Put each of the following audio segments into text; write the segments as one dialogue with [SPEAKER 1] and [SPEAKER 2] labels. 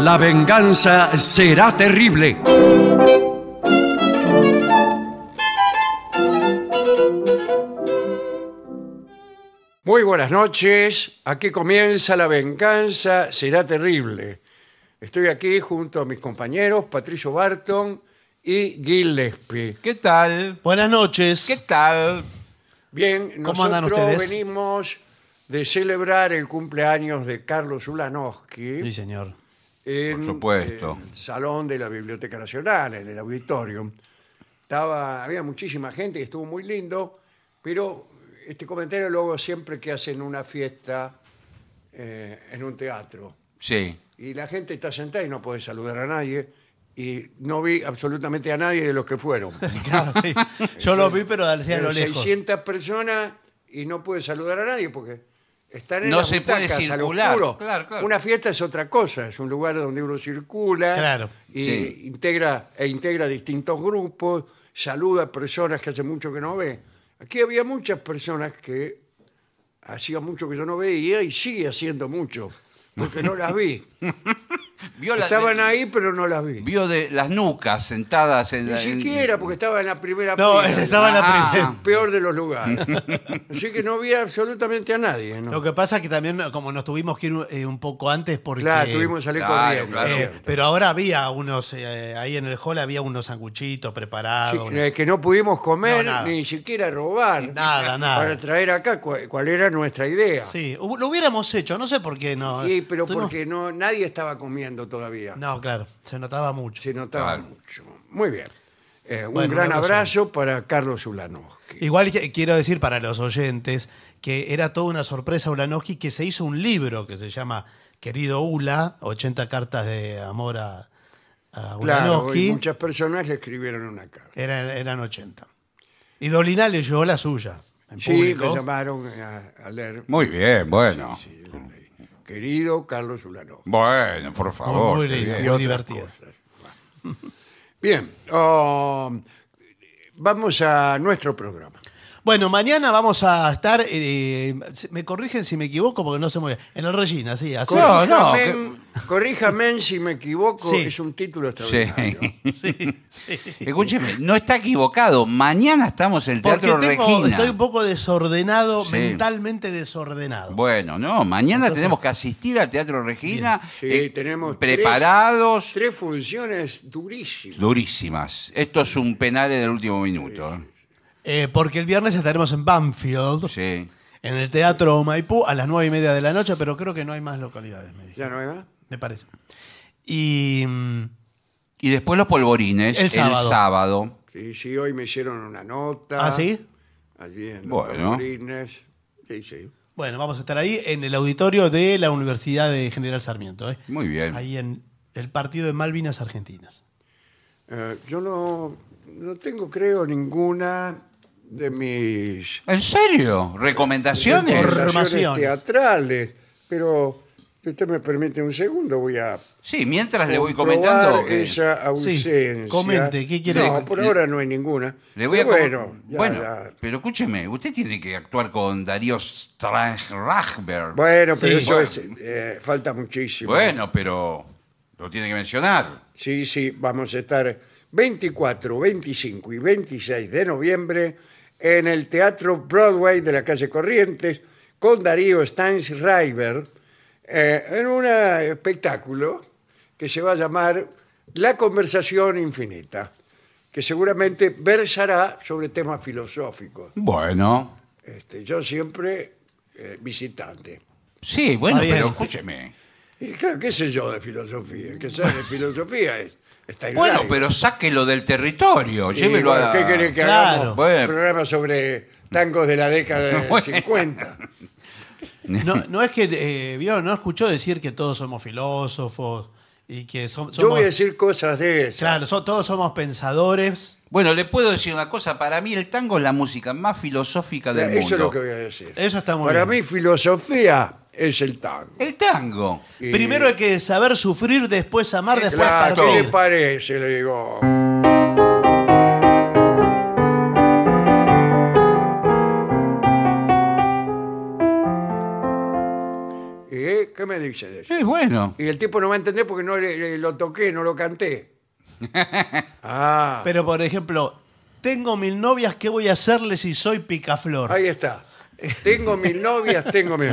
[SPEAKER 1] La venganza será terrible. Muy buenas noches. Aquí comienza La venganza será terrible. Estoy aquí junto a mis compañeros Patricio Barton y Gillespie.
[SPEAKER 2] ¿Qué tal?
[SPEAKER 3] Buenas noches.
[SPEAKER 2] ¿Qué tal?
[SPEAKER 1] Bien,
[SPEAKER 3] ¿Cómo andan
[SPEAKER 1] nosotros
[SPEAKER 3] ustedes?
[SPEAKER 1] venimos de celebrar el cumpleaños de Carlos Ulanowski.
[SPEAKER 3] Sí, señor.
[SPEAKER 1] en
[SPEAKER 2] Por supuesto.
[SPEAKER 1] el salón de la Biblioteca Nacional, en el auditorio. Estaba, había muchísima gente y estuvo muy lindo, pero este comentario luego siempre que hacen una fiesta eh, en un teatro
[SPEAKER 2] Sí.
[SPEAKER 1] y la gente está sentada y no puede saludar a nadie y no vi absolutamente a nadie de los que fueron.
[SPEAKER 3] Claro, sí. Yo lo vi, pero decía a
[SPEAKER 1] Eran
[SPEAKER 3] lo lejos.
[SPEAKER 1] 600 personas y no puede saludar a nadie porque están en
[SPEAKER 2] No
[SPEAKER 1] las
[SPEAKER 2] se puede
[SPEAKER 1] butacas, al
[SPEAKER 2] circular.
[SPEAKER 1] oscuro.
[SPEAKER 2] Claro, claro.
[SPEAKER 1] Una fiesta es otra cosa, es un lugar donde uno circula
[SPEAKER 3] Claro.
[SPEAKER 1] y
[SPEAKER 2] Sí.
[SPEAKER 1] integra e integra distintos grupos, saluda a personas que hace mucho que no ve. Aquí había muchas personas que hacía mucho que yo no veía y sigue haciendo mucho porque no las vi.
[SPEAKER 2] Vio, la-
[SPEAKER 1] Estaban ahí pero no las vi.
[SPEAKER 2] vio de las nucas sentadas en
[SPEAKER 1] Ni
[SPEAKER 2] la. en-
[SPEAKER 1] siquiera porque estaba en la primera
[SPEAKER 3] No,
[SPEAKER 1] fila.
[SPEAKER 3] estaba en la
[SPEAKER 2] Ah.
[SPEAKER 3] primera.
[SPEAKER 1] peor de los lugares. Así que no vi absolutamente a nadie. ¿no?
[SPEAKER 3] Lo que pasa es que también, como nos tuvimos que ir eh, un poco antes, porque.
[SPEAKER 1] Claro, tuvimos que salir
[SPEAKER 2] Claro,
[SPEAKER 1] corriendo.
[SPEAKER 2] claro.
[SPEAKER 1] es
[SPEAKER 3] eh,
[SPEAKER 1] cierto.
[SPEAKER 3] pero ahora había unos, eh, ahí en el hall había unos sanguchitos
[SPEAKER 1] Sí,
[SPEAKER 3] preparados. una-
[SPEAKER 1] eh, que no pudimos comer,
[SPEAKER 3] No, nada.
[SPEAKER 1] ni siquiera robar.
[SPEAKER 3] Nada, nada.
[SPEAKER 1] Para traer acá cu- cuál era nuestra idea.
[SPEAKER 3] Sí, hu- lo hubiéramos hecho, no sé por qué no.
[SPEAKER 1] Y, pero
[SPEAKER 3] Tuvimos-
[SPEAKER 1] porque no, nadie estaba comiendo todavía.
[SPEAKER 3] No, claro, se notaba mucho.
[SPEAKER 1] Se notaba
[SPEAKER 2] Claro.
[SPEAKER 1] mucho. Muy bien. Eh, un
[SPEAKER 3] Bueno,
[SPEAKER 1] gran
[SPEAKER 3] una cosa.
[SPEAKER 1] abrazo para Carlos Ulanowski.
[SPEAKER 3] Igual que- quiero decir para los oyentes que era toda una sorpresa Ulanowski que se hizo un libro que se llama Querido Ula, 80 cartas de amor a, a
[SPEAKER 1] Claro,
[SPEAKER 3] Ulanowski.
[SPEAKER 1] y muchas personas le escribieron una carta.
[SPEAKER 3] Eran, eran 80. Y Dolina leyó la suya en
[SPEAKER 1] Sí,
[SPEAKER 3] público.
[SPEAKER 1] me llamaron a, a leer.
[SPEAKER 2] Muy bien, bueno.
[SPEAKER 1] Querido Carlos Ulanowski.
[SPEAKER 2] Bueno, por favor.
[SPEAKER 3] muy
[SPEAKER 2] qué
[SPEAKER 3] lindo.
[SPEAKER 2] bien.
[SPEAKER 1] y
[SPEAKER 3] Muy
[SPEAKER 1] otras
[SPEAKER 3] divertido.
[SPEAKER 1] cosas. Bueno. Bien, oh, vamos a nuestro programa.
[SPEAKER 3] Bueno, mañana vamos a estar. eh, me corrigen si me equivoco porque no sé muy bien. En el Regina, sí. así.
[SPEAKER 2] No, no,
[SPEAKER 1] Corríjame, corríjame si me equivoco,
[SPEAKER 3] Sí.
[SPEAKER 1] es un título
[SPEAKER 2] Sí.
[SPEAKER 1] extraordinario.
[SPEAKER 2] Escúcheme, no está equivocado. Mañana estamos en el
[SPEAKER 3] Porque
[SPEAKER 2] Teatro
[SPEAKER 3] tengo-
[SPEAKER 2] Regina.
[SPEAKER 3] estoy un poco desordenado,
[SPEAKER 2] Sí.
[SPEAKER 3] mentalmente desordenado.
[SPEAKER 2] Bueno, no, mañana tenemos que asistir al Teatro Regina.
[SPEAKER 1] Sí,
[SPEAKER 2] eh,
[SPEAKER 1] tenemos tres-
[SPEAKER 2] preparados.
[SPEAKER 1] Tres funciones durísimas.
[SPEAKER 2] Durísimas. Esto es un penal del último minuto. ¿eh?
[SPEAKER 3] Eh, porque el viernes estaremos en Banfield,
[SPEAKER 2] Sí.
[SPEAKER 3] en el Teatro Maipú, a las nueve y media de la noche, pero creo que no hay más localidades, me, dijeron,
[SPEAKER 1] ¿Ya no hay más?
[SPEAKER 3] me parece. Y. mm,
[SPEAKER 2] Y después los polvorines
[SPEAKER 3] El
[SPEAKER 2] El
[SPEAKER 3] sábado.
[SPEAKER 2] sábado.
[SPEAKER 1] Sí, sí, hoy me hicieron una nota.
[SPEAKER 3] ¿Ah, sí?
[SPEAKER 1] Allí en los
[SPEAKER 2] Bueno.
[SPEAKER 1] Polvorines. Sí, sí.
[SPEAKER 3] Bueno, vamos a estar ahí en el auditorio de la Universidad de General Sarmiento. ¿eh?
[SPEAKER 2] Muy bien.
[SPEAKER 3] Ahí en el partido de Malvinas Argentinas.
[SPEAKER 1] Eh, yo no, no tengo, creo, ninguna de mis
[SPEAKER 2] ¿En serio? ¿Recomendaciones?
[SPEAKER 3] Por-
[SPEAKER 1] presentaciones
[SPEAKER 3] Formaciones.
[SPEAKER 1] teatrales, pero si usted me permite un segundo, voy a
[SPEAKER 2] Sí, mientras le voy
[SPEAKER 1] comprobar
[SPEAKER 2] comentando. eh, que-
[SPEAKER 1] esa ausencia.
[SPEAKER 3] comente, ¿qué quiere?
[SPEAKER 1] No, por ahora no hay ninguna.
[SPEAKER 2] Le voy a
[SPEAKER 1] Pero
[SPEAKER 2] com-
[SPEAKER 1] bueno, ya,
[SPEAKER 2] Bueno,
[SPEAKER 1] ya.
[SPEAKER 2] pero escúcheme, usted tiene que actuar con Darío Strachberg.
[SPEAKER 1] Bueno, pero
[SPEAKER 3] Sí.
[SPEAKER 1] eso
[SPEAKER 2] Bueno.
[SPEAKER 1] es, eh, falta muchísimo.
[SPEAKER 2] Bueno, pero lo tiene que mencionar.
[SPEAKER 1] Sí, sí, vamos a estar 24, 25 y 26 de noviembre en el Teatro Broadway de la calle Corrientes con Darío Stansriver eh, en un espectáculo que se va a llamar La conversación infinita, que seguramente versará sobre temas filosóficos.
[SPEAKER 2] Bueno,
[SPEAKER 1] Este, yo siempre eh, visitante.
[SPEAKER 2] sí, bueno,
[SPEAKER 3] Está bien.
[SPEAKER 2] pero escúcheme.
[SPEAKER 1] Y claro, qué sé yo de filosofía, el que sabe de filosofía es Stanisriver.
[SPEAKER 2] Bueno, pero sáquelo del territorio,
[SPEAKER 1] Y,
[SPEAKER 2] llévelo
[SPEAKER 1] bueno,
[SPEAKER 2] a...
[SPEAKER 1] ¿Qué querés que
[SPEAKER 3] Claro.
[SPEAKER 1] hagamos?
[SPEAKER 2] Bueno.
[SPEAKER 1] Programa sobre tangos de la década de
[SPEAKER 2] Bueno.
[SPEAKER 1] 50.
[SPEAKER 3] No, no es que, eh, vio, no escuchó decir que todos somos filósofos y que som- somos...
[SPEAKER 1] Yo voy a decir cosas de esas.
[SPEAKER 3] Claro, so- todos somos pensadores.
[SPEAKER 2] Bueno, le puedo decir una cosa, para mí el tango es la música más filosófica del
[SPEAKER 1] Eso
[SPEAKER 2] mundo.
[SPEAKER 1] es lo que voy a decir.
[SPEAKER 3] Eso está muy
[SPEAKER 1] Para
[SPEAKER 3] bien.
[SPEAKER 1] mí, filosofía es el tango.
[SPEAKER 2] El tango.
[SPEAKER 1] Y-
[SPEAKER 3] Primero hay que saber sufrir, después amar, después
[SPEAKER 1] Claro, ¿qué le
[SPEAKER 3] partir.
[SPEAKER 1] parece? Le digo. ¿Y qué me dice de eso?
[SPEAKER 2] Es bueno.
[SPEAKER 1] Y el tipo no va a entender porque no le- le- lo toqué, no lo canté. Ah,
[SPEAKER 3] Pero, por ejemplo, tengo mil novias, ¿qué voy a hacerle si soy picaflor?
[SPEAKER 1] ahí está. Tengo mis novias, tengo mis...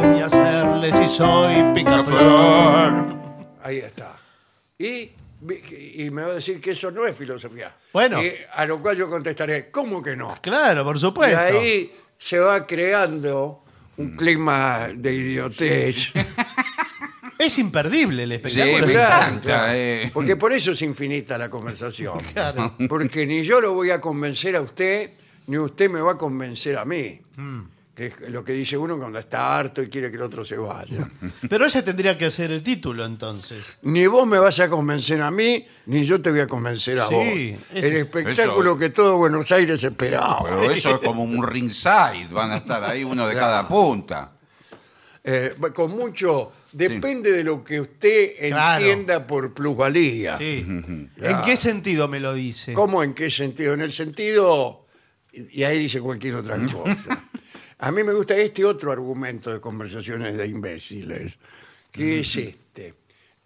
[SPEAKER 3] ¿Qué voy a hacerle si soy picaflor?
[SPEAKER 1] Ahí está. Y, y me va a decir que eso no es filosofía.
[SPEAKER 3] Bueno.
[SPEAKER 1] Y a lo cual yo contestaré, ¿cómo que no?
[SPEAKER 3] Claro, por
[SPEAKER 1] Y
[SPEAKER 3] supuesto.
[SPEAKER 1] ahí se va creando un clima de idiotez.
[SPEAKER 3] Es imperdible el espectáculo.
[SPEAKER 2] me
[SPEAKER 3] es
[SPEAKER 2] encanta.
[SPEAKER 3] impactante.
[SPEAKER 2] eh.
[SPEAKER 1] Porque por eso es infinita la conversación.
[SPEAKER 3] Claro.
[SPEAKER 1] Porque ni yo lo voy a convencer a usted, ni usted me va a convencer a mí.
[SPEAKER 3] Mm.
[SPEAKER 1] Que es lo que dice uno cuando está harto y quiere que el otro se vaya.
[SPEAKER 3] Pero ese tendría que ser el título entonces.
[SPEAKER 1] Ni vos me vas a convencer a mí, ni yo te voy a convencer a
[SPEAKER 3] Sí,
[SPEAKER 1] vos.
[SPEAKER 3] eso
[SPEAKER 1] El
[SPEAKER 3] es-
[SPEAKER 1] espectáculo
[SPEAKER 2] eso-
[SPEAKER 1] que todo Buenos Aires esperaba.
[SPEAKER 2] Pero eso es como un ringside, van a estar ahí uno de cada punta.
[SPEAKER 1] Eh, con mucho, depende de lo que usted
[SPEAKER 3] Claro.
[SPEAKER 1] entienda por plusvalía.
[SPEAKER 3] Sí. ¿En qué sentido me lo dice?
[SPEAKER 1] ¿Cómo en qué sentido? En el sentido, y y ahí dice cualquier otra
[SPEAKER 3] Mm.
[SPEAKER 1] cosa. A mí me gusta este otro argumento de conversaciones de imbéciles, que es este,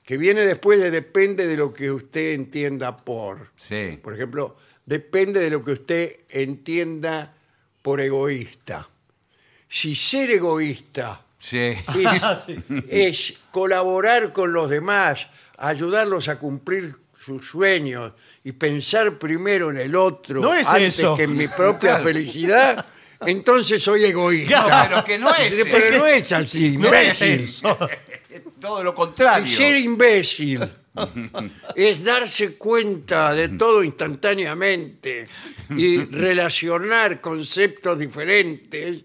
[SPEAKER 1] que viene después de depende de lo que usted entienda por.
[SPEAKER 2] Sí.
[SPEAKER 1] Por ejemplo, depende de lo que usted entienda por egoísta. Si ser egoísta
[SPEAKER 2] Sí.
[SPEAKER 1] es,
[SPEAKER 3] Ah, Sí.
[SPEAKER 1] es colaborar con los demás, ayudarlos a cumplir sus sueños y pensar primero en el otro
[SPEAKER 3] No es
[SPEAKER 1] antes
[SPEAKER 3] eso.
[SPEAKER 1] que en mi propia felicidad, entonces soy egoísta.
[SPEAKER 2] Claro que no es.
[SPEAKER 1] Dice, Pero no es así,
[SPEAKER 3] No es
[SPEAKER 1] imbécil.
[SPEAKER 3] eso.
[SPEAKER 2] Todo lo
[SPEAKER 1] Y
[SPEAKER 2] contrario.
[SPEAKER 1] ser imbécil es darse cuenta de todo instantáneamente y relacionar conceptos diferentes.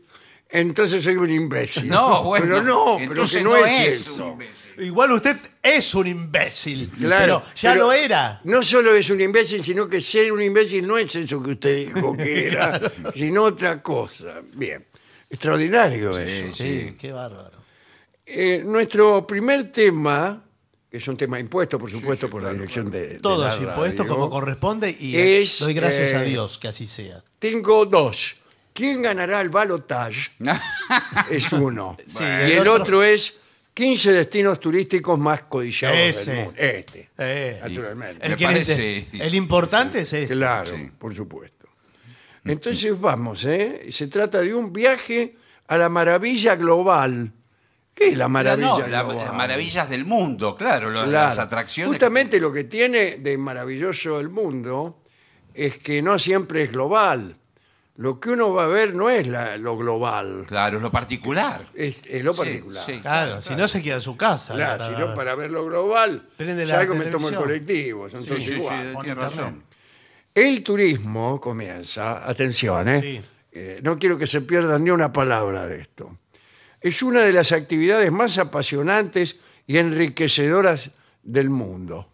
[SPEAKER 1] Entonces soy un imbécil.
[SPEAKER 2] No, bueno.
[SPEAKER 1] Pero no, pero
[SPEAKER 2] entonces
[SPEAKER 1] que no, es,
[SPEAKER 2] un
[SPEAKER 1] eso.
[SPEAKER 2] imbécil.
[SPEAKER 3] Igual usted es un imbécil.
[SPEAKER 1] Claro,
[SPEAKER 3] pero ya
[SPEAKER 1] pero
[SPEAKER 3] lo era.
[SPEAKER 1] No solo es un imbécil, sino que ser un imbécil no es eso que usted dijo que era, sino otra cosa. Bien, extraordinario eso.
[SPEAKER 2] Sí,
[SPEAKER 3] Sí,
[SPEAKER 2] sí.
[SPEAKER 3] qué bárbaro.
[SPEAKER 1] Eh, nuestro primer tema, que es un tema impuesto, por supuesto, por la dirección de, de
[SPEAKER 3] Todo
[SPEAKER 1] la
[SPEAKER 3] es impuesto
[SPEAKER 1] radio,
[SPEAKER 3] como corresponde y
[SPEAKER 1] Es,
[SPEAKER 3] doy gracias a
[SPEAKER 1] eh,
[SPEAKER 3] Dios que así sea.
[SPEAKER 1] Tengo dos. ¿Quién ganará el balotage? Es uno.
[SPEAKER 3] Sí,
[SPEAKER 1] y
[SPEAKER 3] el
[SPEAKER 1] el otro...
[SPEAKER 3] otro-
[SPEAKER 1] es 15 destinos turísticos más codiciados del
[SPEAKER 3] Ese.
[SPEAKER 1] mundo. Este,
[SPEAKER 3] Eh,
[SPEAKER 1] naturalmente.
[SPEAKER 3] el,
[SPEAKER 2] Me
[SPEAKER 3] que-
[SPEAKER 2] parece-
[SPEAKER 3] el importante es ese. Mm,
[SPEAKER 1] Claro,
[SPEAKER 2] Sí.
[SPEAKER 1] por supuesto. Entonces vamos, ¿eh? Se trata de un viaje a la maravilla global. ¿Qué es la maravilla
[SPEAKER 2] No, la-
[SPEAKER 1] global?
[SPEAKER 2] las maravillas del mundo, claro, lo-
[SPEAKER 1] Claro.
[SPEAKER 2] las atracciones.
[SPEAKER 1] Justamente lo que tiene de maravilloso el mundo es que no siempre es global. Lo que uno va a ver no es la- lo global,
[SPEAKER 2] Claro, lo particular.
[SPEAKER 1] es, es lo particular.
[SPEAKER 2] sí.
[SPEAKER 3] Claro, si no se queda en su casa.
[SPEAKER 1] Claro,
[SPEAKER 3] la-
[SPEAKER 1] si no, para ver lo global,
[SPEAKER 3] Prende la
[SPEAKER 1] salgo y me tomo el
[SPEAKER 3] televisión.
[SPEAKER 1] colectivo. son todos
[SPEAKER 2] Sí, sí,
[SPEAKER 1] iguales.
[SPEAKER 2] sí,
[SPEAKER 3] Con
[SPEAKER 2] tiene
[SPEAKER 3] internet.
[SPEAKER 2] razón.
[SPEAKER 1] El turismo comienza, atención, ¿eh?
[SPEAKER 3] Sí.
[SPEAKER 1] Eh, no quiero que se pierdan ni una palabra de esto. Es una de las actividades más apasionantes y enriquecedoras del mundo.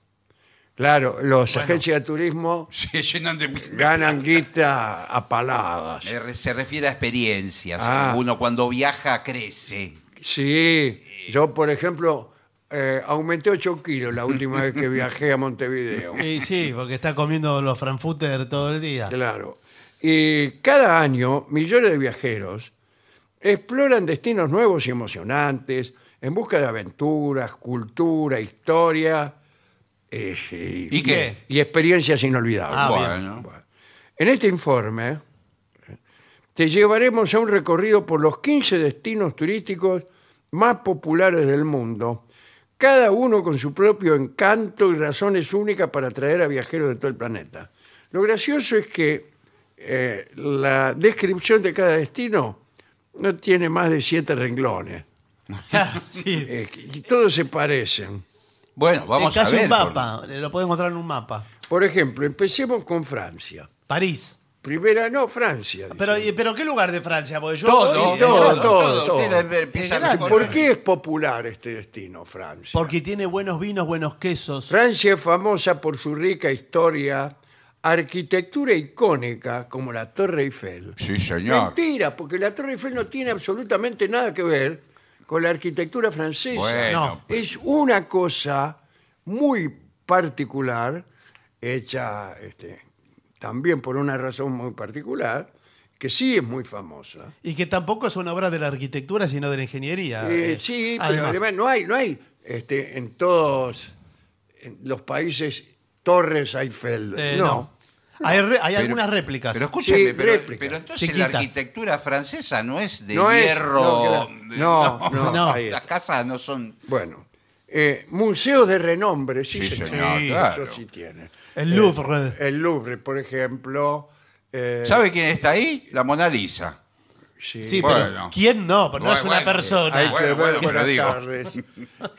[SPEAKER 1] Claro, los agencias de turismo
[SPEAKER 2] Se llenan de...
[SPEAKER 1] ganan guita a paladas.
[SPEAKER 2] Eh, re- Se refiere a experiencias.
[SPEAKER 1] Ah.
[SPEAKER 2] Uno cuando viaja crece.
[SPEAKER 1] Sí, yo por ejemplo eh, aumenté 8 kilos la última vez que viajé a Montevideo.
[SPEAKER 3] Sí, sí, porque está comiendo los frankfurter todo el día.
[SPEAKER 1] Claro. Y cada año, millones de viajeros exploran destinos nuevos y emocionantes en busca de aventuras, cultura, historia eh,
[SPEAKER 2] ¿Y qué?
[SPEAKER 1] y experiencias inolvidables.
[SPEAKER 3] Ah,
[SPEAKER 2] bueno.
[SPEAKER 1] Bueno. En este informe eh, te llevaremos a un recorrido por los 15 destinos turísticos más populares del mundo, cada uno con su propio encanto y razones únicas para atraer a viajeros de todo el planeta. Lo gracioso es que eh, la descripción de cada destino no tiene más de siete renglones
[SPEAKER 3] Sí.
[SPEAKER 1] eh, y todos se parecen.
[SPEAKER 2] Bueno, vamos
[SPEAKER 3] es casi
[SPEAKER 2] a ver.
[SPEAKER 3] un
[SPEAKER 2] por-
[SPEAKER 3] mapa, eh, lo puede encontrar en un mapa.
[SPEAKER 1] Por ejemplo, empecemos con Francia.
[SPEAKER 3] París.
[SPEAKER 1] Primera, no, Francia. dice.
[SPEAKER 3] Pero, pero ¿qué lugar de Francia? Porque yo
[SPEAKER 2] Todo,
[SPEAKER 3] voy-
[SPEAKER 1] todo, todo, todo.
[SPEAKER 2] Usted empieza
[SPEAKER 1] ¿Y
[SPEAKER 2] a recorrer.
[SPEAKER 1] ¿Por qué es popular este destino, Francia?
[SPEAKER 3] Porque tiene buenos vinos, buenos quesos.
[SPEAKER 1] Francia es famosa por su rica historia, arquitectura icónica como la Torre Eiffel.
[SPEAKER 2] Sí, señor.
[SPEAKER 1] Mentira, porque la Torre Eiffel no tiene absolutamente nada que ver con la arquitectura francesa.
[SPEAKER 2] Bueno, pues.
[SPEAKER 1] Es
[SPEAKER 3] No.
[SPEAKER 1] una cosa muy particular, hecha este, también por una razón muy particular, que sí es muy famosa.
[SPEAKER 3] Y que tampoco es una obra de la arquitectura, sino de la ingeniería.
[SPEAKER 1] Eh,
[SPEAKER 3] eh,
[SPEAKER 1] sí, pero
[SPEAKER 3] además.
[SPEAKER 1] además no hay, no hay este, en todos en los países Torres Eiffel.
[SPEAKER 3] Eh,
[SPEAKER 1] no.
[SPEAKER 3] Hay, re- hay
[SPEAKER 2] Pero-
[SPEAKER 3] algunas réplicas.
[SPEAKER 2] Pero escúchame,
[SPEAKER 1] Sí,
[SPEAKER 2] pero,
[SPEAKER 1] réplica.
[SPEAKER 2] pero entonces la
[SPEAKER 3] Chiquitas.
[SPEAKER 2] arquitectura francesa no es de
[SPEAKER 1] No es-
[SPEAKER 2] hierro.
[SPEAKER 1] no, que la- no, no,
[SPEAKER 3] ahí
[SPEAKER 2] Las casas no son.
[SPEAKER 1] Bueno, eh, museos de renombre, sí,
[SPEAKER 2] Sí,
[SPEAKER 1] señor.
[SPEAKER 2] señor,
[SPEAKER 1] Sí,
[SPEAKER 2] claro.
[SPEAKER 1] Eso sí tiene. Eh,
[SPEAKER 3] El Louvre.
[SPEAKER 1] El Louvre, por ejemplo. eh,
[SPEAKER 2] ¿Sabe quién está ahí? La Mona Lisa.
[SPEAKER 1] sí,
[SPEAKER 3] sí,
[SPEAKER 2] bueno.
[SPEAKER 3] pero ¿quién no? Pero no
[SPEAKER 2] Bueno,
[SPEAKER 3] es una
[SPEAKER 2] bueno,
[SPEAKER 3] persona.
[SPEAKER 1] hay
[SPEAKER 2] bueno,
[SPEAKER 1] que ver
[SPEAKER 2] bueno, pero
[SPEAKER 1] buenas
[SPEAKER 2] digo.
[SPEAKER 1] tardes.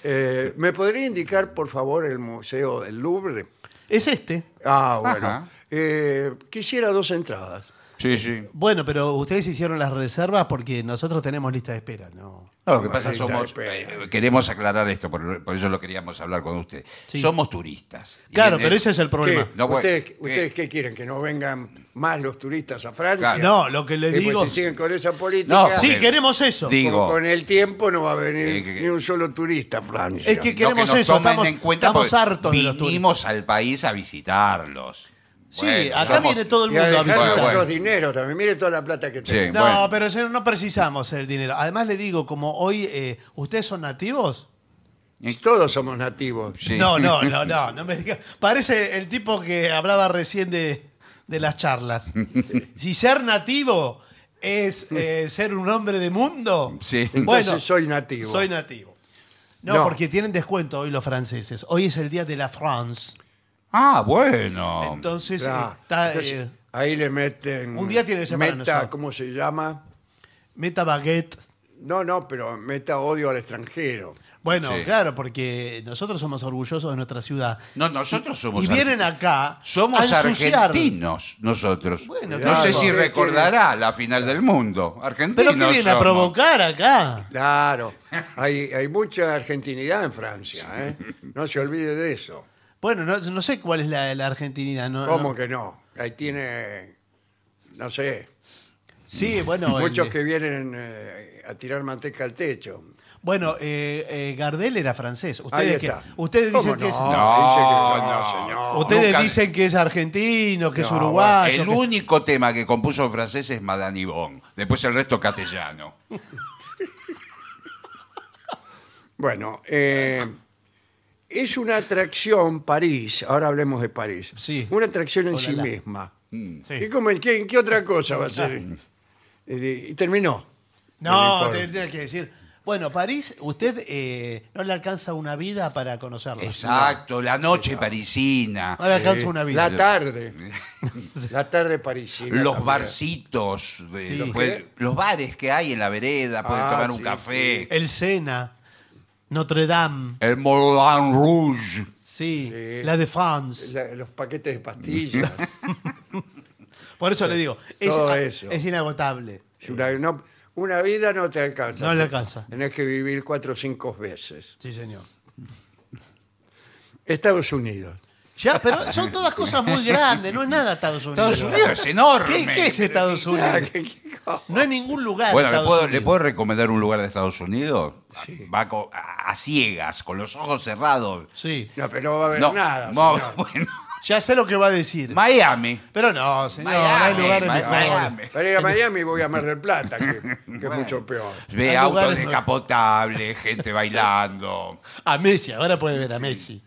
[SPEAKER 1] Eh, ¿Me podría indicar, por favor, el museo del Louvre?
[SPEAKER 3] Es este.
[SPEAKER 1] Ah, bueno.
[SPEAKER 2] Ajá.
[SPEAKER 1] Eh, quisiera dos entradas.
[SPEAKER 2] Sí, sí.
[SPEAKER 3] Bueno, pero ustedes hicieron las reservas porque nosotros tenemos lista de espera, ¿no?
[SPEAKER 2] No, lo que
[SPEAKER 1] Bueno,
[SPEAKER 2] pasa
[SPEAKER 1] ahí está,
[SPEAKER 2] somos.
[SPEAKER 1] espera.
[SPEAKER 2] eh, queremos aclarar esto, por, por eso lo queríamos hablar con usted.
[SPEAKER 3] Sí.
[SPEAKER 2] Somos turistas. Y
[SPEAKER 3] Claro,
[SPEAKER 2] en
[SPEAKER 3] pero
[SPEAKER 2] el-
[SPEAKER 3] ese es el problema.
[SPEAKER 1] ¿Qué?
[SPEAKER 2] No, bueno,
[SPEAKER 1] ¿Ustedes,
[SPEAKER 2] eh.
[SPEAKER 1] ustedes qué quieren? ¿Que no vengan más los turistas a Francia?
[SPEAKER 2] Claro.
[SPEAKER 3] No, lo que le
[SPEAKER 1] Eh, pues,
[SPEAKER 3] digo.
[SPEAKER 1] si siguen con esa política,
[SPEAKER 2] No,
[SPEAKER 3] Sí,
[SPEAKER 2] Porque-
[SPEAKER 3] queremos eso.
[SPEAKER 2] Di-
[SPEAKER 1] con-
[SPEAKER 2] digo-
[SPEAKER 1] con el tiempo no va a venir
[SPEAKER 2] Eh, que-
[SPEAKER 1] ni un solo turista a Francia.
[SPEAKER 3] Es que
[SPEAKER 2] no
[SPEAKER 3] queremos
[SPEAKER 2] nos
[SPEAKER 3] eso,
[SPEAKER 2] tomen
[SPEAKER 3] estamos-
[SPEAKER 2] en cuenta
[SPEAKER 3] estamos
[SPEAKER 2] porque
[SPEAKER 3] hartos de los
[SPEAKER 2] Vinimos al país a visitarlos.
[SPEAKER 3] Sí,
[SPEAKER 2] Bueno,
[SPEAKER 3] acá
[SPEAKER 2] somos-
[SPEAKER 3] viene todo el
[SPEAKER 1] Y a
[SPEAKER 3] mundo
[SPEAKER 1] dejar
[SPEAKER 3] a visitar.
[SPEAKER 2] Bueno, bueno.
[SPEAKER 1] los dineros también. Mire toda la plata que
[SPEAKER 2] Sí.
[SPEAKER 1] tenemos.
[SPEAKER 3] No,
[SPEAKER 2] Bueno.
[SPEAKER 3] pero señor, no precisamos el dinero. Además le digo, como hoy, eh, ¿ustedes son nativos?
[SPEAKER 1] Y Todos somos nativos.
[SPEAKER 2] Sí.
[SPEAKER 3] No, no, no, no, no me diga. Parece el tipo que hablaba recién de, de las charlas. Si ser nativo es eh, ser un hombre de mundo,
[SPEAKER 2] Sí.
[SPEAKER 1] Entonces soy nativo.
[SPEAKER 3] Soy nativo. No,
[SPEAKER 1] No.
[SPEAKER 3] porque tienen descuento hoy los franceses. Hoy es el día de la France.
[SPEAKER 2] Ah, bueno.
[SPEAKER 3] Entonces,
[SPEAKER 1] Claro.
[SPEAKER 3] eh, está,
[SPEAKER 1] Entonces,
[SPEAKER 3] eh,
[SPEAKER 1] ahí le meten.
[SPEAKER 3] un día tiene que ser para
[SPEAKER 1] Meta,
[SPEAKER 3] nosotros.
[SPEAKER 1] ¿cómo se llama?
[SPEAKER 3] meta baguette.
[SPEAKER 1] No, no, pero meta odio al extranjero.
[SPEAKER 3] Bueno,
[SPEAKER 2] Sí.
[SPEAKER 3] claro, porque nosotros somos orgullosos de nuestra ciudad.
[SPEAKER 2] No, nosotros somos
[SPEAKER 3] Y vienen
[SPEAKER 2] argentinos.
[SPEAKER 3] acá
[SPEAKER 2] Somos
[SPEAKER 3] a ensuciar.
[SPEAKER 2] argentinos nosotros.
[SPEAKER 3] Bueno,
[SPEAKER 2] no
[SPEAKER 3] claro.
[SPEAKER 2] sé si
[SPEAKER 1] ¿Qué
[SPEAKER 2] recordará la final del mundo. Argentinos.
[SPEAKER 3] ¿Pero qué vienen a
[SPEAKER 2] somos.
[SPEAKER 3] provocar acá?
[SPEAKER 1] Claro, hay, hay mucha argentinidad en Francia, ¿eh? No se olvide de eso.
[SPEAKER 3] Bueno, no, no sé cuál es la, la argentinidad. No,
[SPEAKER 1] ¿Cómo
[SPEAKER 3] no.
[SPEAKER 1] que no? Ahí tiene, no sé,
[SPEAKER 3] Sí, bueno. el-
[SPEAKER 1] muchos que vienen eh, a tirar manteca al techo.
[SPEAKER 3] Bueno, eh, eh, Gardel era francés.
[SPEAKER 1] Ahí
[SPEAKER 3] Ustedes, que,
[SPEAKER 1] está.
[SPEAKER 3] ustedes dicen
[SPEAKER 1] ¿Cómo
[SPEAKER 3] que es,
[SPEAKER 1] no?
[SPEAKER 2] No,
[SPEAKER 1] Dice que no,
[SPEAKER 2] no.
[SPEAKER 1] señor.
[SPEAKER 3] ustedes
[SPEAKER 2] nunca-
[SPEAKER 3] dicen que es argentino, que es
[SPEAKER 1] No,
[SPEAKER 3] uruguayo.
[SPEAKER 2] El
[SPEAKER 3] que-
[SPEAKER 2] único tema que compuso en francés es Madame Yvonne. Después el resto castellano.
[SPEAKER 1] Bueno, eh, es una atracción París, ahora hablemos de París.
[SPEAKER 3] Sí.
[SPEAKER 1] Una atracción en sí
[SPEAKER 3] Olala.
[SPEAKER 1] misma.
[SPEAKER 3] Sí. Ah.
[SPEAKER 1] ¿Y cómo- qué, qué otra cosa va a ser? Eh, y terminó.
[SPEAKER 3] No,
[SPEAKER 1] el informe.
[SPEAKER 3] tendría que decir. Bueno, París, usted eh, no le alcanza una vida para conocerla.
[SPEAKER 2] Exacto, la noche parisina.
[SPEAKER 3] No le alcanza una vida.
[SPEAKER 1] La tarde. La tarde parisina.
[SPEAKER 2] Los
[SPEAKER 1] también.
[SPEAKER 2] barcitos, de-
[SPEAKER 3] Sí.
[SPEAKER 2] los, puede- los bares que hay en la vereda, pueden
[SPEAKER 1] Ah,
[SPEAKER 2] tomar un
[SPEAKER 1] sí,
[SPEAKER 2] café.
[SPEAKER 3] El Sena, Notre Dame,
[SPEAKER 2] El Moulin Rouge.
[SPEAKER 3] sí,
[SPEAKER 1] Sí.
[SPEAKER 3] la de France.
[SPEAKER 1] La- los paquetes de pastillas.
[SPEAKER 3] Por eso le digo, es,
[SPEAKER 1] Todo
[SPEAKER 3] a-
[SPEAKER 1] eso.
[SPEAKER 3] es inagotable.
[SPEAKER 1] Es una, no- una vida no te alcanza.
[SPEAKER 3] No le alcanza.
[SPEAKER 1] Tenés que vivir cuatro o cinco veces.
[SPEAKER 3] Sí, señor.
[SPEAKER 1] Estados Unidos.
[SPEAKER 3] Ya, pero son todas cosas muy grandes, no es nada Estados Unidos.
[SPEAKER 2] Estados Unidos es enorme.
[SPEAKER 3] ¿Qué, qué es Estados Unidos? No hay ningún lugar.
[SPEAKER 2] Bueno, ¿le
[SPEAKER 3] Estados
[SPEAKER 2] puedo, ¿le
[SPEAKER 3] Unidos.
[SPEAKER 2] puedo recomendar un lugar de Estados Unidos? Va co- a, a ciegas, con los ojos cerrados.
[SPEAKER 3] Sí,
[SPEAKER 1] No, pero no va a haber
[SPEAKER 2] No,
[SPEAKER 1] nada.
[SPEAKER 2] no,
[SPEAKER 1] señor.
[SPEAKER 2] bueno.
[SPEAKER 3] ya sé lo que va a decir.
[SPEAKER 2] Miami.
[SPEAKER 3] pero no, señor,
[SPEAKER 2] Miami,
[SPEAKER 3] no hay lugares
[SPEAKER 2] Ma-
[SPEAKER 3] mejores.
[SPEAKER 2] Miami.
[SPEAKER 1] Para ir a Miami voy a Mar del Plata, que, que es mucho peor.
[SPEAKER 2] Ve
[SPEAKER 3] Hay
[SPEAKER 2] autos
[SPEAKER 3] lugares-
[SPEAKER 2] descapotables, gente bailando.
[SPEAKER 3] A Messi, ahora puede ver a Messi.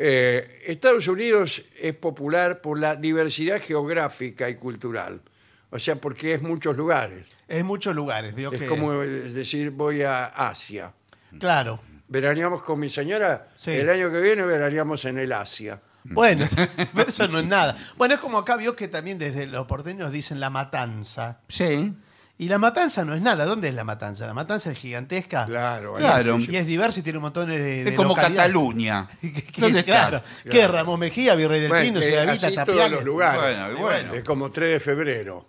[SPEAKER 1] Eh, Estados Unidos es popular por la diversidad geográfica y cultural. O sea, porque es muchos lugares.
[SPEAKER 3] Es muchos lugares, vio
[SPEAKER 1] Es
[SPEAKER 3] que.
[SPEAKER 1] como decir, voy a Asia.
[SPEAKER 3] Claro.
[SPEAKER 1] Veraneamos con mi señora.
[SPEAKER 3] Sí.
[SPEAKER 1] El año que viene veraneamos en el Asia.
[SPEAKER 3] Bueno, pero eso no es nada. Bueno, es como acá vio que también desde los porteños dicen la matanza.
[SPEAKER 2] Sí.
[SPEAKER 3] Y la matanza no es nada. ¿Dónde es la matanza? La matanza es gigantesca.
[SPEAKER 1] Claro, ahí
[SPEAKER 2] Claro.
[SPEAKER 3] Y es diversa y tiene un montón de. de
[SPEAKER 2] Es como
[SPEAKER 3] localidades.
[SPEAKER 2] Cataluña.
[SPEAKER 3] Que- que-
[SPEAKER 2] ¿Dónde está?
[SPEAKER 3] claro. ¿Qué? Ramón Mejía, Virrey del
[SPEAKER 1] Bueno,
[SPEAKER 3] Pino,
[SPEAKER 1] eh,
[SPEAKER 3] Ciudad
[SPEAKER 1] así
[SPEAKER 3] Vista,
[SPEAKER 1] todos
[SPEAKER 3] Tapiales.
[SPEAKER 1] los lugares.
[SPEAKER 2] Bueno, y bueno.
[SPEAKER 1] Es como 3 de febrero.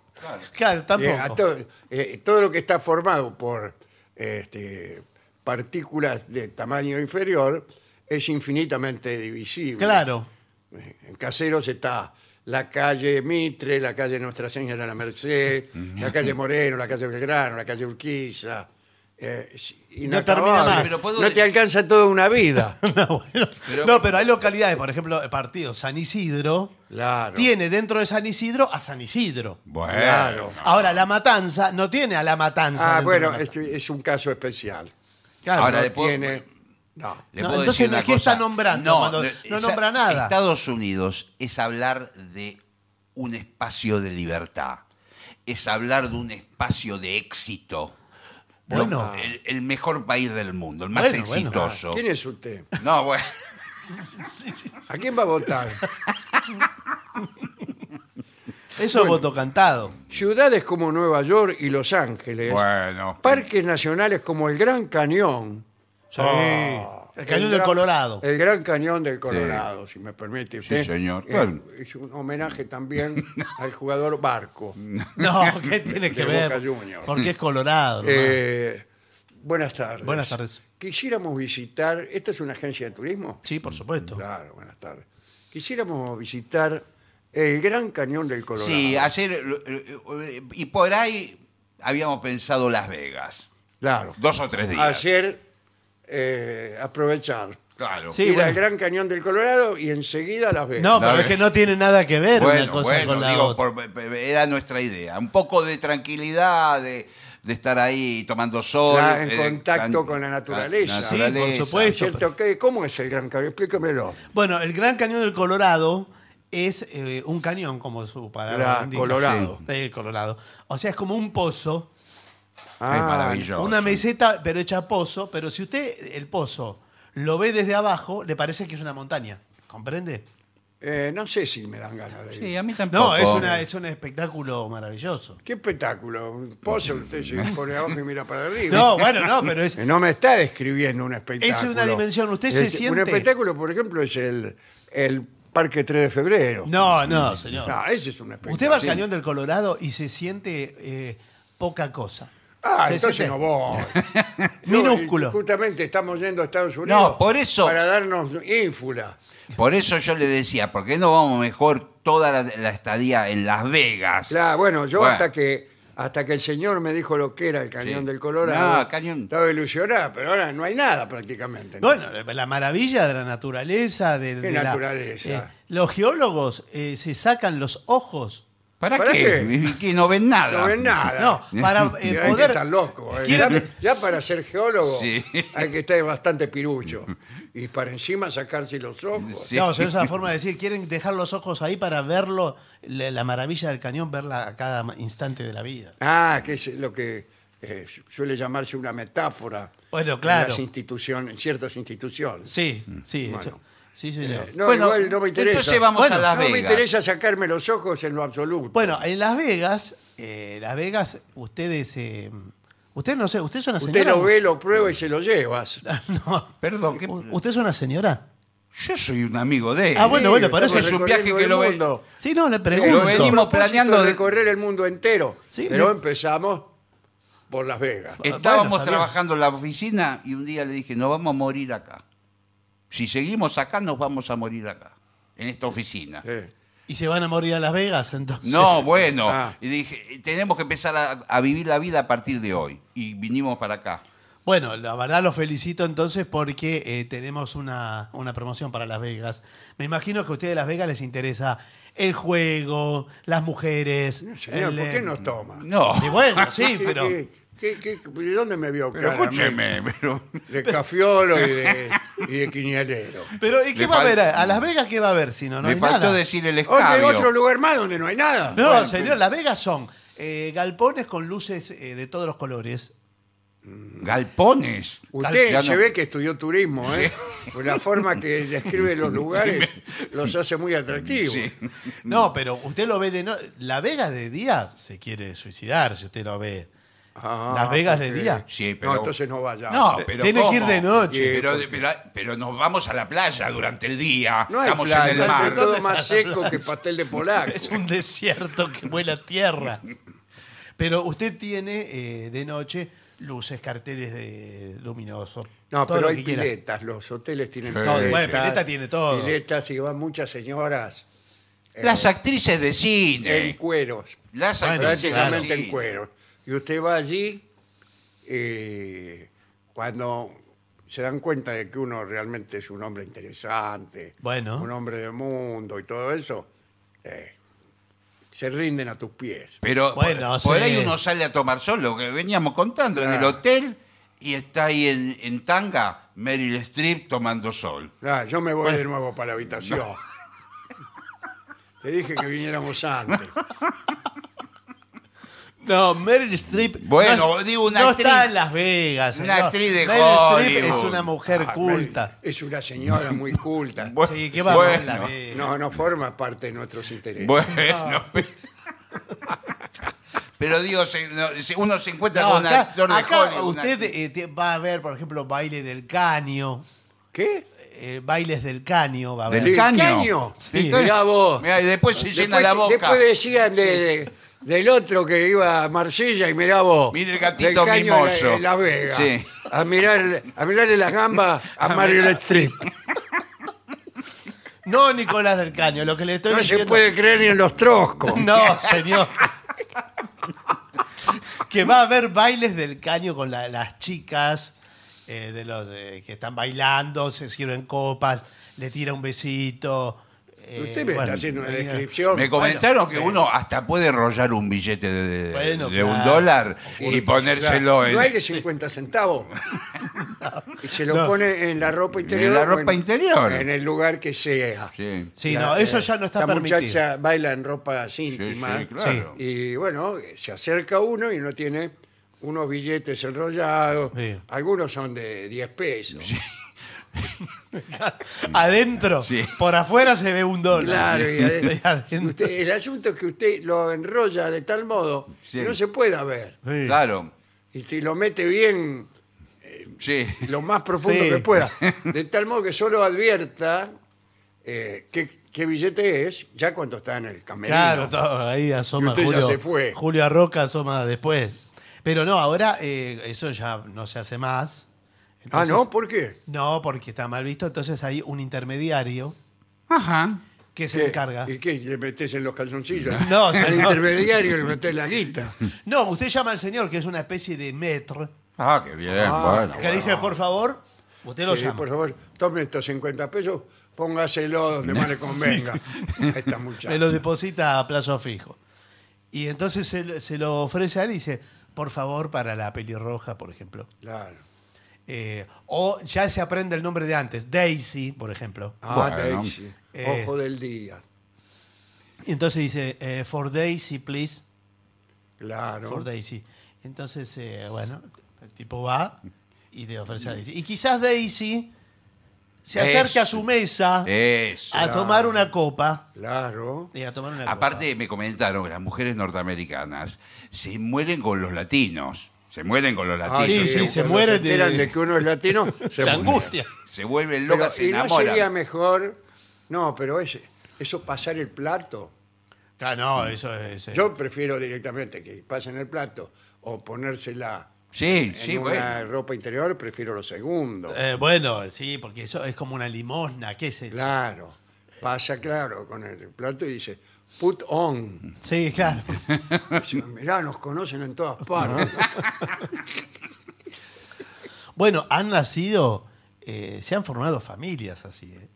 [SPEAKER 3] Claro,
[SPEAKER 1] Eh, a
[SPEAKER 3] tampoco.
[SPEAKER 1] to- eh, todo lo que está formado por este, partículas de tamaño inferior es infinitamente divisible.
[SPEAKER 3] Claro.
[SPEAKER 1] Eh, En Caseros está la calle Mitre, la calle Nuestra Señora de la Merced, la calle Moreno, la calle Belgrano, la calle Urquiza, eh,
[SPEAKER 3] No termina
[SPEAKER 1] inacabables.
[SPEAKER 3] más.
[SPEAKER 2] Pero puedo
[SPEAKER 1] No
[SPEAKER 2] decir-
[SPEAKER 1] te alcanza toda una vida.
[SPEAKER 3] No, bueno.
[SPEAKER 2] Pero-
[SPEAKER 3] no, pero hay localidades, por ejemplo, el partido San Isidro
[SPEAKER 1] Claro.
[SPEAKER 3] tiene dentro de San Isidro a San Isidro.
[SPEAKER 2] Bueno.
[SPEAKER 1] Claro.
[SPEAKER 3] Ahora, La Matanza no tiene a La Matanza.
[SPEAKER 1] Ah,
[SPEAKER 3] dentro de
[SPEAKER 1] bueno,
[SPEAKER 3] La
[SPEAKER 1] es, es un caso especial.
[SPEAKER 3] Claro,
[SPEAKER 2] Ahora
[SPEAKER 1] no
[SPEAKER 2] le puedo-
[SPEAKER 1] tiene. No.
[SPEAKER 2] le
[SPEAKER 3] No,
[SPEAKER 2] puedo
[SPEAKER 3] entonces,
[SPEAKER 2] decir una
[SPEAKER 3] ¿de qué está
[SPEAKER 2] cosa.
[SPEAKER 3] nombrando cuando
[SPEAKER 2] de-
[SPEAKER 3] no
[SPEAKER 2] esa-
[SPEAKER 3] nombra nada?
[SPEAKER 2] Estados Unidos es hablar de un espacio de libertad. Es hablar de un espacio de éxito. Lo-
[SPEAKER 1] Ah.
[SPEAKER 3] Bueno.
[SPEAKER 2] el, el mejor país del mundo, el más
[SPEAKER 3] Bueno, bueno.
[SPEAKER 2] exitoso.
[SPEAKER 1] ¿Quién es usted?
[SPEAKER 2] No, bueno.
[SPEAKER 1] ¿A quién va a votar?
[SPEAKER 3] Eso es voto cantado.
[SPEAKER 1] Ciudades como Nueva York y Los Ángeles.
[SPEAKER 2] Bueno.
[SPEAKER 1] Parques nacionales como el Gran Cañón.
[SPEAKER 3] Sí.
[SPEAKER 1] Ah, Eh.
[SPEAKER 3] el cañón del
[SPEAKER 1] Gran-
[SPEAKER 3] Colorado.
[SPEAKER 1] El Gran Cañón del Colorado, si me permite usted.
[SPEAKER 2] señor.
[SPEAKER 1] Eh,
[SPEAKER 2] Bueno.
[SPEAKER 1] Es un homenaje también al jugador Barco.
[SPEAKER 3] No, ¿qué tiene que
[SPEAKER 1] De
[SPEAKER 3] ver?
[SPEAKER 1] Boca Juniors.
[SPEAKER 3] Porque es Colorado. nomás.
[SPEAKER 1] Eh, buenas tardes.
[SPEAKER 3] Buenas tardes.
[SPEAKER 1] Quisiéramos visitar. ¿Esta es una agencia de turismo?
[SPEAKER 3] sí, por supuesto.
[SPEAKER 1] Claro, buenas tardes. Quisiéramos visitar el Gran Cañón del Colorado.
[SPEAKER 2] Sí, ayer. eh, eh, Y por ahí habíamos pensado Las Vegas.
[SPEAKER 1] claro.
[SPEAKER 2] Dos o tres días.
[SPEAKER 1] Ayer eh, aprovechar.
[SPEAKER 2] Claro.
[SPEAKER 3] Sí,
[SPEAKER 1] ir
[SPEAKER 3] bueno.
[SPEAKER 1] al Gran Cañón del Colorado y enseguida a Las Vegas.
[SPEAKER 3] No,
[SPEAKER 2] Claro.
[SPEAKER 3] pero es que no tiene nada que ver una
[SPEAKER 2] Bueno,
[SPEAKER 3] cosa
[SPEAKER 2] bueno,
[SPEAKER 3] con la
[SPEAKER 2] digo,
[SPEAKER 3] otra.
[SPEAKER 2] por- pe- pe- era nuestra idea. Un poco de tranquilidad, de, de estar ahí tomando sol.
[SPEAKER 1] Claro, en
[SPEAKER 2] eh,
[SPEAKER 1] contacto
[SPEAKER 2] can-
[SPEAKER 1] con la naturaleza.
[SPEAKER 2] can-
[SPEAKER 1] Sí, por
[SPEAKER 2] naturaleza.
[SPEAKER 1] ¿Es
[SPEAKER 3] supuesto.
[SPEAKER 1] cierto que ¿Cómo es el Gran Cañón? Explíquemelo.
[SPEAKER 3] Bueno, el Gran Cañón del Colorado es eh, un cañón, como su palabra.
[SPEAKER 1] Gran
[SPEAKER 3] indica.
[SPEAKER 1] Colorado.
[SPEAKER 3] Sí, sí, Colorado. O sea, es como un pozo,
[SPEAKER 1] Ah,
[SPEAKER 2] es maravilloso.
[SPEAKER 3] una meseta, pero hecha pozo. Pero si usted el pozo lo ve desde abajo, le parece que es una montaña. ¿Comprende?
[SPEAKER 1] eh, no sé si me dan ganas de ir.
[SPEAKER 4] Sí, a mí tampoco.
[SPEAKER 3] No, es, una, es un espectáculo maravilloso.
[SPEAKER 1] ¿Qué espectáculo? Un pozo usted se pone abajo y mira para arriba.
[SPEAKER 3] No, bueno, no, pero es.
[SPEAKER 1] Eh, No me está describiendo un espectáculo. Este,
[SPEAKER 3] Es una dimensión, usted se siente-
[SPEAKER 1] Un espectáculo, por ejemplo, es el, el Parque 3 de Febrero.
[SPEAKER 3] No, no, señor.
[SPEAKER 1] No, ese es un espectáculo.
[SPEAKER 3] Usted va al Cañón del Colorado y se siente eh, poca cosa.
[SPEAKER 1] Ah,
[SPEAKER 3] Se
[SPEAKER 1] entonces no
[SPEAKER 3] siente
[SPEAKER 1] voy.
[SPEAKER 3] Minúsculo.
[SPEAKER 1] No, y justamente estamos yendo a Estados Unidos
[SPEAKER 2] No, por eso-
[SPEAKER 1] para darnos ínfula.
[SPEAKER 2] Por eso yo le decía, ¿por qué no vamos mejor toda la, la estadía en Las Vegas?
[SPEAKER 1] Claro, bueno, yo
[SPEAKER 2] Bueno.
[SPEAKER 1] hasta que hasta que el señor me dijo lo que era el cañón
[SPEAKER 2] Sí.
[SPEAKER 1] del Colorado,
[SPEAKER 2] No, cañón.
[SPEAKER 1] estaba ilusionado, pero ahora no hay nada prácticamente. ¿no?
[SPEAKER 3] Bueno, la maravilla de la naturaleza. De, de la-
[SPEAKER 1] naturaleza?
[SPEAKER 3] eh, los geólogos eh, se sacan los ojos.
[SPEAKER 2] ¿Para,
[SPEAKER 1] ¿Para
[SPEAKER 2] qué?
[SPEAKER 1] qué?
[SPEAKER 2] Que no ven nada.
[SPEAKER 1] no ven nada.
[SPEAKER 3] No, para eh,
[SPEAKER 1] Hay que
[SPEAKER 3] poder.
[SPEAKER 1] estar loco. eh.
[SPEAKER 3] Quiero-
[SPEAKER 1] Ya, ya para ser geólogo
[SPEAKER 2] Sí.
[SPEAKER 1] hay que estar bastante pirucho. Y para encima sacarse los ojos.
[SPEAKER 2] Sí.
[SPEAKER 3] No, es la forma de decir, quieren dejar los ojos ahí para verlo, la, la maravilla del cañón, verla a cada ma- instante de la vida.
[SPEAKER 1] Ah, que es lo que eh, su- suele llamarse una metáfora.
[SPEAKER 3] Bueno,
[SPEAKER 1] en
[SPEAKER 3] claro.
[SPEAKER 1] las instituciones, en ciertas instituciones.
[SPEAKER 3] Sí, sí,
[SPEAKER 1] Mm. Bueno. Eh,
[SPEAKER 3] eso. Sí, señor.
[SPEAKER 1] No,
[SPEAKER 2] Bueno,
[SPEAKER 1] igual no me interesa.
[SPEAKER 2] entonces vamos
[SPEAKER 3] Bueno,
[SPEAKER 2] a Las
[SPEAKER 1] no me
[SPEAKER 2] Vegas.
[SPEAKER 1] interesa sacarme los ojos en lo absoluto.
[SPEAKER 3] Bueno, en Las Vegas, eh, Las Vegas, ustedes. eh, usted no sé, ¿usted es una
[SPEAKER 1] Usted
[SPEAKER 3] señora?
[SPEAKER 1] lo ve, lo prueba y se lo llevas.
[SPEAKER 3] No.
[SPEAKER 2] Perdón, ¿qué-
[SPEAKER 3] U- ¿Usted es una señora?
[SPEAKER 2] yo soy un amigo de él.
[SPEAKER 3] Ah, bueno, bueno, para eso
[SPEAKER 2] es un viaje que lo ve-
[SPEAKER 1] venimos
[SPEAKER 3] Sí, no, le pregunto.
[SPEAKER 2] venimos- planeando de-
[SPEAKER 1] recorrer el mundo entero.
[SPEAKER 3] Sí,
[SPEAKER 1] pero
[SPEAKER 3] me-
[SPEAKER 1] empezamos por Las Vegas.
[SPEAKER 2] Estábamos
[SPEAKER 3] está bien.
[SPEAKER 2] trabajando en la oficina y un día le dije, nos vamos a morir acá. Si seguimos acá, nos vamos a morir acá, en esta oficina.
[SPEAKER 1] Sí.
[SPEAKER 3] ¿Y se van a morir a Las Vegas entonces?
[SPEAKER 2] No, bueno.
[SPEAKER 1] Ah.
[SPEAKER 2] Y dije, "Eh, tenemos que empezar a, a vivir la vida a partir de hoy. Y vinimos para acá.
[SPEAKER 3] Bueno, la verdad los felicito entonces porque eh, tenemos una, una promoción para Las Vegas. Me imagino que a ustedes de Las Vegas les interesa el juego, las mujeres.
[SPEAKER 1] Señor,
[SPEAKER 3] el,
[SPEAKER 1] ¿por
[SPEAKER 3] eh,
[SPEAKER 1] qué nos toma?
[SPEAKER 2] No.
[SPEAKER 3] Y bueno, sí,
[SPEAKER 1] ¿Qué-
[SPEAKER 3] pero.
[SPEAKER 1] qué- qué- qué- ¿De dónde me vio?
[SPEAKER 2] Pero
[SPEAKER 1] cara a mí?
[SPEAKER 2] escúcheme, pero.
[SPEAKER 1] De cafiolo y de, y de quiñalero.
[SPEAKER 3] Pero, ¿y qué
[SPEAKER 2] Le
[SPEAKER 3] va a
[SPEAKER 2] fal-
[SPEAKER 3] haber? ¿A Las Vegas qué va a haber si no? No
[SPEAKER 2] me
[SPEAKER 3] hay
[SPEAKER 2] faltó
[SPEAKER 3] nada.
[SPEAKER 2] decir el
[SPEAKER 1] Oye,
[SPEAKER 2] escabio.
[SPEAKER 1] otro lugar más donde no hay nada.
[SPEAKER 3] No,
[SPEAKER 1] Bueno,
[SPEAKER 3] señor, Las Vegas son eh, galpones con luces eh, de todos los colores.
[SPEAKER 2] Galpones.
[SPEAKER 1] Usted
[SPEAKER 2] Ya
[SPEAKER 1] se
[SPEAKER 2] no-
[SPEAKER 1] ve que estudió turismo, ¿eh? Por la forma que describe los lugares los hace muy atractivos.
[SPEAKER 2] Sí.
[SPEAKER 3] No, pero usted lo ve de no... Las Vegas de día se quiere suicidar si usted lo ve.
[SPEAKER 1] Ah,
[SPEAKER 3] Las Vegas de
[SPEAKER 1] ok.
[SPEAKER 3] día.
[SPEAKER 2] Sí, pero.
[SPEAKER 1] No, entonces no vaya.
[SPEAKER 3] No, tiene que ir de noche.
[SPEAKER 2] Pero, pero, pero nos vamos a la playa durante el día.
[SPEAKER 1] No hay
[SPEAKER 2] Estamos
[SPEAKER 1] playa,
[SPEAKER 2] en el mar.
[SPEAKER 1] es todo más seco que pastel de polaco.
[SPEAKER 3] Es un desierto que huele a tierra. Pero usted tiene eh, de noche luces, carteles de luminosos.
[SPEAKER 1] No,
[SPEAKER 3] todo
[SPEAKER 1] pero
[SPEAKER 3] lo
[SPEAKER 1] hay
[SPEAKER 3] que quiera.
[SPEAKER 1] piletas, los hoteles tienen
[SPEAKER 2] Sí.
[SPEAKER 1] piletas.
[SPEAKER 2] Bueno,
[SPEAKER 3] pileta tiene todo.
[SPEAKER 1] Piletas y van muchas señoras
[SPEAKER 2] Las actrices de cine.
[SPEAKER 1] en cueros,
[SPEAKER 2] Las
[SPEAKER 3] Bueno,
[SPEAKER 2] actrices de
[SPEAKER 3] claro.
[SPEAKER 1] prácticamente
[SPEAKER 2] cine.
[SPEAKER 1] en cueros. Y usted va allí eh, cuando se dan cuenta de que uno realmente es un hombre interesante,
[SPEAKER 3] Bueno.
[SPEAKER 1] un hombre de mundo y todo eso, eh, se rinden a tus pies.
[SPEAKER 2] Pero
[SPEAKER 3] Bueno,
[SPEAKER 2] por, por
[SPEAKER 3] sí.
[SPEAKER 2] ahí uno sale a tomar sol, lo que veníamos contando, en el
[SPEAKER 1] Ah.
[SPEAKER 2] hotel y está ahí en, en tanga Meryl Streep tomando sol.
[SPEAKER 1] Ah, yo me voy de nuevo para la habitación. Te dije que viniéramos antes.
[SPEAKER 3] No, Meryl Streep.
[SPEAKER 2] Bueno,
[SPEAKER 3] no-
[SPEAKER 2] digo, una
[SPEAKER 3] no
[SPEAKER 2] actriz-
[SPEAKER 3] está en Las Vegas.
[SPEAKER 2] una
[SPEAKER 3] no.
[SPEAKER 2] actriz de
[SPEAKER 3] Meryl Streep es
[SPEAKER 2] Hollywood.
[SPEAKER 3] una mujer
[SPEAKER 1] Ah,
[SPEAKER 3] culta.
[SPEAKER 1] Mary, Es una señora muy culta.
[SPEAKER 2] Bueno,
[SPEAKER 3] Sí, ¿qué vamos a
[SPEAKER 2] bueno,
[SPEAKER 3] hablar de-
[SPEAKER 1] No, no forma parte de nuestros intereses.
[SPEAKER 2] bueno, pero- pero digo, se- no, se- uno se encuentra
[SPEAKER 3] No,
[SPEAKER 2] con un
[SPEAKER 3] acá,
[SPEAKER 2] actor de
[SPEAKER 3] acá
[SPEAKER 2] Hollywood, una-
[SPEAKER 3] usted eh, te- va a ver, por ejemplo, baile del caño.
[SPEAKER 1] ¿Qué?
[SPEAKER 3] eh, bailes del caño va a haber.
[SPEAKER 2] Del caño.
[SPEAKER 3] Sí,
[SPEAKER 2] Entonces,
[SPEAKER 1] mirá vos.
[SPEAKER 2] mirá, y después se llena la boca.
[SPEAKER 1] Después decían de- de- del otro que iba a Marsella y mirá vos.
[SPEAKER 2] Mira el gatito
[SPEAKER 1] del caño de la-
[SPEAKER 2] mimoso.
[SPEAKER 1] de Las Vegas.
[SPEAKER 2] Sí.
[SPEAKER 1] A, mirar, a mirarle las gambas a, Mario Strip.
[SPEAKER 3] No, Nicolás del Caño, lo que le estoy
[SPEAKER 1] No se
[SPEAKER 3] diciendo.
[SPEAKER 1] puede creer ni en los troscos.
[SPEAKER 3] No, señor. que va a haber bailes del caño con la- las chicas eh, de los eh, que están bailando, se sirven copas, le tira un besito. eh,
[SPEAKER 1] Usted me
[SPEAKER 3] bueno,
[SPEAKER 1] está haciendo una
[SPEAKER 3] eh,
[SPEAKER 1] descripción.
[SPEAKER 2] Me comentaron que uno hasta puede rollar un billete de,
[SPEAKER 3] Bueno,
[SPEAKER 2] de un
[SPEAKER 3] claro.
[SPEAKER 2] dólar y
[SPEAKER 1] Bueno,
[SPEAKER 2] ponérselo
[SPEAKER 1] No hay
[SPEAKER 2] en,
[SPEAKER 1] de 50 centavos. Y se lo
[SPEAKER 3] No.
[SPEAKER 1] pone en la ropa interior.
[SPEAKER 2] la
[SPEAKER 1] o
[SPEAKER 2] ropa interior.
[SPEAKER 1] En el lugar que sea.
[SPEAKER 2] Sí,
[SPEAKER 3] Sí,
[SPEAKER 1] La-
[SPEAKER 3] no, eso
[SPEAKER 1] eh,
[SPEAKER 3] ya no está
[SPEAKER 1] esta
[SPEAKER 3] permitido.
[SPEAKER 1] muchacha baila en ropas
[SPEAKER 2] sí, sí,
[SPEAKER 1] íntimas.
[SPEAKER 2] claro.
[SPEAKER 1] Y bueno, se acerca uno y uno tiene unos billetes enrollados.
[SPEAKER 3] Sí.
[SPEAKER 1] Algunos son de 10 pesos.
[SPEAKER 3] Adentro,
[SPEAKER 2] Sí.
[SPEAKER 3] por afuera se ve un dólar.
[SPEAKER 1] Claro, y
[SPEAKER 3] Y adentro.
[SPEAKER 1] adentro- usted- el asunto es que usted lo enrolla de tal modo
[SPEAKER 2] Sí.
[SPEAKER 1] que no se pueda ver.
[SPEAKER 3] Sí.
[SPEAKER 2] Claro.
[SPEAKER 1] Y si lo mete bien,
[SPEAKER 2] Sí.
[SPEAKER 1] lo más profundo
[SPEAKER 3] Sí.
[SPEAKER 1] que pueda. De tal modo que solo advierta eh, qué, qué billete es ya cuando está en el camerino.
[SPEAKER 3] Claro, todo, ahí
[SPEAKER 1] Y
[SPEAKER 3] asoma
[SPEAKER 1] usted ya
[SPEAKER 3] Julio.
[SPEAKER 1] se fue.
[SPEAKER 3] Julio Arroca asoma después. Pero no, ahora eh, eso ya no se hace más.
[SPEAKER 1] ah,
[SPEAKER 3] Entonces-
[SPEAKER 1] ¿no? ¿Por qué?
[SPEAKER 3] No, porque está mal visto. Entonces hay un intermediario
[SPEAKER 2] Ajá.
[SPEAKER 3] que se
[SPEAKER 1] ¿Qué?
[SPEAKER 3] encarga.
[SPEAKER 1] ¿Y qué? ¿Le metes en los calzoncillos?
[SPEAKER 3] No,
[SPEAKER 1] Al
[SPEAKER 3] señor.
[SPEAKER 1] intermediario le metes la guita.
[SPEAKER 3] No, usted llama al señor, que es una especie de maître,
[SPEAKER 2] Ah, qué bien.
[SPEAKER 1] Ah,
[SPEAKER 2] bueno.
[SPEAKER 3] que le dice, por favor, usted lo
[SPEAKER 1] Sí,
[SPEAKER 3] llama.
[SPEAKER 1] por favor, tome estos 50 pesos, póngaselo donde más le convenga a esta muchacha.
[SPEAKER 3] Me lo deposita a plazo fijo. Y entonces se, lo- se lo ofrece a él y dice, por favor, para la pelirroja, por ejemplo.
[SPEAKER 1] Claro.
[SPEAKER 3] Eh, o ya se aprende el nombre de antes, Daisy, por ejemplo.
[SPEAKER 1] Ah,
[SPEAKER 2] Bueno.
[SPEAKER 1] Daisy,
[SPEAKER 3] Eh.
[SPEAKER 1] ojo del día.
[SPEAKER 3] Y entonces dice, eh, for Daisy, please.
[SPEAKER 1] Claro.
[SPEAKER 3] For Daisy. Entonces, eh, bueno, el tipo va y le ofrece
[SPEAKER 1] Mm.
[SPEAKER 3] a Daisy. Y quizás Daisy se acerca
[SPEAKER 2] Eso.
[SPEAKER 3] a su mesa
[SPEAKER 2] Eso.
[SPEAKER 1] Ah,
[SPEAKER 3] a tomar una copa.
[SPEAKER 1] Claro.
[SPEAKER 3] Y a tomar una
[SPEAKER 2] Aparte, me comentaron que las mujeres norteamericanas se mueren con los latinos. Se mueren con los latinos.
[SPEAKER 1] Ah,
[SPEAKER 3] sí, sí,
[SPEAKER 2] se,
[SPEAKER 3] se
[SPEAKER 1] cuando
[SPEAKER 3] muere de-
[SPEAKER 1] Se enteran de que uno es latino, se
[SPEAKER 3] copa. La
[SPEAKER 1] muere.
[SPEAKER 3] angustia.
[SPEAKER 2] se vuelven
[SPEAKER 1] Pero,
[SPEAKER 2] locas, se
[SPEAKER 1] y no sería
[SPEAKER 2] enamoran.
[SPEAKER 1] mejor. No, pero ese- eso pasar el plato.
[SPEAKER 3] Ah, no, eso es. eh,
[SPEAKER 1] Mm. Yo prefiero directamente que pasen el plato o ponérsela
[SPEAKER 2] Sí,
[SPEAKER 1] en
[SPEAKER 2] sí,
[SPEAKER 1] una
[SPEAKER 2] bueno.
[SPEAKER 1] ropa interior, prefiero lo segundo.
[SPEAKER 3] eh, bueno, sí, porque eso es como una limosna. ¿Qué es eso?
[SPEAKER 1] Claro. Pasa claro con el plato y dice, put on.
[SPEAKER 3] Sí, claro.
[SPEAKER 1] Dice, Mirá, nos conocen en todas partes.
[SPEAKER 3] bueno, han nacido, eh, se han formado familias así. eh.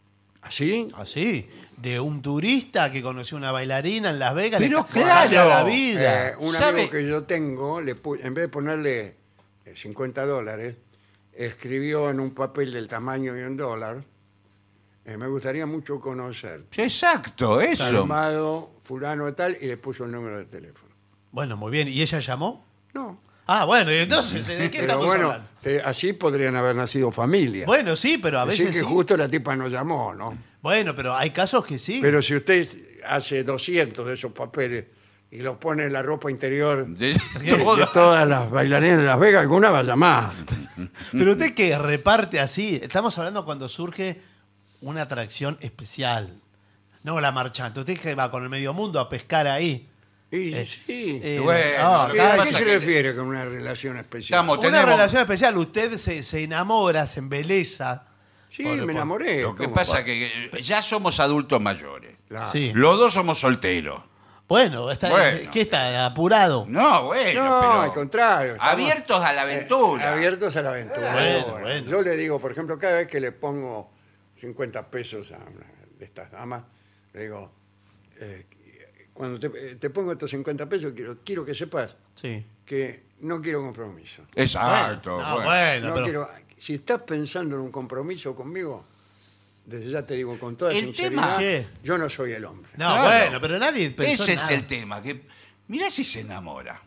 [SPEAKER 1] ¿Así?
[SPEAKER 3] Así, de un turista que conoció una bailarina en Las Vegas.
[SPEAKER 2] Pero
[SPEAKER 3] le cambia
[SPEAKER 2] claro.
[SPEAKER 3] la vida.
[SPEAKER 1] Eh, un
[SPEAKER 2] ¿Sabe?
[SPEAKER 1] amigo que yo tengo, le pu- en vez de ponerle eh, 50 dólares, escribió en un papel del tamaño de un dólar, eh, me gustaría mucho conocerte.
[SPEAKER 2] Exacto, eso.
[SPEAKER 1] Armado, fulano de tal, y le puso el número de teléfono.
[SPEAKER 3] Bueno, muy bien. ¿Y ella llamó?
[SPEAKER 1] No.
[SPEAKER 3] Ah, bueno, y entonces, ¿de qué
[SPEAKER 1] Pero
[SPEAKER 3] estamos
[SPEAKER 1] bueno,
[SPEAKER 3] hablando?
[SPEAKER 1] eh, así podrían haber nacido familia.
[SPEAKER 3] Bueno, sí, pero a
[SPEAKER 1] Así
[SPEAKER 3] veces.
[SPEAKER 1] que
[SPEAKER 3] sí.
[SPEAKER 1] justo la tipa nos llamó, ¿no?
[SPEAKER 3] Bueno, pero hay casos que sí.
[SPEAKER 1] Pero si usted hace 200 de esos papeles y los pone en la ropa interior de,
[SPEAKER 2] De-
[SPEAKER 1] de todas las bailarinas de Las Vegas, alguna va a llamar.
[SPEAKER 3] Pero usted que reparte así, estamos hablando cuando surge una atracción especial. No la marchante. Usted que va con el medio mundo a pescar ahí.
[SPEAKER 1] Y
[SPEAKER 3] Eh,
[SPEAKER 1] sí.
[SPEAKER 3] eh,
[SPEAKER 2] Bueno,
[SPEAKER 3] no,
[SPEAKER 1] ¿A
[SPEAKER 2] lo
[SPEAKER 1] qué-
[SPEAKER 2] que
[SPEAKER 3] cada-
[SPEAKER 1] ¿A
[SPEAKER 2] pasa
[SPEAKER 1] qué
[SPEAKER 2] es
[SPEAKER 1] se
[SPEAKER 2] que-
[SPEAKER 1] refiere con una relación especial?
[SPEAKER 2] Estamos-
[SPEAKER 3] una
[SPEAKER 2] tenemos-
[SPEAKER 3] relación especial. Usted se, se enamora, se embeleza.
[SPEAKER 1] Sí,
[SPEAKER 3] Por- por-
[SPEAKER 1] me enamoré.
[SPEAKER 2] Lo que
[SPEAKER 1] ¿cómo?
[SPEAKER 2] pasa es que eh, ya somos adultos mayores.
[SPEAKER 1] Claro.
[SPEAKER 3] Sí.
[SPEAKER 2] Los dos somos solteros.
[SPEAKER 3] Bueno, está,
[SPEAKER 2] Bueno.
[SPEAKER 3] ¿qué está? ¿Apurado?
[SPEAKER 2] No, bueno.
[SPEAKER 1] No,
[SPEAKER 2] pero
[SPEAKER 1] al contrario. estamos-
[SPEAKER 2] Abiertos a la aventura.
[SPEAKER 1] Abiertos a la aventura.
[SPEAKER 3] Bueno,
[SPEAKER 1] Ahora,
[SPEAKER 3] bueno.
[SPEAKER 1] Yo le digo, por ejemplo, cada vez que le pongo 50 pesos a una de estas damas, le digo, eh, cuando te, te pongo estos 50 pesos, quiero, quiero que sepas
[SPEAKER 3] Sí.
[SPEAKER 1] que no quiero compromiso.
[SPEAKER 2] Exacto.
[SPEAKER 3] Bueno, no,
[SPEAKER 2] bueno.
[SPEAKER 3] bueno,
[SPEAKER 1] No
[SPEAKER 3] pero-
[SPEAKER 1] quiero- si estás pensando en un compromiso conmigo, desde ya te digo con toda
[SPEAKER 2] El
[SPEAKER 1] sinceridad,
[SPEAKER 2] tema-
[SPEAKER 3] ¿Qué?
[SPEAKER 1] yo no soy el hombre.
[SPEAKER 3] No,
[SPEAKER 2] Claro.
[SPEAKER 3] bueno, pero nadie pensó
[SPEAKER 2] Ese es
[SPEAKER 3] nada.
[SPEAKER 2] el tema. Que, mirá si se enamora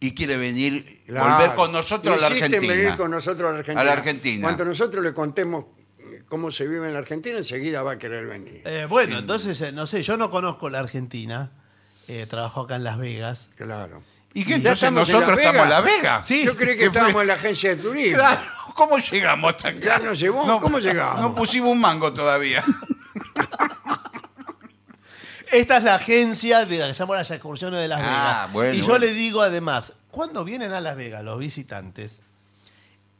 [SPEAKER 2] y quiere venir,
[SPEAKER 1] Claro.
[SPEAKER 2] volver con nosotros a la
[SPEAKER 1] Insisten en
[SPEAKER 2] Argentina.
[SPEAKER 1] venir con nosotros a la Argentina.
[SPEAKER 2] A la Argentina.
[SPEAKER 1] Cuando nosotros le contemos eh, cómo se vive en la Argentina, enseguida va a querer venir.
[SPEAKER 3] Eh, bueno, entonces, eh, no sé, yo no conozco la Argentina. Eh, trabajo acá en Las Vegas.
[SPEAKER 1] Claro.
[SPEAKER 2] ¿Y
[SPEAKER 1] Ya
[SPEAKER 2] qué? Entonces
[SPEAKER 1] estamos en
[SPEAKER 2] nosotros
[SPEAKER 1] Las
[SPEAKER 2] estamos en La
[SPEAKER 1] Vegas.
[SPEAKER 2] Vega.
[SPEAKER 3] Sí.
[SPEAKER 1] Yo creí que
[SPEAKER 2] ¿Qué fue?
[SPEAKER 1] estábamos en la agencia de turismo.
[SPEAKER 2] Claro, ¿cómo llegamos hasta acá?
[SPEAKER 1] Ya nos llevó, ¿cómo llegamos?
[SPEAKER 2] No pusimos un mango todavía.
[SPEAKER 3] Esta es la agencia de la que se llama las excursiones de Las
[SPEAKER 2] Ah,
[SPEAKER 3] Vegas.
[SPEAKER 2] bueno,
[SPEAKER 3] y yo
[SPEAKER 2] bueno.
[SPEAKER 3] le digo además, cuando vienen a Las Vegas los visitantes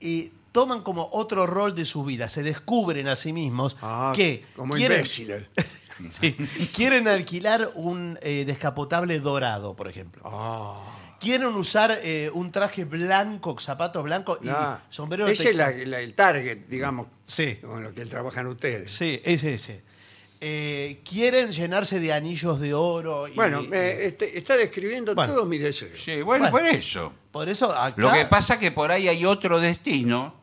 [SPEAKER 3] y toman como otro rol de su vida, se descubren a sí mismos
[SPEAKER 1] Ah,
[SPEAKER 3] que
[SPEAKER 1] como
[SPEAKER 3] quieren,
[SPEAKER 1] imbéciles.
[SPEAKER 3] sí, quieren alquilar un eh, descapotable dorado, por ejemplo.
[SPEAKER 1] Ah,
[SPEAKER 3] Quieren usar eh, un traje blanco, zapatos blancos y
[SPEAKER 1] nah.
[SPEAKER 3] sombrero
[SPEAKER 1] Ese Ah. es
[SPEAKER 3] texano.
[SPEAKER 1] la- la- el target, digamos,
[SPEAKER 3] Sí.
[SPEAKER 1] con lo que trabajan ustedes.
[SPEAKER 3] Sí, es ese. Eh, quieren llenarse de anillos de oro. Y,
[SPEAKER 1] Bueno,
[SPEAKER 3] y-
[SPEAKER 1] eh, este, está describiendo
[SPEAKER 3] Bueno.
[SPEAKER 1] todos mis deseos.
[SPEAKER 2] Sí, bueno,
[SPEAKER 3] Bueno.
[SPEAKER 2] por eso.
[SPEAKER 3] por eso acá...
[SPEAKER 2] Lo que pasa que por ahí hay otro destino,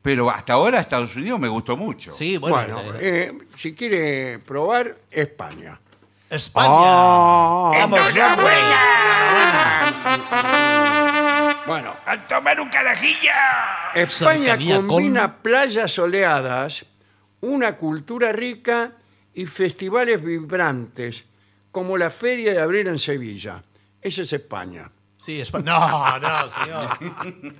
[SPEAKER 2] pero hasta ahora Estados Unidos me gustó mucho.
[SPEAKER 3] Sí, bueno.
[SPEAKER 1] Bueno,
[SPEAKER 3] eh,
[SPEAKER 1] eh, si quiere probar, España.
[SPEAKER 3] España.
[SPEAKER 1] Ah.
[SPEAKER 3] Vamos,
[SPEAKER 1] Bueno,
[SPEAKER 2] ¡A tomar un carajilla!
[SPEAKER 1] España
[SPEAKER 3] Cercanía con-
[SPEAKER 1] combina playas soleadas, una cultura rica y festivales vibrantes, como la Feria de Abril en Sevilla. Esa es España.
[SPEAKER 3] Sí, España. No, no, señor.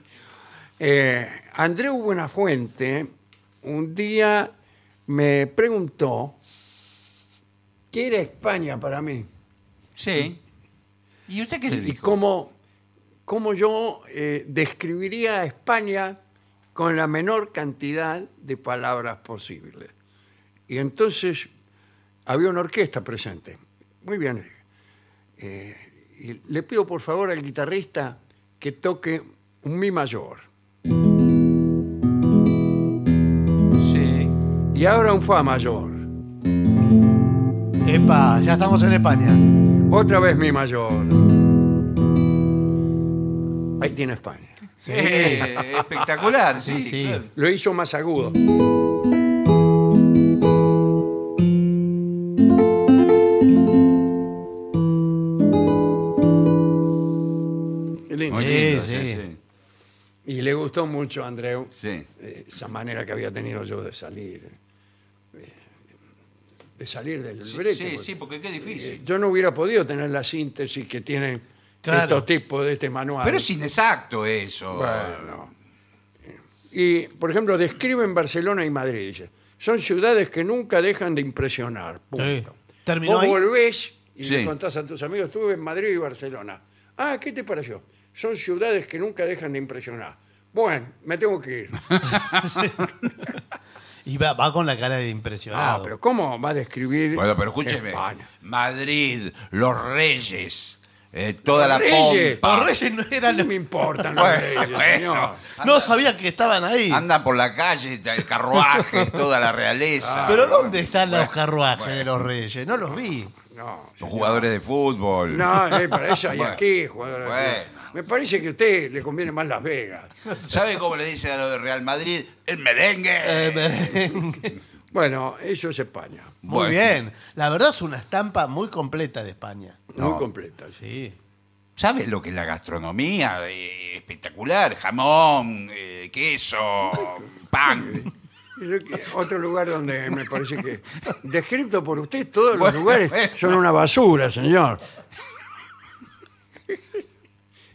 [SPEAKER 1] Eh, Andreu Buenafuente un día me preguntó qué era España para mí
[SPEAKER 2] Sí. ¿Y usted qué le
[SPEAKER 1] y
[SPEAKER 2] dijo?
[SPEAKER 1] cómo, cómo yo eh, describiría a España con la menor cantidad de palabras posibles. Y entonces había una orquesta presente. Muy bien. Eh, y le pido por favor al guitarrista que toque un mi mayor.
[SPEAKER 2] Sí.
[SPEAKER 1] Y ahora un fa mayor.
[SPEAKER 3] Epa, ya estamos en España.
[SPEAKER 1] Otra vez mi mayor. Ahí tiene España.
[SPEAKER 3] Sí.
[SPEAKER 2] Eh, espectacular, sí.
[SPEAKER 3] Sí, sí.
[SPEAKER 2] claro.
[SPEAKER 1] Lo hizo más agudo. Qué lindo.
[SPEAKER 2] Muy
[SPEAKER 3] Sí,
[SPEAKER 2] lindo,
[SPEAKER 3] sí.
[SPEAKER 1] Y le gustó mucho a Andreu
[SPEAKER 2] sí, sí.
[SPEAKER 1] eh, esa manera que había tenido yo de salir. eh, De salir del
[SPEAKER 2] Sí,
[SPEAKER 1] brete,
[SPEAKER 2] sí,
[SPEAKER 1] porque-
[SPEAKER 2] sí, porque qué
[SPEAKER 1] Eh,
[SPEAKER 2] difícil.
[SPEAKER 1] yo no hubiera podido tener la síntesis que tienen
[SPEAKER 3] Claro.
[SPEAKER 1] estos tipos de este manual.
[SPEAKER 2] Pero es inexacto eso.
[SPEAKER 1] Bueno. Y, por ejemplo, describen Barcelona y Madrid. Dice, son ciudades que nunca dejan de impresionar. punto".
[SPEAKER 3] Sí. Terminó
[SPEAKER 1] Vos
[SPEAKER 3] ahí.
[SPEAKER 1] volvés y le
[SPEAKER 2] Sí.
[SPEAKER 1] contás a tus amigos, estuve en Madrid y Barcelona. Ah, ¿qué te pareció? Son ciudades que nunca dejan de impresionar. Bueno, me tengo que ir.
[SPEAKER 3] Y va, va con la cara de
[SPEAKER 1] Ah,
[SPEAKER 3] impresionado.
[SPEAKER 1] pero ¿cómo va a describir
[SPEAKER 2] Bueno, pero escúcheme.
[SPEAKER 1] España?
[SPEAKER 2] Madrid, los reyes, eh,
[SPEAKER 1] Los
[SPEAKER 2] toda la
[SPEAKER 1] Reyes.
[SPEAKER 2] pompa.
[SPEAKER 3] Los reyes no eran...
[SPEAKER 1] No me importan los
[SPEAKER 2] Bueno,
[SPEAKER 1] reyes,
[SPEAKER 2] bueno.
[SPEAKER 1] señor.
[SPEAKER 3] No sabía que estaban ahí.
[SPEAKER 2] Andan por la calle, el carruaje, toda la realeza.
[SPEAKER 3] Ah, Pero ¿dónde están los
[SPEAKER 2] Bueno,
[SPEAKER 3] carruajes
[SPEAKER 2] bueno,
[SPEAKER 3] de los reyes? No los vi.
[SPEAKER 1] No,
[SPEAKER 2] Los jugadores de fútbol.
[SPEAKER 1] No, eh, para eso hay
[SPEAKER 2] Bueno.
[SPEAKER 1] aquí, jugadores.
[SPEAKER 2] Bueno.
[SPEAKER 1] Me parece que a usted le conviene más Las Vegas.
[SPEAKER 2] ¿Sabe cómo le dicen a los de Real Madrid? El merengue.
[SPEAKER 3] Eh, merengue.
[SPEAKER 1] Bueno, eso es España.
[SPEAKER 3] Muy
[SPEAKER 2] Bueno.
[SPEAKER 3] bien. La verdad es una estampa muy completa de España.
[SPEAKER 1] Muy
[SPEAKER 2] No.
[SPEAKER 1] completa. sí.
[SPEAKER 3] Sí.
[SPEAKER 2] ¿Sabe lo que es la gastronomía? Eh, espectacular. Jamón, eh, queso, pan.
[SPEAKER 1] Yo que- Otro lugar donde me parece que. Descrito por usted, todos los
[SPEAKER 2] Bueno,
[SPEAKER 1] lugares
[SPEAKER 2] bueno.
[SPEAKER 1] son una basura, señor.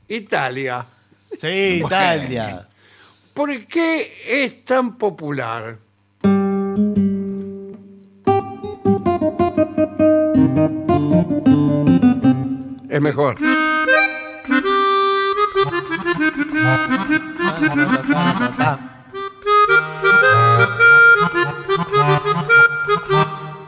[SPEAKER 1] Italia.
[SPEAKER 3] Sí, Italia.
[SPEAKER 1] ¿Por qué es tan popular? Es mejor.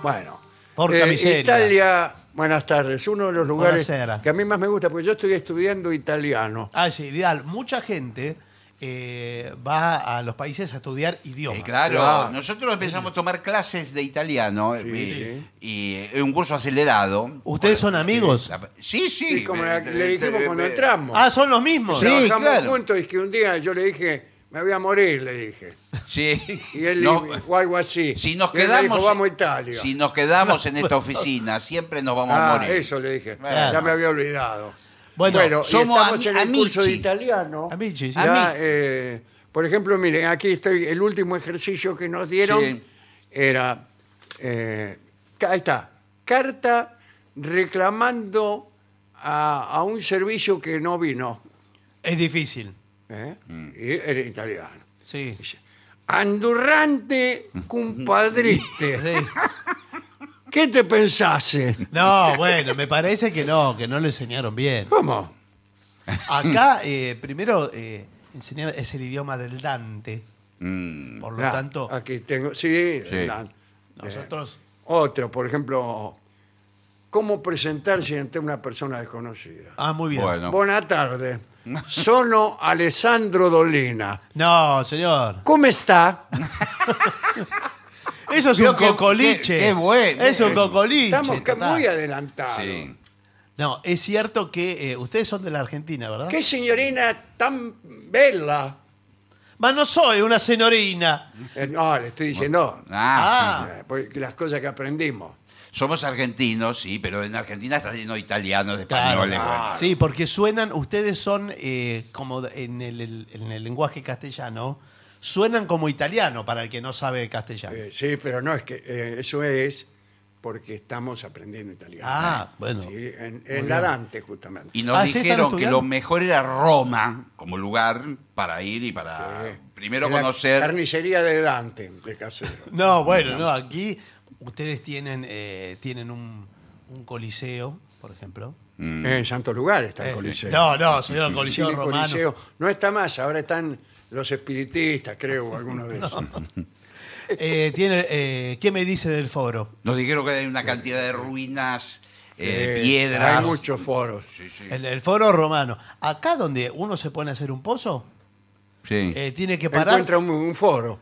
[SPEAKER 1] Bueno.
[SPEAKER 3] Por camiseria.
[SPEAKER 1] Eh, Italia Buenas tardes. Uno de los lugares
[SPEAKER 3] Buonasera.
[SPEAKER 1] que a mí más me gusta, porque yo estoy estudiando italiano.
[SPEAKER 3] Ah, sí, ideal. Mucha gente eh, va a los países a estudiar idiomas.
[SPEAKER 2] Eh, claro,
[SPEAKER 1] Claro.
[SPEAKER 2] nosotros empezamos a tomar clases de italiano eh,
[SPEAKER 1] sí.
[SPEAKER 2] y, eh, un curso acelerado.
[SPEAKER 3] ¿Ustedes son
[SPEAKER 2] Bueno,
[SPEAKER 3] amigos?
[SPEAKER 2] Sí, sí.
[SPEAKER 1] Sí, como la-
[SPEAKER 2] Eh,
[SPEAKER 1] le
[SPEAKER 2] eh,
[SPEAKER 1] dijimos
[SPEAKER 2] eh,
[SPEAKER 1] cuando
[SPEAKER 2] eh,
[SPEAKER 1] entramos.
[SPEAKER 3] Ah, son los mismos.
[SPEAKER 2] Sí.
[SPEAKER 1] Trabajamos
[SPEAKER 2] claro.
[SPEAKER 1] juntos y que un día yo le dije, me voy a morir, le dije.
[SPEAKER 2] Sí.
[SPEAKER 1] Y él,
[SPEAKER 2] No,
[SPEAKER 1] o algo así.
[SPEAKER 2] si nos
[SPEAKER 1] Y él me
[SPEAKER 2] quedamos,
[SPEAKER 1] dijo, vamos a Italia.
[SPEAKER 2] Si nos quedamos en esta oficina, siempre nos vamos
[SPEAKER 1] Ah,
[SPEAKER 2] a morir.
[SPEAKER 1] eso le dije.
[SPEAKER 2] Bueno.
[SPEAKER 1] Ya me había olvidado.
[SPEAKER 3] Bueno,
[SPEAKER 1] y
[SPEAKER 2] somos
[SPEAKER 1] estamos
[SPEAKER 2] ami-
[SPEAKER 1] en el curso de
[SPEAKER 2] amici.
[SPEAKER 1] italiano.
[SPEAKER 3] Amici, sí.
[SPEAKER 1] Ya,
[SPEAKER 2] Amici.
[SPEAKER 1] eh, por ejemplo, miren, aquí estoy, el último ejercicio que nos dieron
[SPEAKER 2] Sí.
[SPEAKER 1] era, eh, ca- ahí está, carta reclamando a, a un servicio que no vino.
[SPEAKER 3] Es difícil.
[SPEAKER 1] ¿eh?
[SPEAKER 2] Mm.
[SPEAKER 1] Y era italiano.
[SPEAKER 3] Sí.
[SPEAKER 1] Andurrante compadriste.
[SPEAKER 3] Sí.
[SPEAKER 1] ¿Qué te eh? pensase?
[SPEAKER 3] No, bueno, me parece que no, que no lo enseñaron bien.
[SPEAKER 1] ¿Cómo?
[SPEAKER 3] Acá, eh, primero, eh, enseñaba- es el idioma del Dante.
[SPEAKER 2] Mm,
[SPEAKER 3] Por lo
[SPEAKER 1] Ah,
[SPEAKER 3] tanto,
[SPEAKER 1] Aquí tengo, sí,
[SPEAKER 2] Sí.
[SPEAKER 1] la-
[SPEAKER 3] nosotros.
[SPEAKER 1] Otro, por ejemplo, ¿cómo presentarse ante una persona desconocida?
[SPEAKER 3] Ah, muy bien.
[SPEAKER 2] bueno.
[SPEAKER 1] Buenas tardes. Sono Alessandro Dolina.
[SPEAKER 3] No, señor.
[SPEAKER 1] ¿Cómo está?
[SPEAKER 3] Eso es
[SPEAKER 2] Vio
[SPEAKER 3] un
[SPEAKER 2] que-
[SPEAKER 3] cocoliche.
[SPEAKER 2] qué- qué bueno.
[SPEAKER 3] Es un cocoliche.
[SPEAKER 1] Estamos ca-
[SPEAKER 3] total.
[SPEAKER 1] muy adelantados.
[SPEAKER 2] sí.
[SPEAKER 3] No, es cierto que eh, ustedes son de la Argentina, ¿verdad?
[SPEAKER 1] ¡Qué señorina tan bella!
[SPEAKER 3] Ma, no soy una señorina.
[SPEAKER 1] Eh, no, le estoy diciendo
[SPEAKER 2] Ah,
[SPEAKER 3] Ah.
[SPEAKER 1] eh, porque las cosas que aprendimos.
[SPEAKER 2] somos argentinos, sí, pero en Argentina está lleno de italianos, de
[SPEAKER 3] Claro. Ah.
[SPEAKER 2] españoles. bueno.
[SPEAKER 3] Sí, porque suenan, ustedes son eh, como de- en el, el- en el lenguaje castellano, suenan como italiano para el que no sabe castellano.
[SPEAKER 1] Eh, sí, pero no, es que eh, eso es porque estamos aprendiendo italiano.
[SPEAKER 3] Ah, bueno.
[SPEAKER 1] Sí, en, en la Dante, justamente.
[SPEAKER 2] Y nos
[SPEAKER 3] Ah, sí, están
[SPEAKER 2] dijeron que
[SPEAKER 3] estudiando.
[SPEAKER 2] lo mejor era Roma como lugar para ir y para
[SPEAKER 1] Sí.
[SPEAKER 2] Ah, primero
[SPEAKER 1] En Eh, la
[SPEAKER 2] conocer.
[SPEAKER 1] Carnicería de Dante, de casero.
[SPEAKER 3] No, bueno, no, aquí ustedes tienen, eh, tienen un, un coliseo, por ejemplo.
[SPEAKER 2] Mm.
[SPEAKER 1] En Santos Lugares está
[SPEAKER 3] Eh,
[SPEAKER 1] el Coliseo.
[SPEAKER 3] No, no, señor, coliseo
[SPEAKER 1] Tiene
[SPEAKER 3] romano.
[SPEAKER 1] Coliseo. No está más, ahora están los espiritistas, creo, algunos de esos.
[SPEAKER 3] Eh, tiene, eh, ¿Qué me dice del foro?
[SPEAKER 2] Nos dijeron que hay una cantidad de ruinas, eh, de
[SPEAKER 1] Eh,
[SPEAKER 2] piedras.
[SPEAKER 1] Hay muchos foros.
[SPEAKER 2] Sí, sí.
[SPEAKER 3] El, el foro romano. Acá donde uno se pone a hacer un pozo,
[SPEAKER 2] Sí.
[SPEAKER 3] eh, tiene que parar.
[SPEAKER 1] Encuentra un, un foro.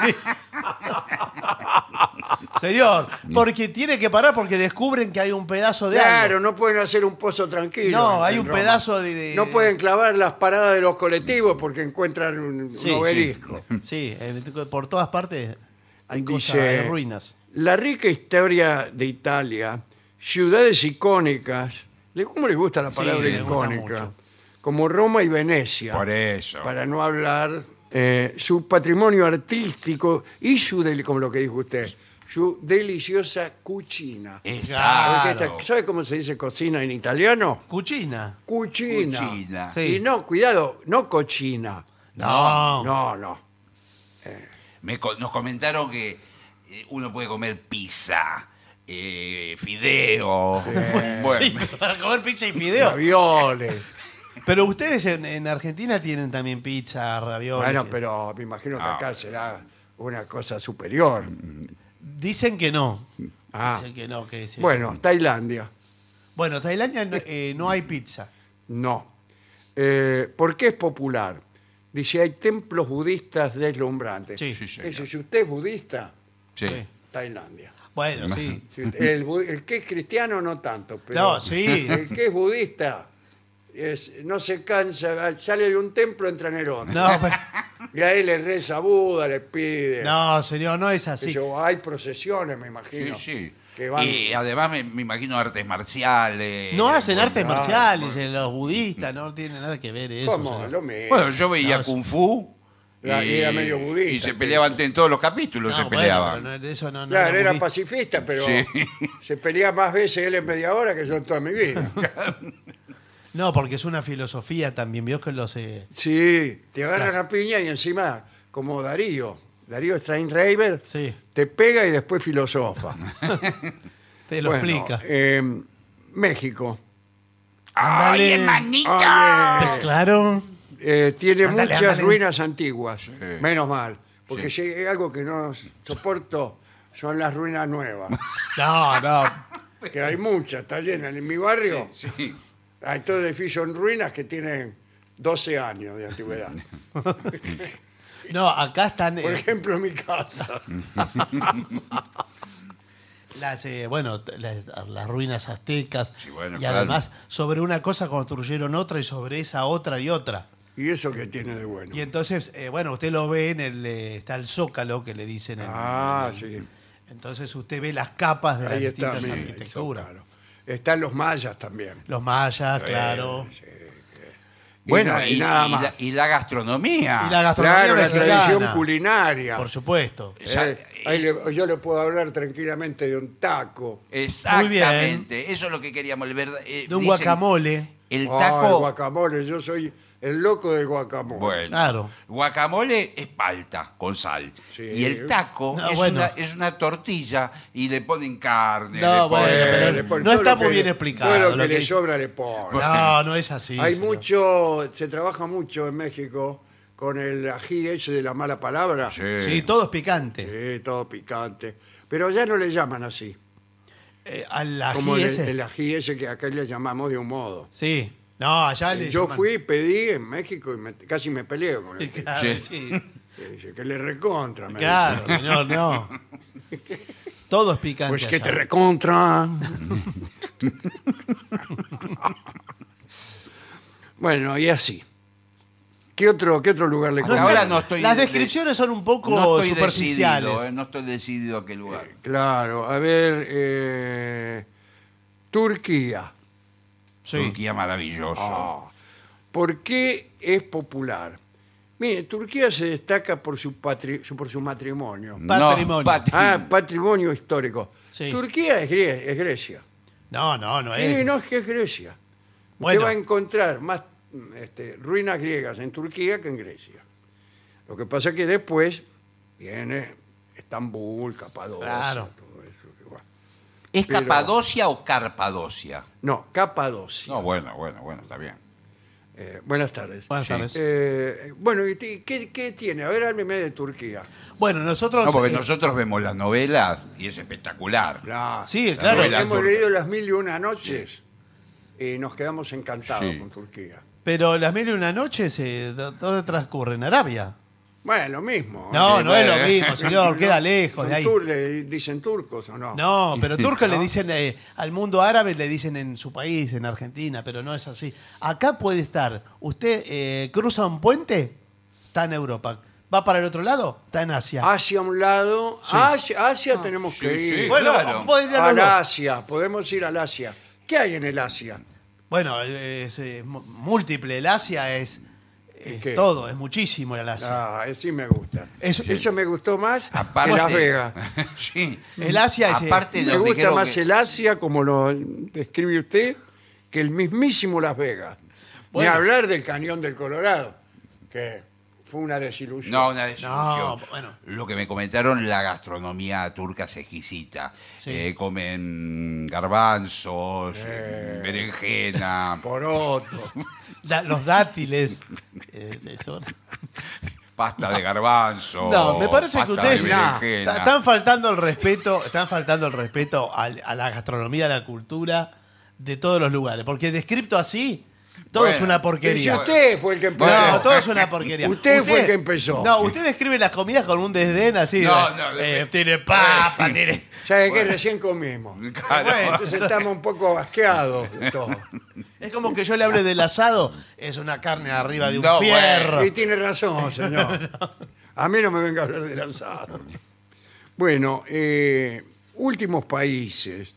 [SPEAKER 3] Señor, porque tiene que parar porque descubren que hay un pedazo de
[SPEAKER 1] claro,
[SPEAKER 3] algo.
[SPEAKER 1] no pueden hacer un pozo tranquilo.
[SPEAKER 3] No,
[SPEAKER 1] en-
[SPEAKER 3] hay
[SPEAKER 1] en
[SPEAKER 3] un
[SPEAKER 1] Roma.
[SPEAKER 3] pedazo de- de-
[SPEAKER 1] No pueden clavar las paradas de los colectivos porque encuentran un, un
[SPEAKER 3] Sí,
[SPEAKER 1] obelisco.
[SPEAKER 3] Sí, eh, por todas partes hay cosas,
[SPEAKER 1] Dice,
[SPEAKER 3] hay ruinas.
[SPEAKER 1] La rica historia de Italia, ciudades icónicas, ¿le- ¿cómo les gusta la
[SPEAKER 3] Sí,
[SPEAKER 1] palabra
[SPEAKER 3] le gusta
[SPEAKER 1] icónica?
[SPEAKER 3] mucho.
[SPEAKER 1] Como Roma y Venecia.
[SPEAKER 2] Por eso.
[SPEAKER 1] Para no hablar eh, su patrimonio artístico y su, del- como lo que dijo usted, su deliciosa cucina.
[SPEAKER 2] Eh,
[SPEAKER 1] Porque
[SPEAKER 2] Exacto.
[SPEAKER 1] esta- ¿Sabe cómo se dice cocina en italiano?
[SPEAKER 3] Cuchina.
[SPEAKER 1] Cucina.
[SPEAKER 2] Cucina.
[SPEAKER 3] Sí.
[SPEAKER 1] Y no, cuidado, no cochina.
[SPEAKER 3] No.
[SPEAKER 1] No, no.
[SPEAKER 2] Me co- nos comentaron que eh, uno puede comer pizza, eh, fideo.
[SPEAKER 3] Sí,
[SPEAKER 2] Bueno,
[SPEAKER 3] para comer pizza y fideo.
[SPEAKER 1] Ravioles.
[SPEAKER 3] Pero ustedes en, en Argentina tienen también pizza, ravioles.
[SPEAKER 1] Bueno,
[SPEAKER 3] fideo.
[SPEAKER 1] pero me imagino que
[SPEAKER 2] Ah.
[SPEAKER 1] acá será una cosa superior.
[SPEAKER 3] Dicen que no.
[SPEAKER 1] Ah.
[SPEAKER 3] Dicen que no, que sí.
[SPEAKER 1] Bueno, Tailandia,
[SPEAKER 3] Bueno, Tailandia no, eh, no hay pizza.
[SPEAKER 1] no. Eh, ¿Por qué es popular? Dice, hay templos budistas deslumbrantes.
[SPEAKER 3] Sí.
[SPEAKER 2] Sí, señor.
[SPEAKER 1] Dice, si usted es budista,
[SPEAKER 2] sí.
[SPEAKER 3] Sí.
[SPEAKER 1] Tailandia.
[SPEAKER 3] Bueno, sí.
[SPEAKER 1] Si usted- el, bu- el que es cristiano no tanto, pero
[SPEAKER 3] No, sí.
[SPEAKER 1] el que es budista es- no se cansa, sale de un templo, entra en el otro.
[SPEAKER 3] No, pero-
[SPEAKER 1] Y ahí le reza a Buda, le pide.
[SPEAKER 3] no, señor, no es
[SPEAKER 1] qué
[SPEAKER 3] así.
[SPEAKER 1] sé yo, hay procesiones, me imagino.
[SPEAKER 2] Sí, sí.
[SPEAKER 1] Que van
[SPEAKER 2] Y además me, me imagino artes marciales.
[SPEAKER 3] No hacen
[SPEAKER 2] Bueno,
[SPEAKER 3] artes
[SPEAKER 1] claro,
[SPEAKER 3] marciales, eh, los budistas, no tiene nada que ver eso.
[SPEAKER 1] ¿Cómo?
[SPEAKER 3] señor.
[SPEAKER 1] Lo mismo.
[SPEAKER 2] Bueno, yo veía
[SPEAKER 3] No,
[SPEAKER 2] Kung Fu.
[SPEAKER 1] La- y era medio budista,
[SPEAKER 2] y se
[SPEAKER 1] sí.
[SPEAKER 2] peleaban en todos los capítulos,
[SPEAKER 3] No,
[SPEAKER 2] se
[SPEAKER 3] bueno,
[SPEAKER 2] peleaban.
[SPEAKER 3] pero no, eso no- no
[SPEAKER 1] Claro, era
[SPEAKER 3] budista.
[SPEAKER 1] pacifista, pero
[SPEAKER 2] Sí.
[SPEAKER 1] se pelea más veces él en media hora que yo en toda mi vida.
[SPEAKER 3] No, porque es una filosofía también, vio que los... eh,
[SPEAKER 1] Sí, te agarran a piña y encima, como Darío, Darío Strainreiber,
[SPEAKER 3] Sí.
[SPEAKER 1] te pega y después filosofa.
[SPEAKER 3] te lo
[SPEAKER 1] Bueno,
[SPEAKER 3] explica.
[SPEAKER 1] eh, México
[SPEAKER 2] ¡Ay,
[SPEAKER 3] Dale.
[SPEAKER 2] hermanito!
[SPEAKER 1] Oye.
[SPEAKER 3] Pues claro.
[SPEAKER 1] eh, tiene
[SPEAKER 3] Ándale,
[SPEAKER 1] muchas
[SPEAKER 3] ándale.
[SPEAKER 1] ruinas antiguas, menos mal, porque
[SPEAKER 2] Sí.
[SPEAKER 1] si hay algo que no soporto son las ruinas nuevas.
[SPEAKER 3] No, no.
[SPEAKER 1] que hay muchas, está llena. En mi barrio
[SPEAKER 2] Sí.
[SPEAKER 1] hay todo edificio en ruinas que tienen 12 años de antigüedad.
[SPEAKER 3] No, acá están eh,
[SPEAKER 1] Por ejemplo, en mi casa.
[SPEAKER 3] las, eh, bueno, t- las, las ruinas aztecas.
[SPEAKER 2] Sí, bueno,
[SPEAKER 3] y
[SPEAKER 2] claro.
[SPEAKER 3] además, sobre una cosa construyeron otra y sobre esa otra y otra.
[SPEAKER 1] ¿Y eso qué tiene de bueno?
[SPEAKER 3] Y entonces, eh, bueno, usted lo ve en el. eh, está el zócalo que le dicen. en-
[SPEAKER 1] Ah, sí.
[SPEAKER 3] Entonces usted ve las capas de las
[SPEAKER 1] Ahí está.
[SPEAKER 3] distintas
[SPEAKER 1] mire,
[SPEAKER 3] arquitecturas.
[SPEAKER 1] claro. Están los mayas también.
[SPEAKER 3] Los mayas, claro.
[SPEAKER 2] Bueno,
[SPEAKER 1] na-
[SPEAKER 2] y,
[SPEAKER 1] y nada
[SPEAKER 2] y
[SPEAKER 1] más.
[SPEAKER 2] la, y la gastronomía.
[SPEAKER 3] Y la gastronomía
[SPEAKER 1] Claro, la
[SPEAKER 3] mexicana,
[SPEAKER 1] tradición culinaria.
[SPEAKER 3] Por supuesto.
[SPEAKER 2] Ya-
[SPEAKER 1] Eh, ahí le- yo le puedo hablar tranquilamente de un taco.
[SPEAKER 2] eh, Exactamente. Eso es lo que queríamos. el verdad- eh,
[SPEAKER 3] De un
[SPEAKER 2] dicen,
[SPEAKER 3] guacamole.
[SPEAKER 2] El
[SPEAKER 1] Ah,
[SPEAKER 2] taco.
[SPEAKER 1] el guacamole, yo soy el loco del guacamole.
[SPEAKER 2] Bueno.
[SPEAKER 3] Claro.
[SPEAKER 2] Guacamole es palta con sal.
[SPEAKER 1] Sí.
[SPEAKER 2] Y el taco
[SPEAKER 3] No,
[SPEAKER 2] es,
[SPEAKER 3] bueno.
[SPEAKER 2] una, es una tortilla y le ponen carne.
[SPEAKER 3] No,
[SPEAKER 2] le ponen-
[SPEAKER 3] bueno, pero-
[SPEAKER 1] le ponen
[SPEAKER 3] no
[SPEAKER 1] todo
[SPEAKER 3] está
[SPEAKER 1] lo
[SPEAKER 3] muy
[SPEAKER 1] que-
[SPEAKER 3] bien explicado,
[SPEAKER 1] todo Lo que,
[SPEAKER 3] lo que-
[SPEAKER 1] le sobra le pone.
[SPEAKER 3] No, no es así.
[SPEAKER 1] Hay
[SPEAKER 3] señor.
[SPEAKER 1] mucho, se trabaja mucho en México con el ají ese de la mala palabra.
[SPEAKER 3] Sí, todo es picante.
[SPEAKER 1] Sí, todo picante. Pero allá no le llaman así.
[SPEAKER 3] Eh, al
[SPEAKER 1] como
[SPEAKER 3] ají
[SPEAKER 1] el,
[SPEAKER 3] ese.
[SPEAKER 1] el ají ese que acá le llamamos de un modo.
[SPEAKER 3] Sí. No, allá Ah, le
[SPEAKER 1] Yo
[SPEAKER 3] llaman-
[SPEAKER 1] fui, pedí en México y me- casi me peleé con
[SPEAKER 3] Sí,
[SPEAKER 1] él.
[SPEAKER 3] Claro,
[SPEAKER 2] Sí.
[SPEAKER 3] sí.
[SPEAKER 1] Dice, Que le recontra. me
[SPEAKER 3] Claro, señor, no. Todo es
[SPEAKER 1] dice.
[SPEAKER 3] picante.
[SPEAKER 1] Pues que
[SPEAKER 3] allá.
[SPEAKER 1] te recontra. bueno, y así. ¿Qué otro, qué otro lugar le
[SPEAKER 2] Hasta
[SPEAKER 1] conviene?
[SPEAKER 2] ahora no estoy.
[SPEAKER 3] Las
[SPEAKER 2] de-
[SPEAKER 3] descripciones son un poco
[SPEAKER 2] no estoy
[SPEAKER 3] superficiales.
[SPEAKER 2] Decidido, eh, no estoy decidido a qué lugar.
[SPEAKER 1] Claro, a ver, eh, Turquía.
[SPEAKER 3] Sí. Ah,
[SPEAKER 2] Turquía maravilloso.
[SPEAKER 1] ¿Por qué es popular? Mire, Turquía se destaca por su, patri- su- por su matrimonio.
[SPEAKER 2] No,
[SPEAKER 3] Patrimonio.
[SPEAKER 2] patri-
[SPEAKER 1] Ah, patrimonio histórico.
[SPEAKER 3] Mm. Sí.
[SPEAKER 1] Turquía es, Gre- es Grecia.
[SPEAKER 3] No, no, no es.
[SPEAKER 1] Sí, no, es que es Grecia.
[SPEAKER 3] Bueno.
[SPEAKER 1] Usted va a encontrar más mm, este, ruinas griegas en Turquía que en Grecia. Lo que pasa es que después viene Estambul, Capadocia,
[SPEAKER 3] Claro.
[SPEAKER 1] todo eso. y bueno.
[SPEAKER 2] ¿Es
[SPEAKER 1] pero-
[SPEAKER 2] Capadocia o Carpadocia?
[SPEAKER 1] No, Capadocia.
[SPEAKER 2] No, bueno, bueno, bueno, está bien.
[SPEAKER 1] Eh, buenas tardes.
[SPEAKER 3] Buenas
[SPEAKER 2] Sí.
[SPEAKER 3] tardes.
[SPEAKER 1] Eh, bueno, ¿y t- qué, qué tiene? A ver, hábleme de Turquía.
[SPEAKER 3] Bueno, nosotros.
[SPEAKER 2] No, porque
[SPEAKER 3] eh,
[SPEAKER 2] nosotros vemos las novelas y es espectacular.
[SPEAKER 1] Claro.
[SPEAKER 3] Sí,
[SPEAKER 2] Las
[SPEAKER 3] claro.
[SPEAKER 2] novelas
[SPEAKER 1] Hemos
[SPEAKER 2] turcas.
[SPEAKER 1] leído las mil y una noches y nos quedamos encantados
[SPEAKER 2] Sí.
[SPEAKER 1] con Turquía.
[SPEAKER 3] Pero las mil y una noches, eh, do- ¿dónde transcurre? ¿En Arabia?
[SPEAKER 1] Bueno, lo mismo. ¿eh?
[SPEAKER 3] No,
[SPEAKER 2] sí,
[SPEAKER 3] no es
[SPEAKER 2] bueno,
[SPEAKER 3] lo mismo, señor, queda lejos de
[SPEAKER 1] Son
[SPEAKER 3] ahí.
[SPEAKER 1] tur- le dicen turcos o no.
[SPEAKER 3] No, pero turco le dicen eh, al mundo árabe, le dicen en su país, en Argentina, pero no es así. Acá puede estar, usted eh, cruza un puente, está en Europa. Va para el otro lado, está en Asia.
[SPEAKER 1] Hacia un lado, hacia, hacia tenemos
[SPEAKER 2] sí,
[SPEAKER 1] que
[SPEAKER 2] sí.
[SPEAKER 1] ir.
[SPEAKER 3] bueno,
[SPEAKER 2] claro.
[SPEAKER 3] puede ir a los
[SPEAKER 1] al
[SPEAKER 3] dos.
[SPEAKER 1] Asia, podemos ir al Asia. ¿Qué hay en el Asia?
[SPEAKER 3] Bueno, es, eh, mu- múltiple, el Asia es, es
[SPEAKER 1] qué?
[SPEAKER 3] todo, es muchísimo el Asia.
[SPEAKER 1] Ah, eh, sí me gusta.
[SPEAKER 3] Eso-
[SPEAKER 1] Eso, me gustó más
[SPEAKER 2] Aparte,
[SPEAKER 1] que Las Vegas.
[SPEAKER 2] sí.
[SPEAKER 3] El Asia es... eh,
[SPEAKER 2] Aparte
[SPEAKER 1] Me
[SPEAKER 2] nos
[SPEAKER 1] gusta
[SPEAKER 2] dijeron
[SPEAKER 1] más
[SPEAKER 2] que-
[SPEAKER 1] el Asia, como lo describe usted, que el mismísimo Las Vegas.
[SPEAKER 3] Bueno.
[SPEAKER 1] Ni hablar del cañón del Colorado, que fue una desilusión.
[SPEAKER 2] No, una desilusión.
[SPEAKER 3] No, bueno.
[SPEAKER 2] Lo que me comentaron, la gastronomía turca es exquisita.
[SPEAKER 3] Sí.
[SPEAKER 2] Eh, comen garbanzos, eh, berenjena,
[SPEAKER 1] Por otro.
[SPEAKER 3] da- los dátiles. eh, eso.
[SPEAKER 2] pasta de garbanzo.
[SPEAKER 1] Oh,
[SPEAKER 3] No, me parece que
[SPEAKER 2] pasta
[SPEAKER 3] ustedes
[SPEAKER 2] de
[SPEAKER 3] nah,
[SPEAKER 2] berenjena.
[SPEAKER 3] ta- están faltando el respeto, están faltando el respeto al- a, la gastronomía, a la cultura de todos los lugares. Porque descripto así, todo
[SPEAKER 2] Bueno,
[SPEAKER 3] es una
[SPEAKER 1] Y si
[SPEAKER 3] porquería.
[SPEAKER 1] usted fue el que empezó.
[SPEAKER 3] No, todo es una porquería.
[SPEAKER 1] Usted fue el que empezó.
[SPEAKER 3] No, usted describe las comidas con un desdén así.
[SPEAKER 2] No,
[SPEAKER 3] eh,
[SPEAKER 2] no,
[SPEAKER 3] eh,
[SPEAKER 2] de-
[SPEAKER 3] tiene papa, tiene.
[SPEAKER 1] ¿Sabe qué? Recién comimos.
[SPEAKER 2] Claro.
[SPEAKER 1] Entonces estamos un poco basqueados de todo.
[SPEAKER 3] Es como que yo le hable del asado, es una carne arriba de un
[SPEAKER 2] No, bueno.
[SPEAKER 3] fierro.
[SPEAKER 1] Y tiene razón, señor. A mí no me venga a hablar de lanzado. Bueno, eh, últimos países.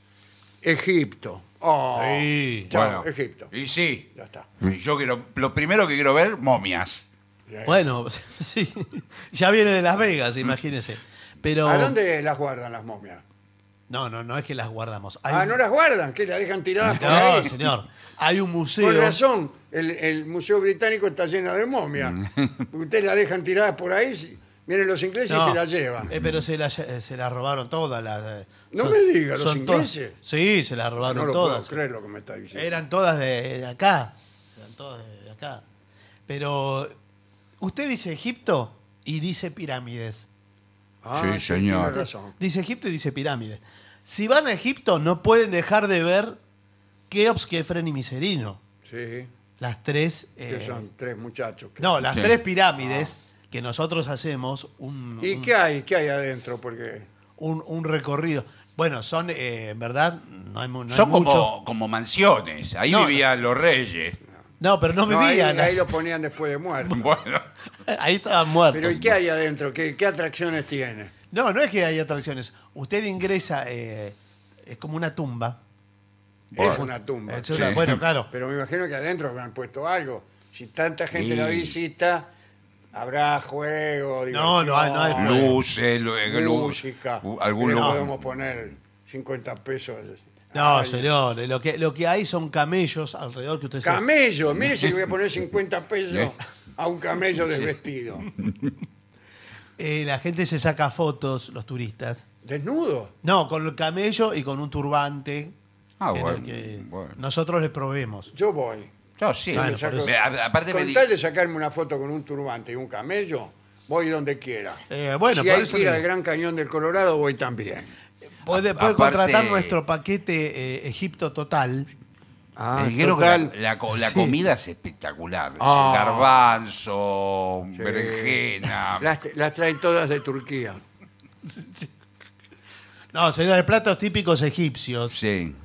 [SPEAKER 1] Egipto. Oh,
[SPEAKER 3] Sí.
[SPEAKER 1] chao, Egipto.
[SPEAKER 2] Y sí.
[SPEAKER 1] Ya está.
[SPEAKER 2] Yo quiero, lo primero que quiero ver, momias.
[SPEAKER 3] Bueno, sí. Ya viene de Las Vegas, imagínese. Pero.
[SPEAKER 1] ¿A dónde las guardan las momias?
[SPEAKER 3] No, no, no es que las guardamos. Hay
[SPEAKER 1] Ah,
[SPEAKER 3] un-
[SPEAKER 1] no las guardan, que las dejan tiradas por
[SPEAKER 3] No,
[SPEAKER 1] ahí.
[SPEAKER 3] señor. Hay un museo.
[SPEAKER 1] Por razón, el, el Museo Británico está lleno de momias. Ustedes las dejan tiradas por ahí, si- vienen los ingleses
[SPEAKER 3] Mm. No,
[SPEAKER 1] y se las llevan.
[SPEAKER 3] eh, pero se las se las robaron todas. las, eh,
[SPEAKER 1] No me diga, ¿los
[SPEAKER 3] son to-
[SPEAKER 1] ingleses?
[SPEAKER 3] Sí, se las robaron
[SPEAKER 1] No lo puedo
[SPEAKER 3] todas.
[SPEAKER 1] creer lo que me está diciendo.
[SPEAKER 3] Eran todas de, de acá. Eran todas de acá. Pero usted dice Egipto y dice pirámides.
[SPEAKER 1] Ah,
[SPEAKER 2] Sí, señor.
[SPEAKER 1] tiene razón.
[SPEAKER 3] Dice Egipto y dice pirámides. Si van a Egipto, no pueden dejar de ver Keops, Kefren y Miserino.
[SPEAKER 1] Sí,
[SPEAKER 3] Las tres. eh,
[SPEAKER 1] que son tres muchachos. que-
[SPEAKER 3] No, las
[SPEAKER 2] Sí.
[SPEAKER 3] tres pirámides que nosotros hacemos un,
[SPEAKER 1] ¿Y
[SPEAKER 3] un-
[SPEAKER 1] qué hay? ¿Qué hay adentro? Porque
[SPEAKER 3] un- un recorrido. Bueno, son, eh, en verdad, no hay, mu- no hay
[SPEAKER 2] Son
[SPEAKER 3] mucho.
[SPEAKER 2] como, como mansiones. Ahí
[SPEAKER 3] No, no.
[SPEAKER 2] vivían los reyes.
[SPEAKER 3] No, pero no
[SPEAKER 1] no, ahí,
[SPEAKER 3] vivían.
[SPEAKER 1] ahí
[SPEAKER 3] ahí,
[SPEAKER 1] lo ponían después de muerto.
[SPEAKER 2] Bueno,
[SPEAKER 3] estaban muertos.
[SPEAKER 1] Pero ¿y qué hay adentro? ¿Qué, qué atracciones tiene?
[SPEAKER 3] No, no es que hay atracciones. Usted ingresa, eh, es como una tumba.
[SPEAKER 1] es
[SPEAKER 2] Bueno.
[SPEAKER 1] una tumba.
[SPEAKER 3] Es una-
[SPEAKER 2] Sí.
[SPEAKER 3] Bueno, claro.
[SPEAKER 1] Mm, Pero me imagino que adentro habrán puesto algo. Si tanta gente la
[SPEAKER 2] Y-
[SPEAKER 1] visita, habrá juego.
[SPEAKER 3] No, no hay- no hay
[SPEAKER 1] diversión,
[SPEAKER 3] juego.
[SPEAKER 2] luces, lu- eh, lu-
[SPEAKER 1] música.
[SPEAKER 2] u- algún
[SPEAKER 1] que le
[SPEAKER 2] lu-
[SPEAKER 1] podemos poner 50 pesos.
[SPEAKER 3] No,
[SPEAKER 1] Ay,
[SPEAKER 3] señor, lo que, lo que hay son camellos alrededor que usted se-
[SPEAKER 1] Camello, mire si le voy a poner 50 pesos a un camello desvestido.
[SPEAKER 3] Eh, la gente se saca fotos, los turistas.
[SPEAKER 1] Desnudo.
[SPEAKER 3] No, con el camello y con un turbante.
[SPEAKER 2] Ah,
[SPEAKER 3] en el
[SPEAKER 2] bueno,
[SPEAKER 3] que
[SPEAKER 2] bueno.
[SPEAKER 3] Nosotros les proveemos.
[SPEAKER 1] Yo voy.
[SPEAKER 2] Yo sí.
[SPEAKER 3] Bueno,
[SPEAKER 1] Me saco-
[SPEAKER 3] por
[SPEAKER 2] Me- a- aparte me
[SPEAKER 1] Con
[SPEAKER 2] di-
[SPEAKER 1] tal de sacarme una foto con un turbante y un camello, voy donde quiera.
[SPEAKER 3] Eh, bueno,
[SPEAKER 1] si
[SPEAKER 3] por
[SPEAKER 1] hay
[SPEAKER 3] eso
[SPEAKER 1] que ir
[SPEAKER 3] le-
[SPEAKER 1] al Gran Cañón del Colorado, voy también.
[SPEAKER 3] Puede,
[SPEAKER 2] A-
[SPEAKER 3] puede
[SPEAKER 2] aparte-
[SPEAKER 3] contratar nuestro paquete eh, Egipto Total.
[SPEAKER 1] Ah,
[SPEAKER 2] me
[SPEAKER 3] Eh,
[SPEAKER 2] dijeron eh, que la,
[SPEAKER 1] total,
[SPEAKER 2] la co- la
[SPEAKER 3] Sí.
[SPEAKER 2] comida es espectacular.
[SPEAKER 1] Ah.
[SPEAKER 2] Garbanzo,
[SPEAKER 1] Sí.
[SPEAKER 2] berenjena.
[SPEAKER 1] Las, las traen todas de Turquía.
[SPEAKER 3] No, señores, platos típicos egipcios.
[SPEAKER 2] Sí.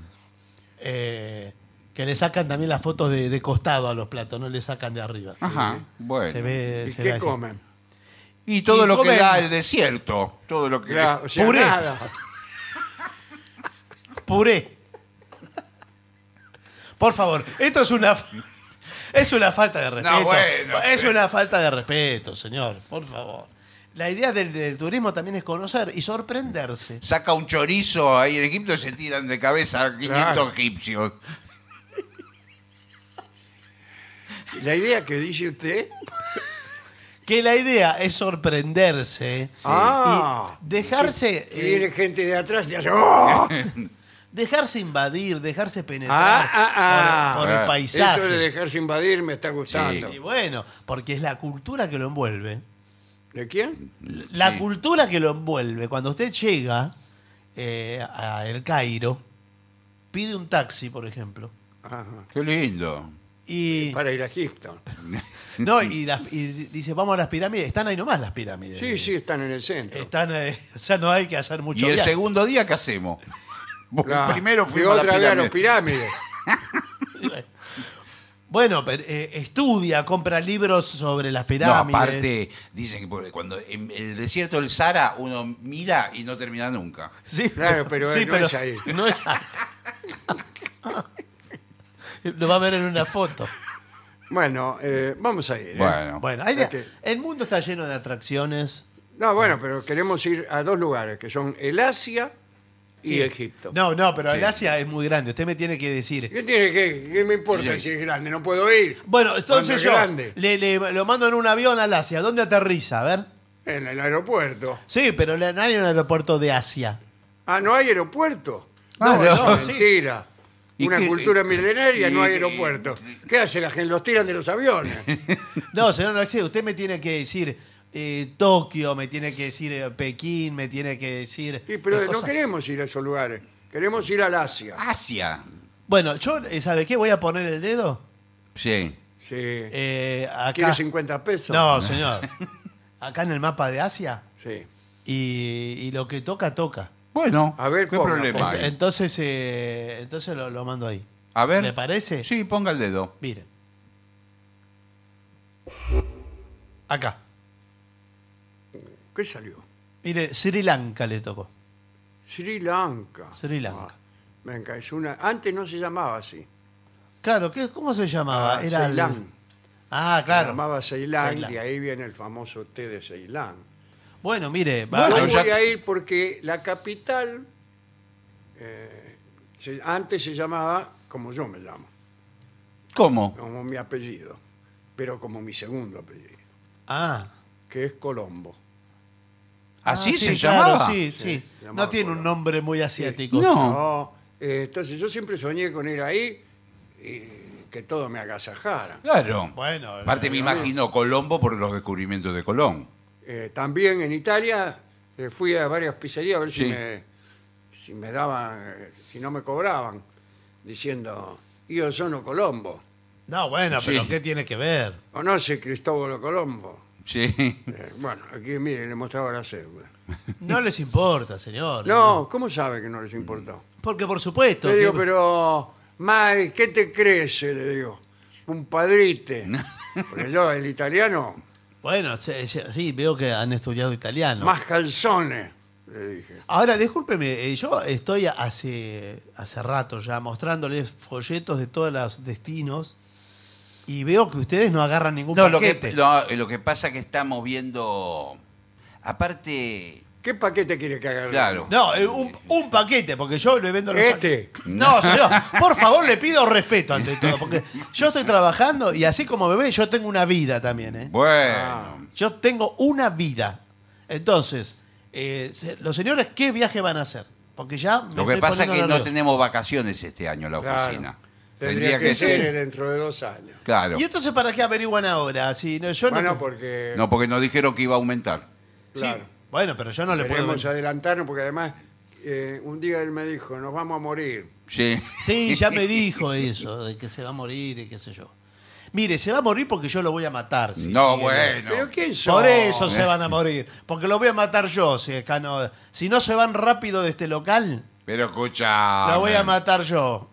[SPEAKER 3] eh, que le sacan también las fotos de, de costado a los platos, no le sacan de arriba.
[SPEAKER 2] Ajá, bueno.
[SPEAKER 3] Se ve,
[SPEAKER 1] ¿Y
[SPEAKER 3] Eh, se
[SPEAKER 1] qué
[SPEAKER 3] ve así.
[SPEAKER 1] comen?
[SPEAKER 2] Y todo
[SPEAKER 3] Y
[SPEAKER 2] lo que
[SPEAKER 3] comen-
[SPEAKER 2] da el desierto. Todo lo que.
[SPEAKER 1] La- o sea,
[SPEAKER 3] Eh, puré.
[SPEAKER 1] nada.
[SPEAKER 3] Puré. Por favor, esto es una es una falta de respeto.
[SPEAKER 2] bueno.
[SPEAKER 3] es una falta de respeto, señor, por favor. La idea del, del turismo también es conocer y sorprenderse.
[SPEAKER 2] Saca un chorizo ahí en Egipto y se tiran de cabeza 500
[SPEAKER 1] Claro.
[SPEAKER 2] egipcios.
[SPEAKER 1] La idea que dice usted.
[SPEAKER 3] Que la idea es sorprenderse
[SPEAKER 1] Ah.
[SPEAKER 3] y dejarse
[SPEAKER 1] Y viene
[SPEAKER 3] eh,
[SPEAKER 1] gente de atrás y hace. ¡Oh!
[SPEAKER 3] dejarse invadir, dejarse penetrar
[SPEAKER 1] Ah, ah, ah.
[SPEAKER 3] por, por el
[SPEAKER 2] Ah.
[SPEAKER 3] paisaje.
[SPEAKER 1] Eso de dejarse invadir me está gustando.
[SPEAKER 3] Y bueno, porque es la cultura que lo envuelve.
[SPEAKER 1] ¿De quién?
[SPEAKER 3] La
[SPEAKER 2] Sí.
[SPEAKER 3] cultura que lo envuelve. Cuando usted llega eh, a El Cairo, pide un taxi, por ejemplo.
[SPEAKER 1] Ajá.
[SPEAKER 2] Qué lindo.
[SPEAKER 3] Y,
[SPEAKER 1] Para ir a Egipto.
[SPEAKER 3] no, y, las- y dice, vamos a las pirámides. Están ahí nomás las pirámides.
[SPEAKER 1] Sí, sí, están en el centro.
[SPEAKER 3] Están, eh, o sea, no hay que hacer mucho
[SPEAKER 2] ¿Y el
[SPEAKER 3] viaje.
[SPEAKER 2] segundo día qué hacemos? Porque
[SPEAKER 1] Claro.
[SPEAKER 2] primero
[SPEAKER 1] Fui
[SPEAKER 2] fuimos a
[SPEAKER 1] otra
[SPEAKER 2] la
[SPEAKER 1] vez a los
[SPEAKER 2] pirámide.
[SPEAKER 1] pirámides.
[SPEAKER 3] Bueno, pero, eh, estudia, compra libros sobre las
[SPEAKER 2] No,
[SPEAKER 3] pirámides.
[SPEAKER 2] aparte, dicen que por- cuando en el desierto del Sahara uno mira y no termina nunca.
[SPEAKER 3] Sí,
[SPEAKER 1] Claro, pero, eh, no es ahí.
[SPEAKER 3] No es ahí. Lo va a ver en una foto.
[SPEAKER 1] Bueno, eh, vamos a ir. ¿eh?
[SPEAKER 2] Bueno,
[SPEAKER 3] Bueno, hay de-
[SPEAKER 1] Ok.
[SPEAKER 3] el mundo está lleno de atracciones.
[SPEAKER 1] No, bueno, pero queremos ir a dos lugares, que son el Asia y
[SPEAKER 3] Sí.
[SPEAKER 1] Egipto.
[SPEAKER 3] No, no, pero el
[SPEAKER 2] Sí.
[SPEAKER 3] Asia es muy grande. Usted me tiene que decir.
[SPEAKER 1] ¿Qué tiene que, qué me importa
[SPEAKER 2] Sí.
[SPEAKER 1] si es grande? No puedo ir.
[SPEAKER 3] Bueno,
[SPEAKER 1] Cuando
[SPEAKER 3] entonces
[SPEAKER 1] es
[SPEAKER 3] yo
[SPEAKER 1] grande.
[SPEAKER 3] le, le- lo mando en un avión al Asia. ¿Dónde aterriza? A ver.
[SPEAKER 1] En el aeropuerto.
[SPEAKER 3] Sí, pero le- no hay un aeropuerto de Asia.
[SPEAKER 1] Ah, no hay aeropuerto.
[SPEAKER 2] Ah,
[SPEAKER 1] no,
[SPEAKER 2] no,
[SPEAKER 1] no,
[SPEAKER 3] sí.
[SPEAKER 1] mentira.
[SPEAKER 2] ¿Y
[SPEAKER 1] Una
[SPEAKER 2] qué-
[SPEAKER 1] cultura
[SPEAKER 2] y-
[SPEAKER 1] milenaria, no hay
[SPEAKER 2] y-
[SPEAKER 1] aeropuerto. ¿Qué hace la gente? Los tiran de los aviones.
[SPEAKER 3] No, señor, no existe. Usted me tiene que decir eh, Tokio, me tiene que decir eh, Pekín, me tiene que decir.
[SPEAKER 1] Y, pero
[SPEAKER 3] eh,
[SPEAKER 1] no
[SPEAKER 3] cosas.
[SPEAKER 1] queremos ir a esos lugares. Queremos ir al Asia.
[SPEAKER 2] Asia.
[SPEAKER 3] Bueno, yo, eh, ¿sabe qué? Voy a poner el dedo.
[SPEAKER 2] Sí.
[SPEAKER 1] Sí.
[SPEAKER 3] eh, acá.
[SPEAKER 1] ¿Quiere 50 pesos?
[SPEAKER 3] No, señor. Acá en el mapa de Asia.
[SPEAKER 1] Sí.
[SPEAKER 3] Y, y lo que toca, toca.
[SPEAKER 2] Bueno,
[SPEAKER 1] A ver,
[SPEAKER 2] ¿qué
[SPEAKER 1] ponga,
[SPEAKER 2] problema
[SPEAKER 1] ponga.
[SPEAKER 2] hay?
[SPEAKER 3] Entonces, eh, entonces lo, lo mando ahí.
[SPEAKER 2] A ver.
[SPEAKER 3] ¿Le parece?
[SPEAKER 2] Sí, ponga el dedo.
[SPEAKER 3] Mire. Acá.
[SPEAKER 1] ¿Qué salió?
[SPEAKER 3] Mire, Sri Lanka le tocó.
[SPEAKER 1] Sri Lanka.
[SPEAKER 3] Sri Lanka.
[SPEAKER 1] Ah, venga, es una... Antes no se llamaba así.
[SPEAKER 3] Claro, ¿qué, ¿cómo se llamaba?
[SPEAKER 1] Ah,
[SPEAKER 3] Era el-
[SPEAKER 1] Ceilán.
[SPEAKER 3] Ah,
[SPEAKER 1] Se
[SPEAKER 3] claro.
[SPEAKER 1] llamaba Ceilán,
[SPEAKER 3] Ceilán.
[SPEAKER 1] y ahí viene el famoso té de Ceilán.
[SPEAKER 3] Bueno, mire, va-
[SPEAKER 1] Yo
[SPEAKER 2] Bueno,
[SPEAKER 1] voy
[SPEAKER 2] Ah, ya-
[SPEAKER 1] a ir porque la capital eh, se- antes se llamaba como yo me llamo,
[SPEAKER 2] ¿Cómo?
[SPEAKER 1] como mi apellido, pero como mi segundo apellido,
[SPEAKER 3] Ah.
[SPEAKER 1] que es Colombo.
[SPEAKER 2] ¿Así
[SPEAKER 3] Ah,
[SPEAKER 2] se
[SPEAKER 3] claro,
[SPEAKER 2] llamaba?
[SPEAKER 1] Sí,
[SPEAKER 3] Sí, sí.
[SPEAKER 1] se llamaba
[SPEAKER 3] No tiene un
[SPEAKER 1] Colón.
[SPEAKER 3] nombre muy asiático.
[SPEAKER 2] No.
[SPEAKER 1] No, eh, entonces yo siempre soñé con ir ahí y que todo me agasajara.
[SPEAKER 2] Claro.
[SPEAKER 3] Bueno, eh,
[SPEAKER 2] Aparte me imagino Colombo por los descubrimientos de Colón.
[SPEAKER 1] Eh, también en Italia eh, fui a varias pizzerías a ver si
[SPEAKER 2] Sí.
[SPEAKER 1] me si me daban, eh, si no me cobraban, diciendo, yo sono Colombo,
[SPEAKER 3] No, bueno, pero
[SPEAKER 2] Sí.
[SPEAKER 3] ¿qué tiene que ver?
[SPEAKER 1] conoce Cristóbalo Colombo.
[SPEAKER 2] Sí.
[SPEAKER 1] Eh, bueno, aquí mire, le mostraba la cédula.
[SPEAKER 3] No les importa, señor.
[SPEAKER 1] No, ¿cómo sabe que no les importó?
[SPEAKER 3] Porque por supuesto.
[SPEAKER 1] Le digo,
[SPEAKER 3] que-
[SPEAKER 1] pero, Mai, ¿qué te crece? Le digo, un padrite. Porque yo, el italiano,
[SPEAKER 3] Bueno, se- se- sí, veo que han estudiado italiano.
[SPEAKER 1] más calzones, le dije.
[SPEAKER 3] Ahora, discúlpeme, eh, yo estoy hace, hace rato ya mostrándoles folletos de todos los destinos y veo que ustedes no agarran ningún
[SPEAKER 2] No, lo
[SPEAKER 3] paquete.
[SPEAKER 2] que, no, lo que pasa es que estamos viendo. Aparte.
[SPEAKER 1] ¿Qué paquete quiere que haga?
[SPEAKER 2] Claro.
[SPEAKER 3] No, eh, un, un paquete, porque yo le vendo los
[SPEAKER 1] Este.
[SPEAKER 3] paquetes. No, señor, por favor le pido respeto ante todo, porque yo estoy trabajando y así como bebé yo tengo una vida también, ¿eh?
[SPEAKER 2] Bueno.
[SPEAKER 3] Yo tengo una vida. Entonces, eh, se- los señores, ¿qué viaje van a hacer? Porque ya... me
[SPEAKER 2] lo que
[SPEAKER 3] estoy
[SPEAKER 2] pasa es que
[SPEAKER 3] poniendo
[SPEAKER 2] no
[SPEAKER 3] nervioso.
[SPEAKER 2] tenemos vacaciones este año en la
[SPEAKER 1] Claro.
[SPEAKER 2] oficina.
[SPEAKER 1] Tendría, que, ser
[SPEAKER 2] ser.
[SPEAKER 1] dentro de dos años.
[SPEAKER 2] Claro.
[SPEAKER 3] ¿Y entonces para qué averiguan ahora? Si no, yo no-
[SPEAKER 1] Bueno, porque
[SPEAKER 2] No, porque nos dijeron que iba a aumentar.
[SPEAKER 3] Sí,
[SPEAKER 1] claro.
[SPEAKER 3] Bueno, pero yo no le puedo...
[SPEAKER 1] queremos adelantarnos, porque además eh, un día él me dijo, nos vamos a morir.
[SPEAKER 2] Sí.
[SPEAKER 3] Sí, ya me dijo eso, de que se va a morir y qué sé yo. Mire, se va a morir porque yo lo voy a matar. si
[SPEAKER 2] no,
[SPEAKER 3] sigue-
[SPEAKER 2] bueno.
[SPEAKER 1] ¿Pero quién son?
[SPEAKER 3] Por eso se van a morir. Porque lo voy a matar yo. Si, acá no, si no se van rápido de este local,
[SPEAKER 2] Pero escucha.
[SPEAKER 3] lo voy a matar yo.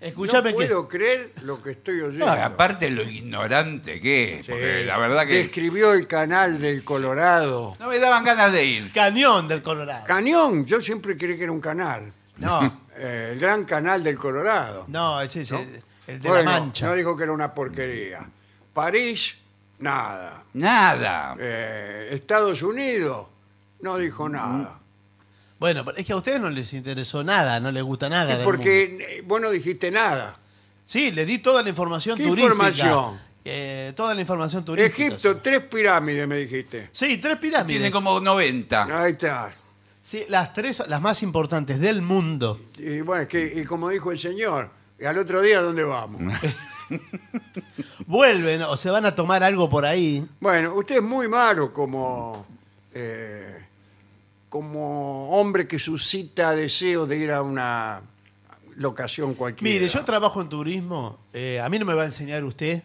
[SPEAKER 3] Escúchame
[SPEAKER 1] no
[SPEAKER 3] que.
[SPEAKER 1] puedo creer lo que estoy oyendo.
[SPEAKER 2] Ah, aparte lo ignorante que es.
[SPEAKER 1] Sí.
[SPEAKER 2] Porque la verdad que.
[SPEAKER 1] Eh, Describió el canal del Colorado.
[SPEAKER 2] No me daban ganas de ir.
[SPEAKER 3] Cañón del Colorado.
[SPEAKER 1] Cañón, yo siempre creí que era un canal.
[SPEAKER 3] No,
[SPEAKER 1] Eh, el gran canal del Colorado.
[SPEAKER 3] no, ese es el, el de
[SPEAKER 1] Bueno,
[SPEAKER 3] la mancha.
[SPEAKER 1] No dijo que era una porquería. París, nada.
[SPEAKER 2] Nada.
[SPEAKER 1] Eh, Estados Unidos, no dijo nada.
[SPEAKER 3] Bueno, pero es que a ustedes no les interesó nada, no les gusta nada. del mundo.
[SPEAKER 1] Porque eh, vos no dijiste nada.
[SPEAKER 3] Sí, les di toda la información
[SPEAKER 1] ¿Qué
[SPEAKER 3] turística.
[SPEAKER 1] información?
[SPEAKER 3] Eh, toda la información turística.
[SPEAKER 1] Egipto, tres pirámides, me dijiste.
[SPEAKER 3] Sí, tres pirámides.
[SPEAKER 2] Tiene como 90.
[SPEAKER 3] Ah.
[SPEAKER 1] Ahí está.
[SPEAKER 3] Sí, las tres, las más importantes del mundo.
[SPEAKER 1] Y bueno, es que, y como dijo el señor, ¿y al otro día dónde vamos?
[SPEAKER 3] Vuelven o se van a tomar algo por ahí.
[SPEAKER 1] Bueno, usted es muy malo como, eh, como hombre que suscita deseos de ir a una locación cualquiera.
[SPEAKER 3] Mire, yo trabajo en turismo. eh, a mí no me va a enseñar usted.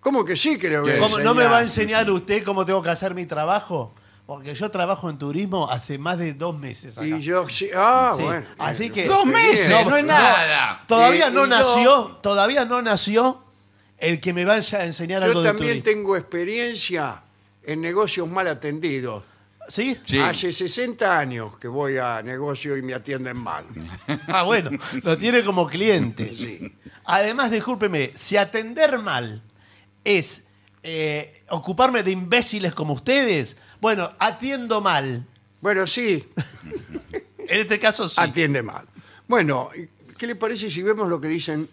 [SPEAKER 1] ¿Cómo que sí que le voy a
[SPEAKER 3] ¿Cómo- ¿No me
[SPEAKER 1] enseñar?
[SPEAKER 3] va a enseñar usted cómo tengo que hacer mi trabajo? Porque yo trabajo en turismo hace más de dos meses acá.
[SPEAKER 1] Y yo sí. Ah,
[SPEAKER 3] Sí,
[SPEAKER 1] bueno.
[SPEAKER 3] así que-
[SPEAKER 2] Dos meses,
[SPEAKER 1] Bien.
[SPEAKER 2] no es nada.
[SPEAKER 3] Todavía
[SPEAKER 1] Y-
[SPEAKER 3] no
[SPEAKER 1] y yo-
[SPEAKER 3] nació, todavía no nació el que me va a ense- a enseñar
[SPEAKER 1] Yo
[SPEAKER 3] algo de
[SPEAKER 1] también
[SPEAKER 3] turismo.
[SPEAKER 1] tengo experiencia en negocios mal atendidos.
[SPEAKER 3] ¿Sí?
[SPEAKER 2] Sí.
[SPEAKER 1] Hace 60 años que voy a negocio y me atienden mal.
[SPEAKER 3] Ah, bueno, lo tiene como cliente.
[SPEAKER 1] Sí.
[SPEAKER 3] Además, discúlpeme, si atender mal es eh, ocuparme de imbéciles como ustedes, bueno, atiendo mal.
[SPEAKER 1] Bueno, sí,
[SPEAKER 3] En este caso sí.
[SPEAKER 1] atiende mal. Bueno, ¿qué le parece si vemos lo que dicen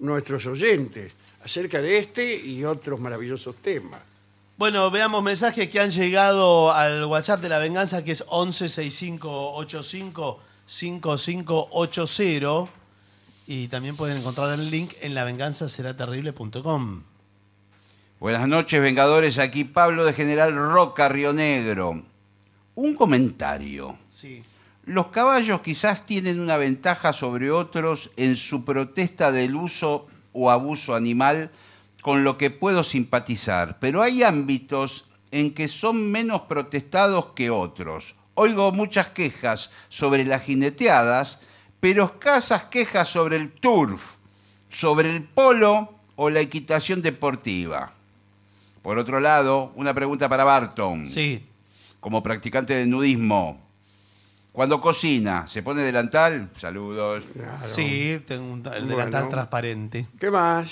[SPEAKER 1] nuestros oyentes acerca de este y otros maravillosos temas?
[SPEAKER 3] Bueno, veamos mensajes que han llegado al WhatsApp de la venganza que es 1165855580 y también pueden encontrar el link en lavenganzaseraterrible.com.
[SPEAKER 2] Buenas noches, Vengadores. Aquí Pablo de General Roca, Río Negro. Un comentario.
[SPEAKER 3] Sí.
[SPEAKER 2] Los caballos quizás tienen una ventaja sobre otros en su protesta del uso o abuso animal, con lo que puedo simpatizar, pero hay ámbitos en que son menos protestados que otros. Oigo muchas quejas sobre las jineteadas, pero escasas quejas sobre el turf, sobre el polo o la equitación deportiva. Por otro lado, una pregunta para Barton
[SPEAKER 3] Sí.
[SPEAKER 2] como practicante de nudismo. Cuando cocina, se pone delantal, saludos.
[SPEAKER 3] Sí, tengo un ta- el
[SPEAKER 1] Bueno.
[SPEAKER 3] delantal transparente.
[SPEAKER 1] ¿Qué más?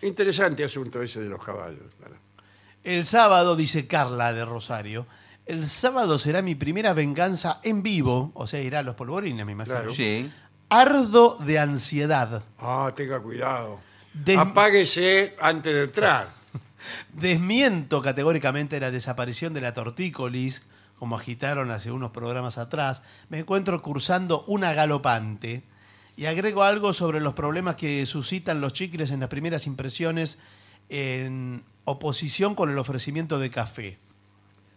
[SPEAKER 1] Interesante asunto ese de los caballos.
[SPEAKER 3] El sábado, dice Carla de Rosario, el sábado será mi primera venganza en vivo, o sea, irá a los polvorines, me imagino.
[SPEAKER 1] Claro.
[SPEAKER 2] Sí.
[SPEAKER 3] Ardo de ansiedad.
[SPEAKER 1] Ah, tenga cuidado.
[SPEAKER 3] Des-
[SPEAKER 1] Apáguese antes de entrar.
[SPEAKER 3] Desmiento categóricamente la desaparición de la tortícolis, como agitaron hace unos programas atrás. Me encuentro cursando una galopante. Y agrego algo sobre los problemas que suscitan los chicles en las primeras impresiones en oposición con el ofrecimiento de café.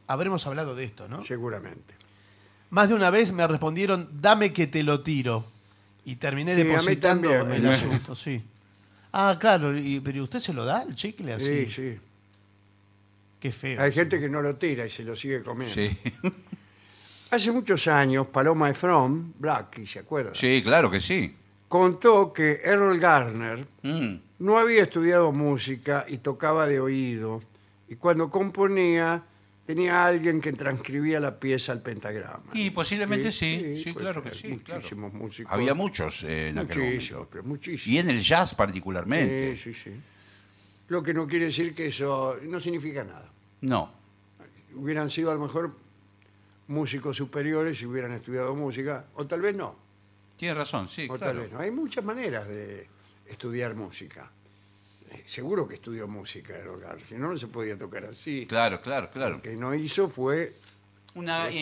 [SPEAKER 3] Habremos hablado de esto, Ah, ¿no?
[SPEAKER 1] Seguramente.
[SPEAKER 3] más de una vez me respondieron, dame que te lo tiro. Y terminé
[SPEAKER 1] Sí, a mí
[SPEAKER 3] depositando
[SPEAKER 1] también,
[SPEAKER 3] el
[SPEAKER 1] me-
[SPEAKER 3] asunto, sí. Ah, claro, y- pero usted se lo da el chicle así.
[SPEAKER 1] Sí, sí.
[SPEAKER 3] Qué feo.
[SPEAKER 1] Hay gente que no lo tira y se lo sigue comiendo.
[SPEAKER 2] Sí.
[SPEAKER 1] Hace muchos años, Paloma Efron, Blackie, ¿se acuerda?
[SPEAKER 2] Sí, claro que sí.
[SPEAKER 1] Contó que Earl Garner
[SPEAKER 2] Mm.
[SPEAKER 1] no había estudiado música y tocaba de oído. Y cuando componía, tenía alguien que transcribía la pieza al pentagrama.
[SPEAKER 2] Y posiblemente sí, sí,
[SPEAKER 1] pues,
[SPEAKER 2] claro que
[SPEAKER 1] hay
[SPEAKER 2] sí. claro.
[SPEAKER 1] Muchísimos músicos.
[SPEAKER 2] Había muchos eh, en aquel
[SPEAKER 1] Muchísimos,
[SPEAKER 2] momento.
[SPEAKER 1] pero muchísimos.
[SPEAKER 2] Y en el jazz particularmente.
[SPEAKER 1] Sí, sí, sí. Lo que no quiere decir que eso no significa nada.
[SPEAKER 2] No.
[SPEAKER 1] Hubieran sido a lo mejor músicos superiores si hubieran estudiado música, o tal vez no.
[SPEAKER 2] Tiene razón, sí,
[SPEAKER 1] o tal
[SPEAKER 2] claro.
[SPEAKER 1] vez no. Hay muchas maneras de estudiar música. Eh, Seguro que estudió música el hogar, si no, no se podía tocar así.
[SPEAKER 2] Claro, claro, claro.
[SPEAKER 1] Lo que no hizo fue
[SPEAKER 2] Una eh,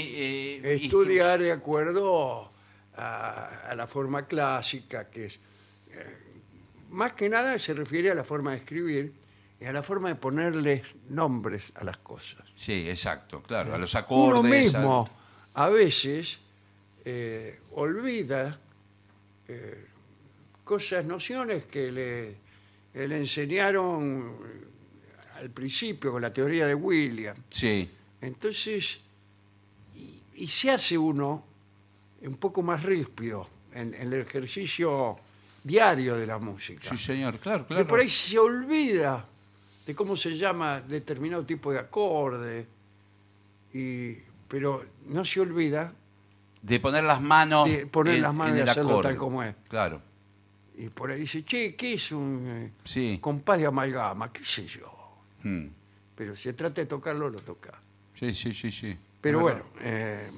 [SPEAKER 2] eh,
[SPEAKER 1] estudiar de acuerdo a, a la forma clásica, que es. eh, más que nada se refiere a la forma de escribir y a la forma de ponerles nombres a las cosas.
[SPEAKER 2] instru- Sí, exacto, claro. A los
[SPEAKER 1] Uno
[SPEAKER 2] acordes. a-
[SPEAKER 1] mismo a veces eh, olvida eh, cosas, nociones que le, que le enseñaron eh, al principio con la teoría de William.
[SPEAKER 2] Sí,
[SPEAKER 1] Entonces, y, y se hace uno un poco más ríspido en, en el ejercicio diario de la música.
[SPEAKER 2] sí, señor, claro,
[SPEAKER 1] Y
[SPEAKER 2] claro.
[SPEAKER 1] por ahí se olvida de cómo se llama determinado tipo de acorde, y, pero no se olvida
[SPEAKER 2] De poner las manos.
[SPEAKER 1] de poner las manos y
[SPEAKER 2] el
[SPEAKER 1] hacerlo
[SPEAKER 2] acorde.
[SPEAKER 1] tal como es.
[SPEAKER 2] Claro,
[SPEAKER 1] Y por ahí dice, che, ¿qué es un eh,
[SPEAKER 2] sí.
[SPEAKER 1] compás de amalgama? ¿Qué sé yo?
[SPEAKER 2] Mm.
[SPEAKER 1] Pero si se trata de tocarlo, lo toca.
[SPEAKER 2] Sí, sí, sí, sí.
[SPEAKER 1] Pero bueno, eh,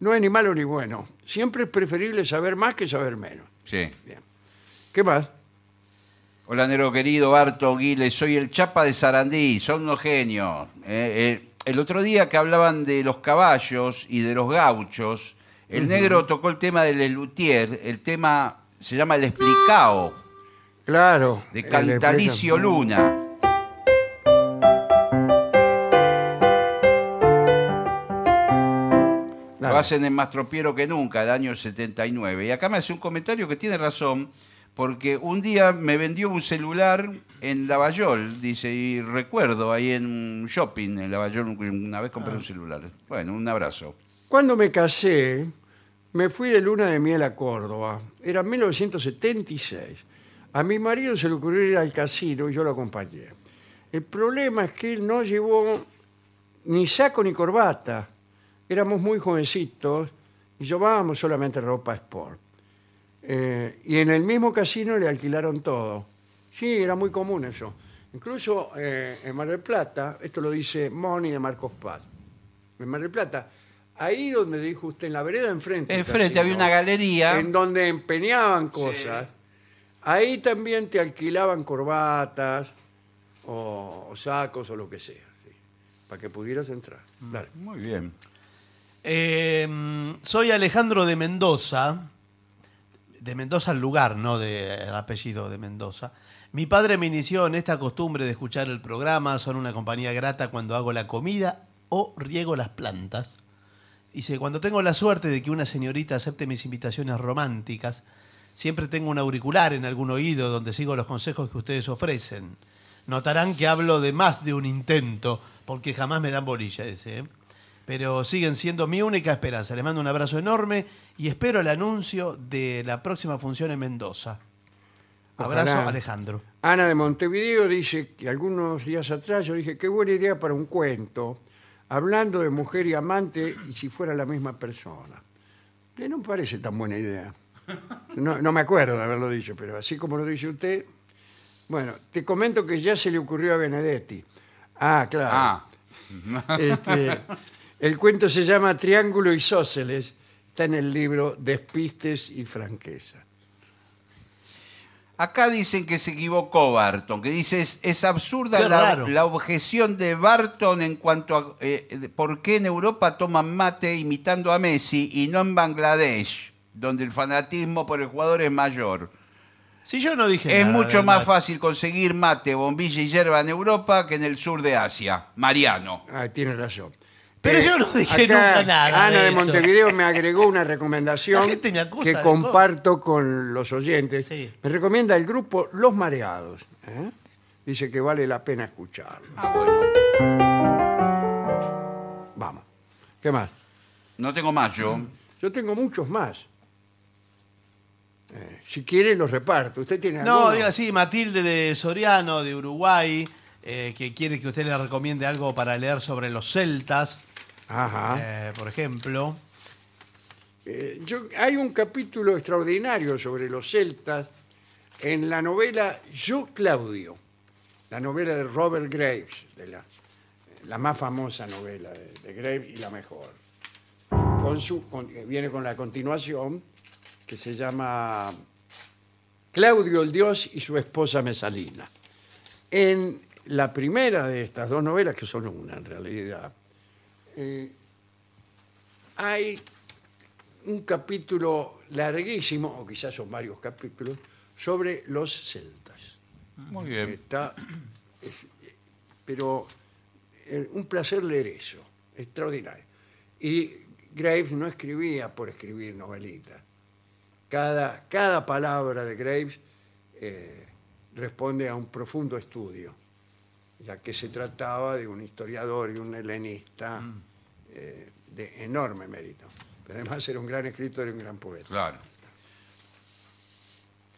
[SPEAKER 1] no es ni malo ni bueno. Siempre es preferible saber más que saber menos.
[SPEAKER 2] Sí.
[SPEAKER 1] Bien. ¿Qué más?
[SPEAKER 2] Hola, Nero querido, Barto Guiles, soy el Chapa de Sarandí, son unos genios. Eh, eh, el otro día que hablaban de los caballos y de los gauchos, el negro tocó el tema del Luthier, el tema se llama El Explicao,
[SPEAKER 1] Claro. eh, le
[SPEAKER 2] de
[SPEAKER 1] explica-
[SPEAKER 2] Cantalicio Luna.
[SPEAKER 1] Claro.
[SPEAKER 2] Lo hacen en Más Tropiero que Nunca, el año 79. Y acá me hace un comentario que tiene razón, porque un día me vendió un celular en Lavallol, dice, y recuerdo ahí en un shopping en Lavallol, una vez compré un celular. Bueno, un abrazo.
[SPEAKER 1] Cuando me casé, me fui de luna de miel a Córdoba. Era 1976. A mi marido se le ocurrió ir al casino y yo lo acompañé. El problema es que él no llevó ni saco ni corbata. Éramos muy jovencitos y llevábamos solamente ropa sport. Eh, y en el mismo casino le alquilaron todo. Sí, era muy común eso. Incluso eh, en Mar del Plata, esto lo dice Moni de Marcos Paz, en Mar del Plata, ahí donde dijo usted, en la vereda enfrente. del
[SPEAKER 2] Enfrente
[SPEAKER 1] casino,
[SPEAKER 2] había una galería.
[SPEAKER 1] En donde empeñaban cosas. Ahí también te alquilaban corbatas o, o sacos o lo que sea, sí, para que pudieras entrar. Dale.
[SPEAKER 2] Muy bien.
[SPEAKER 3] Eh, soy Alejandro de Mendoza. De Mendoza el lugar, no de el apellido de Mendoza. Mi padre me inició en esta costumbre de escuchar el programa. Son una compañía grata cuando hago la comida o riego las plantas. Dice, cuando tengo la suerte de que una señorita acepte mis invitaciones románticas, siempre tengo un auricular en algún oído donde sigo los consejos que ustedes ofrecen. Notarán que hablo de más de un intento, porque jamás me dan bolilla ese. ¿eh? Pero siguen siendo mi única esperanza. Les mando un abrazo enorme y espero el anuncio de la próxima función en Mendoza. Abrazo,
[SPEAKER 1] Ojalá.
[SPEAKER 3] Alejandro.
[SPEAKER 1] Ana de Montevideo dice que algunos días atrás yo dije, qué buena idea para un cuento, hablando de mujer y amante y si fuera la misma persona. Que no parece tan buena idea. No, no me acuerdo de haberlo dicho, pero así como lo dice usted, bueno, te comento que ya se le ocurrió a Benedetti. Ah, claro.
[SPEAKER 2] Ah,
[SPEAKER 1] Este, el cuento se llama Triángulo Isósceles, está en el libro Despistes y Franqueza.
[SPEAKER 2] acá dicen que se equivocó Barton, que dice es, es absurda
[SPEAKER 3] Qué
[SPEAKER 2] la,
[SPEAKER 3] raro.
[SPEAKER 2] la objeción de Barton en cuanto a eh, de por qué en Europa toman mate imitando a Messi y no en Bangladesh, donde el fanatismo por el jugador es mayor.
[SPEAKER 3] Si yo no dije
[SPEAKER 2] Es
[SPEAKER 3] nada
[SPEAKER 2] mucho
[SPEAKER 3] del
[SPEAKER 2] más
[SPEAKER 3] mate.
[SPEAKER 2] fácil conseguir mate, bombilla y hierba en Europa que en el sur de Asia. Mariano.
[SPEAKER 1] Ah, tiene razón.
[SPEAKER 3] Pero
[SPEAKER 1] Eh,
[SPEAKER 3] yo no dije
[SPEAKER 1] acá,
[SPEAKER 3] nunca nada.
[SPEAKER 1] Ana
[SPEAKER 3] de
[SPEAKER 1] de,
[SPEAKER 3] eso.
[SPEAKER 1] Montevideo me agregó una recomendación
[SPEAKER 3] La gente me acusa
[SPEAKER 1] que
[SPEAKER 3] de
[SPEAKER 1] comparto con los oyentes.
[SPEAKER 3] Sí.
[SPEAKER 1] Me recomienda el grupo Los Mareados. ¿eh? Dice que vale la pena escucharlo.
[SPEAKER 2] Ah, bueno.
[SPEAKER 1] Vamos. ¿Qué más?
[SPEAKER 2] No tengo más yo.
[SPEAKER 1] Yo tengo muchos más. Eh, si quiere, los reparto. ¿Usted tiene
[SPEAKER 3] No,
[SPEAKER 1] alguno?
[SPEAKER 3] diga así, Matilde de Soriano, de Uruguay, eh, que quiere que usted le recomiende algo para leer sobre los celtas,
[SPEAKER 1] Ajá.
[SPEAKER 3] eh, por ejemplo.
[SPEAKER 1] Eh, yo- hay un capítulo extraordinario sobre los celtas en la novela Yo Claudio, la novela de Robert Graves, de la, la más famosa novela de, de Graves y la mejor. Con su, con- que viene con la continuación que se llama Claudio el Dios y su esposa Mesalina. En la primera de estas dos novelas, que son una en realidad, eh, hay un capítulo larguísimo, o quizás son varios capítulos, sobre los celtas.
[SPEAKER 2] Muy bien.
[SPEAKER 1] Está, es- pero eh, un placer leer eso, extraordinario. Y Graves no escribía por escribir novelitas. Cada, cada palabra de Graves eh, responde a un profundo estudio, ya que se trataba de un historiador y un helenista
[SPEAKER 3] Mm.
[SPEAKER 1] eh, de enorme mérito. Pero además era un gran escritor y un gran poeta.
[SPEAKER 2] Claro.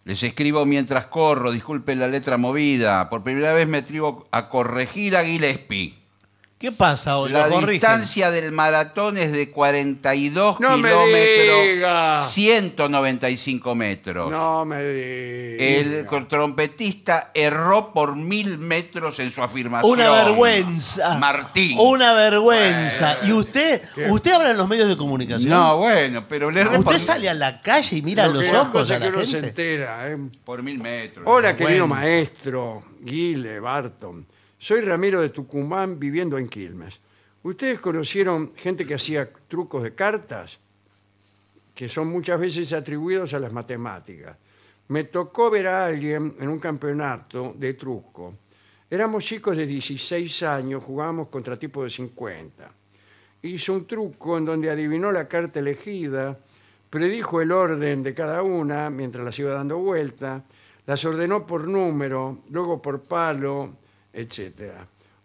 [SPEAKER 2] Les escribo mientras corro, disculpen la letra movida. Por primera vez me atrevo a corregir a Gillespie.
[SPEAKER 3] ¿Qué pasa hoy?
[SPEAKER 2] La
[SPEAKER 3] Oh, Lo corrigen.
[SPEAKER 2] distancia del maratón es de 42
[SPEAKER 1] No me diga.
[SPEAKER 2] kilómetros, 195 metros.
[SPEAKER 1] No me diga.
[SPEAKER 2] El trompetista erró por mil metros en su afirmación.
[SPEAKER 3] Una vergüenza.
[SPEAKER 2] Martín.
[SPEAKER 3] Una vergüenza. y usted, usted habla en los medios de comunicación.
[SPEAKER 2] No, bueno, pero le erré por,
[SPEAKER 3] usted sale a la calle y mira
[SPEAKER 1] Lo que
[SPEAKER 3] los
[SPEAKER 1] las
[SPEAKER 3] ojos
[SPEAKER 1] cosas
[SPEAKER 3] a la
[SPEAKER 1] que uno se
[SPEAKER 3] gente.
[SPEAKER 1] entera. ¿eh?
[SPEAKER 2] por mil metros.
[SPEAKER 1] Hola, querido
[SPEAKER 3] Vergüenza.
[SPEAKER 1] maestro Guile Barton. Soy Ramiro de Tucumán, viviendo en Quilmes. ¿Ustedes conocieron gente que hacía trucos de cartas? Que son muchas veces atribuidos a las matemáticas. Me tocó ver a alguien en un campeonato de truco. Éramos chicos de 16 años, jugábamos contra tipos de 50 hizo un truco en donde adivinó la carta elegida, predijo el orden de cada una mientras las iba dando vuelta, las ordenó por número, luego por palo, etc.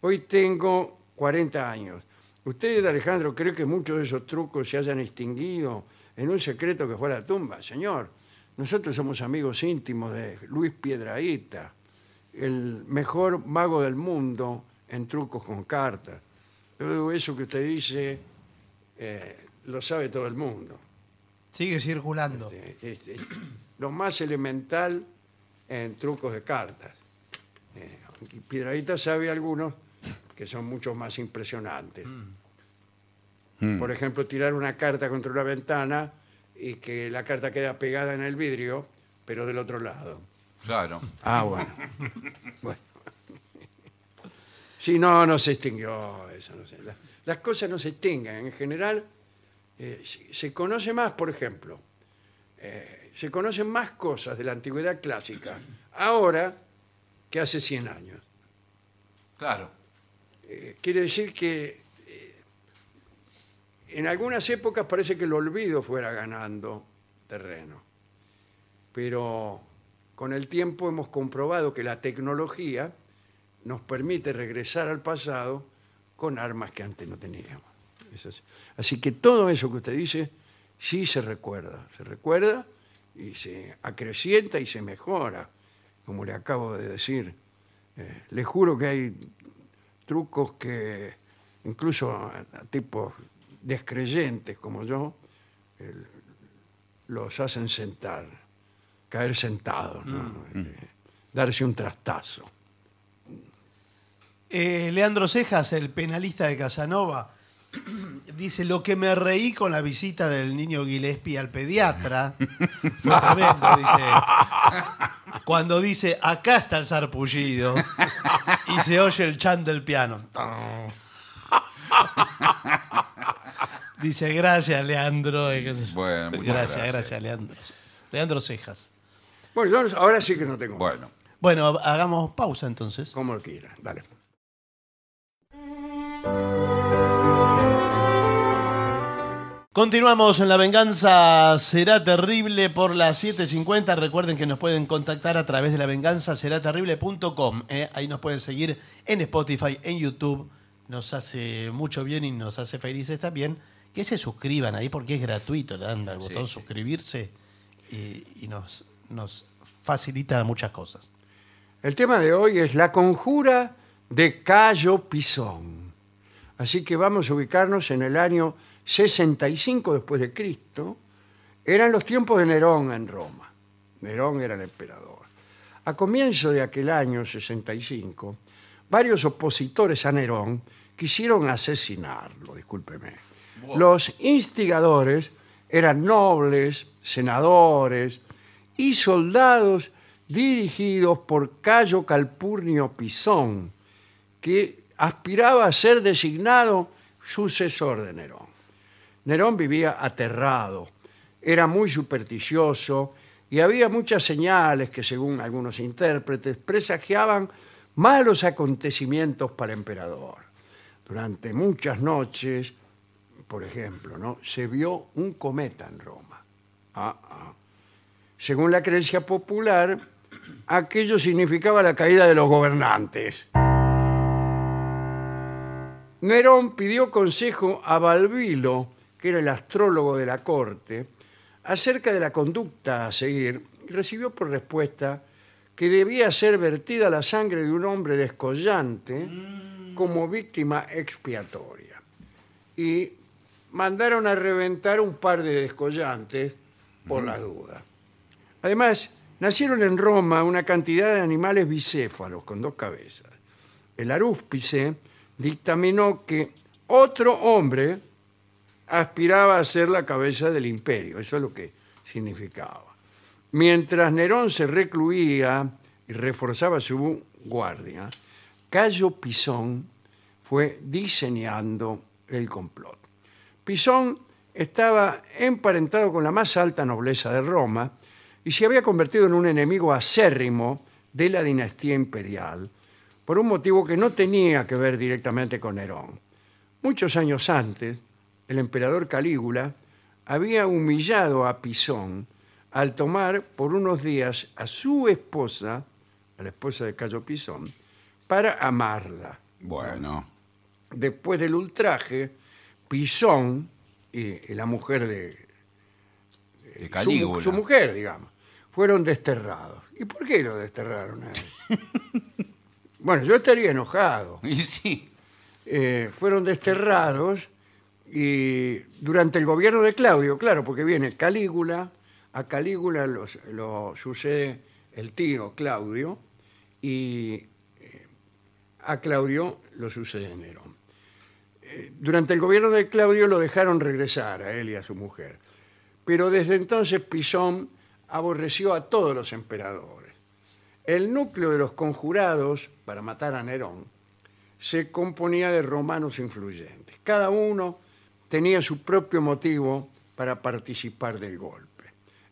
[SPEAKER 1] Hoy tengo 40 años. ¿Usted, Alejandro, cree que muchos de esos trucos se hayan extinguido en un secreto que fue a la tumba? Señor, nosotros somos amigos íntimos de Luis Piedraíta, el mejor mago del mundo en trucos con cartas. Todo eso que usted dice eh, lo sabe todo el mundo.
[SPEAKER 3] Sigue circulando.
[SPEAKER 1] Eh, es- es lo más elemental en trucos de cartas. Eh, y Piedradita sabe algunos que son mucho más impresionantes. Por ejemplo, tirar una carta contra una ventana y que la carta queda pegada en el vidrio, pero del otro lado.
[SPEAKER 2] Claro.
[SPEAKER 1] Ah, bueno. bueno. Sí, no, no se extinguió eso. no sé. La- Las cosas no se extinguen. En general, eh, se, se conoce más, por ejemplo, eh, se conocen más cosas de la antigüedad clásica ahora que hace 100 años.
[SPEAKER 2] Claro.
[SPEAKER 1] Eh, quiere decir que eh, en algunas épocas parece que el olvido fuera ganando terreno, pero con el tiempo hemos comprobado que la tecnología nos permite regresar al pasado con armas que antes no teníamos. Es así. Así que todo eso que usted dice sí se recuerda, se recuerda y se acrecienta y se mejora, como le acabo de decir. Eh, le juro que hay trucos que incluso a, a tipos descreyentes como yo el- los hacen sentar, caer sentados, ¿no? Este, darse un trastazo.
[SPEAKER 3] Eh, Leandro Cejas, el penalista de Casanova, dice: Lo que me reí con la visita del niño Gillespie al pediatra. Fue tremendo, dice. Cuando dice: Acá está el sarpullido. Y se oye el chant del piano. Dice: Gracias, Leandro. y qué sé yo.
[SPEAKER 2] Bueno, muchas
[SPEAKER 3] gracias,
[SPEAKER 2] gracias.
[SPEAKER 3] gracias, Leandro. Leandro Cejas.
[SPEAKER 1] Bueno, yo ahora sí que no tengo.
[SPEAKER 2] Bueno.
[SPEAKER 3] Bueno, hagamos pausa entonces.
[SPEAKER 1] Como quiera, dale.
[SPEAKER 3] Continuamos en La Venganza Será Terrible por las 7.50. Recuerden que nos pueden contactar a través de lavenganzaseraterrible.com. ¿eh? Ahí nos pueden seguir en Spotify, en YouTube. Nos hace mucho bien y nos hace felices también. Que se suscriban ahí porque es gratuito. Le dan al botón suscribirse y, y nos, nos facilita muchas cosas.
[SPEAKER 1] El tema de hoy es la conjura de Cayo Pisón. Así que vamos a ubicarnos en el año 65 después de Cristo. Eran los tiempos de Nerón en Roma. Nerón era el emperador. A comienzo de aquel año 65, varios opositores a Nerón quisieron asesinarlo, discúlpeme. Los instigadores eran nobles, senadores y soldados dirigidos por Cayo Calpurnio Pisón, que aspiraba a ser designado sucesor de Nerón. Nerón vivía aterrado, era muy supersticioso y había muchas señales que, según algunos intérpretes, presagiaban malos acontecimientos para el emperador. Durante muchas noches, por ejemplo, ¿no? se vio un cometa en Roma. Ah, ah. Según la creencia popular, aquello significaba la caída de los gobernantes. Nerón pidió consejo a Balbilo, que era el astrólogo de la corte, acerca de la conducta a seguir y recibió por respuesta que debía ser vertida la sangre de un hombre descollante como víctima expiatoria. Y mandaron a reventar un par de descollantes por la duda. Además, nacieron en Roma una cantidad de animales bicéfalos con dos cabezas. El arúspice dictaminó que otro hombre aspiraba a ser la cabeza del imperio, eso es lo que significaba. Mientras Nerón se recluía y reforzaba su guardia, Cayo Pisón fue diseñando el complot. Pisón estaba emparentado con la más alta nobleza de Roma, y se había convertido en un enemigo acérrimo de la dinastía imperial por un motivo que no tenía que ver directamente con Nerón. Muchos años antes, el emperador Calígula había humillado a Pisón al tomar por unos días a su esposa, a la esposa de Cayo Pisón, para amarla.
[SPEAKER 2] Bueno,
[SPEAKER 1] Después del ultraje, Pisón, y, y la mujer de Eh, su
[SPEAKER 2] de
[SPEAKER 1] mu-
[SPEAKER 2] Calígula.
[SPEAKER 1] Su, mujer, digamos, fueron desterrados. ¿Y por qué lo desterraron a él? bueno, yo estaría enojado.
[SPEAKER 2] Y sí,
[SPEAKER 1] Eh, fueron desterrados y durante el gobierno de Claudio, claro, porque viene Calígula, a Calígula los- lo sucede el tío Claudio y eh, a Claudio lo sucede Nerón. Eh, Durante el gobierno de Claudio lo dejaron regresar a él y a su mujer, pero desde entonces Pisón aborreció a todos los emperadores. El núcleo de los conjurados para matar a Nerón se componía de romanos influyentes. Cada uno tenía su propio motivo para participar del golpe.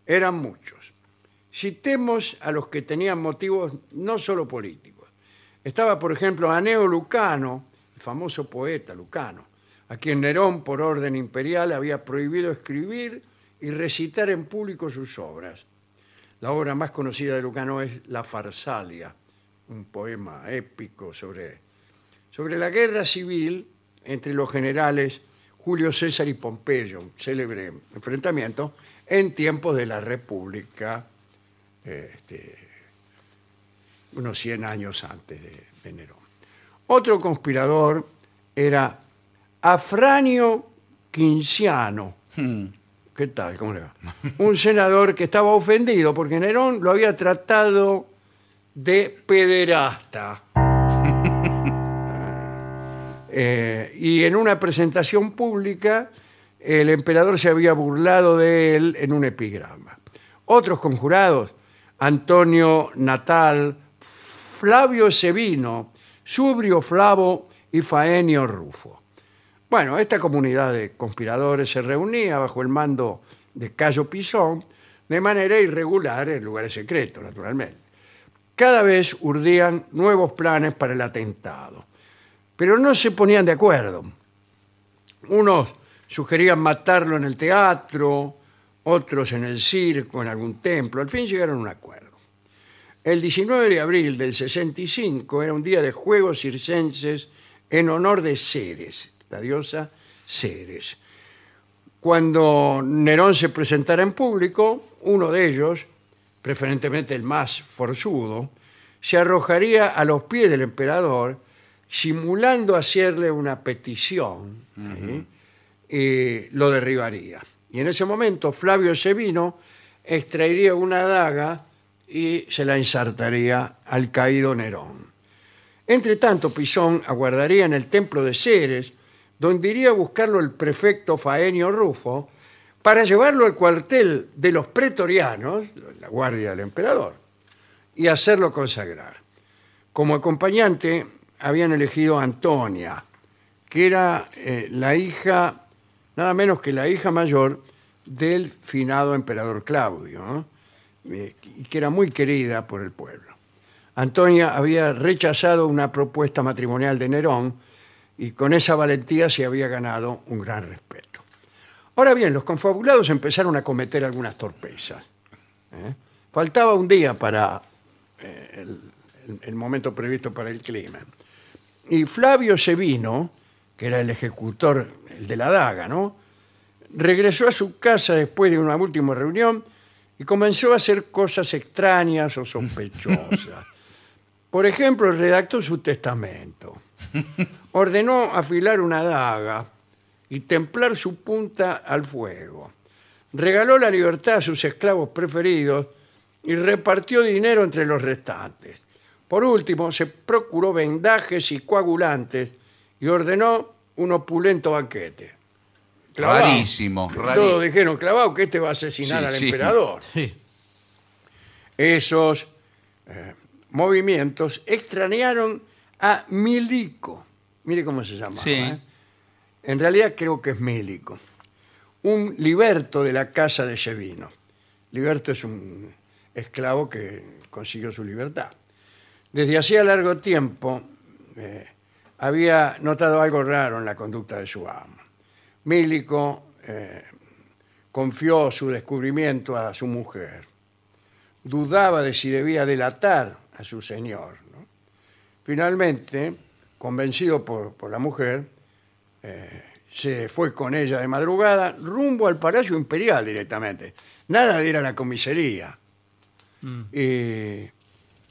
[SPEAKER 1] Eran muchos. Citemos a los que tenían motivos no solo políticos. Estaba, por ejemplo, Aneo Lucano, el famoso poeta Lucano, a quien Nerón, por orden imperial, había prohibido escribir y recitar en público sus obras. La obra más conocida de Lucano es La Farsalia, un poema épico sobre sobre la guerra civil entre los generales Julio César y Pompeyo, un célebre enfrentamiento en tiempos de la República, eh, este, unos 100 años antes de, de Nerón. Otro conspirador era Afranio Quinciano. ¿Qué tal? ¿Cómo le va? Un senador que estaba ofendido porque Nerón lo había tratado de pederasta. Eh, y en una presentación pública el emperador se había burlado de él en un epigrama. Otros conjurados, Antonio Natal, Flavio Sevino, Subrio Flavo y Faenio Rufo. Bueno, esta comunidad de conspiradores se reunía bajo el mando de Cayo Pisón de manera irregular en lugares secretos, naturalmente. Cada vez urdían nuevos planes para el atentado pero no se ponían de acuerdo. Unos sugerían matarlo en el teatro, otros en el circo, en algún templo. Al fin llegaron a un acuerdo. El 19 de abril del 65 era un día de juegos circenses en honor de Ceres, la diosa Ceres. Cuando Nerón se presentara en público, uno de ellos, preferentemente el más forzudo, se arrojaría a los pies del emperador simulando hacerle una petición ¿sí? y lo derribaría. Y en ese momento Flavio Sevino extraería una daga y se la ensartaría al caído Nerón. Entre tanto, Pisón aguardaría en el templo de Ceres, donde iría a buscarlo el prefecto Faenio Rufo, para llevarlo al cuartel de los pretorianos, la guardia del emperador, y hacerlo consagrar. Como acompañante habían elegido a Antonia, que era eh, la hija, nada menos que la hija mayor del finado emperador Claudio, ¿no? Eh, y que era muy querida por el pueblo. Antonia había rechazado una propuesta matrimonial de Nerón y con esa valentía se había ganado un gran respeto. Ahora bien, los confabulados empezaron a cometer algunas torpezas. ¿eh? Faltaba un día para eh, el, el- el momento previsto para el clima. Y Flavio Sevino, que era el ejecutor, el de la daga, ¿no? regresó a su casa después de una última reunión y comenzó a hacer cosas extrañas o sospechosas. Por ejemplo, redactó su testamento. Ordenó afilar una daga y templar su punta al fuego. Regaló la libertad a sus esclavos preferidos y repartió dinero entre los restantes. Por último, se procuró vendajes y coagulantes y ordenó un opulento banquete. Clavado.
[SPEAKER 2] Rarísimo.
[SPEAKER 1] Todos dijeron, clavado, que este va a asesinar
[SPEAKER 2] Sí,
[SPEAKER 1] al
[SPEAKER 2] sí.
[SPEAKER 1] emperador.
[SPEAKER 3] Sí.
[SPEAKER 1] Esos eh, movimientos extrañaron a Milico. Mire cómo se llama. ¿eh?
[SPEAKER 2] Sí.
[SPEAKER 1] En realidad creo que es Milico. Un liberto de la casa de Sevino. Liberto es un esclavo que consiguió su libertad. Desde hacía largo tiempo eh, había notado algo raro en la conducta de su amo. Milico eh, confió su descubrimiento a su mujer. Dudaba de si debía delatar a su señor. ¿no? Finalmente, convencido por, por la mujer, eh, se fue con ella de madrugada rumbo al Palacio Imperial directamente. Nada de ir a la comisaría.
[SPEAKER 2] Mm.
[SPEAKER 1] Y,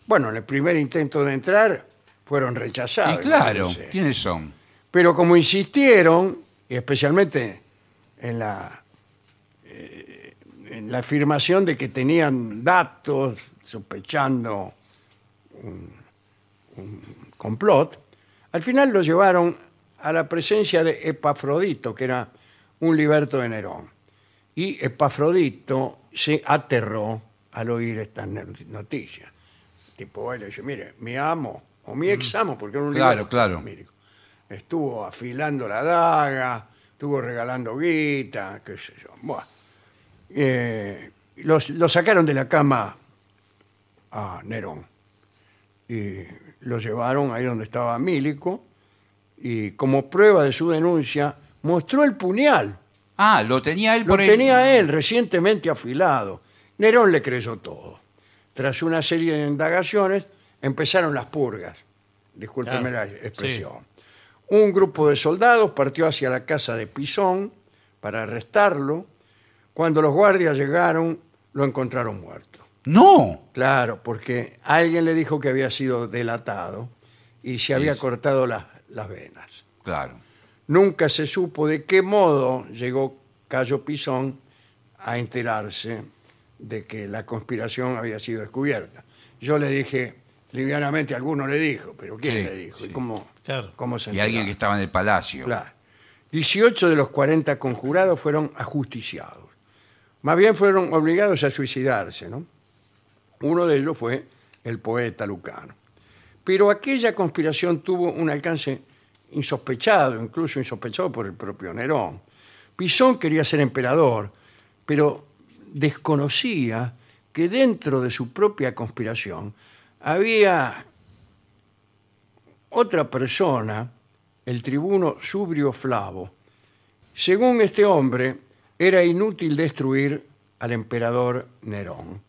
[SPEAKER 1] bueno, en el primer intento de entrar fueron rechazados.
[SPEAKER 2] Y claro,
[SPEAKER 1] imagínense.
[SPEAKER 2] ¿quiénes son?
[SPEAKER 1] Pero como insistieron, y especialmente en la, eh, en la afirmación de que tenían datos sospechando un, un complot, al final lo llevaron a la presencia de Epafrodito, que era un liberto de Nerón. Y Epafrodito se aterró al oír estas ne- noticias. Tipo, él le dice, mire, mi amo, o mi ex amo, porque era un
[SPEAKER 2] Mm. Claro,
[SPEAKER 1] liberto,
[SPEAKER 2] claro.
[SPEAKER 1] mire, estuvo afilando la daga, estuvo regalando guita, qué sé yo. Buah. Eh, los- lo sacaron de la cama a Nerón y lo llevaron ahí donde estaba Mílico y como prueba de su denuncia mostró el puñal.
[SPEAKER 2] Ah, lo tenía él
[SPEAKER 1] Lo
[SPEAKER 2] por ahí.
[SPEAKER 1] tenía él recientemente afilado. Nerón le creyó todo. Tras una serie de indagaciones, empezaron las purgas. Discúlpeme
[SPEAKER 3] Claro,
[SPEAKER 1] la expresión. Un grupo de soldados partió hacia la casa de Pisón para arrestarlo. Cuando los guardias llegaron, lo encontraron muerto.
[SPEAKER 2] No.
[SPEAKER 1] Claro, porque alguien le dijo que había sido delatado y se había cortado las, las venas.
[SPEAKER 2] Claro.
[SPEAKER 1] Nunca se supo de qué modo llegó Cayo Pisón a enterarse de que la conspiración había sido descubierta. Yo le dije, livianamente, alguno le dijo, pero ¿quién
[SPEAKER 2] Sí,
[SPEAKER 1] le dijo? ¿Y
[SPEAKER 2] sí.
[SPEAKER 1] cómo,
[SPEAKER 3] Claro.
[SPEAKER 1] cómo se
[SPEAKER 2] Y alguien que
[SPEAKER 1] enteraron?
[SPEAKER 2] estaba en el palacio.
[SPEAKER 1] Claro. 18 de los 40 conjurados fueron ajusticiados. Más bien fueron obligados a suicidarse, ¿no? Uno de ellos fue el poeta Lucano. Pero aquella conspiración tuvo un alcance insospechado, incluso insospechado por el propio Nerón. Pisón quería ser emperador, pero desconocía que dentro de su propia conspiración había otra persona, el tribuno Subrio Flavo, Según este hombre, era inútil destruir al emperador Nerón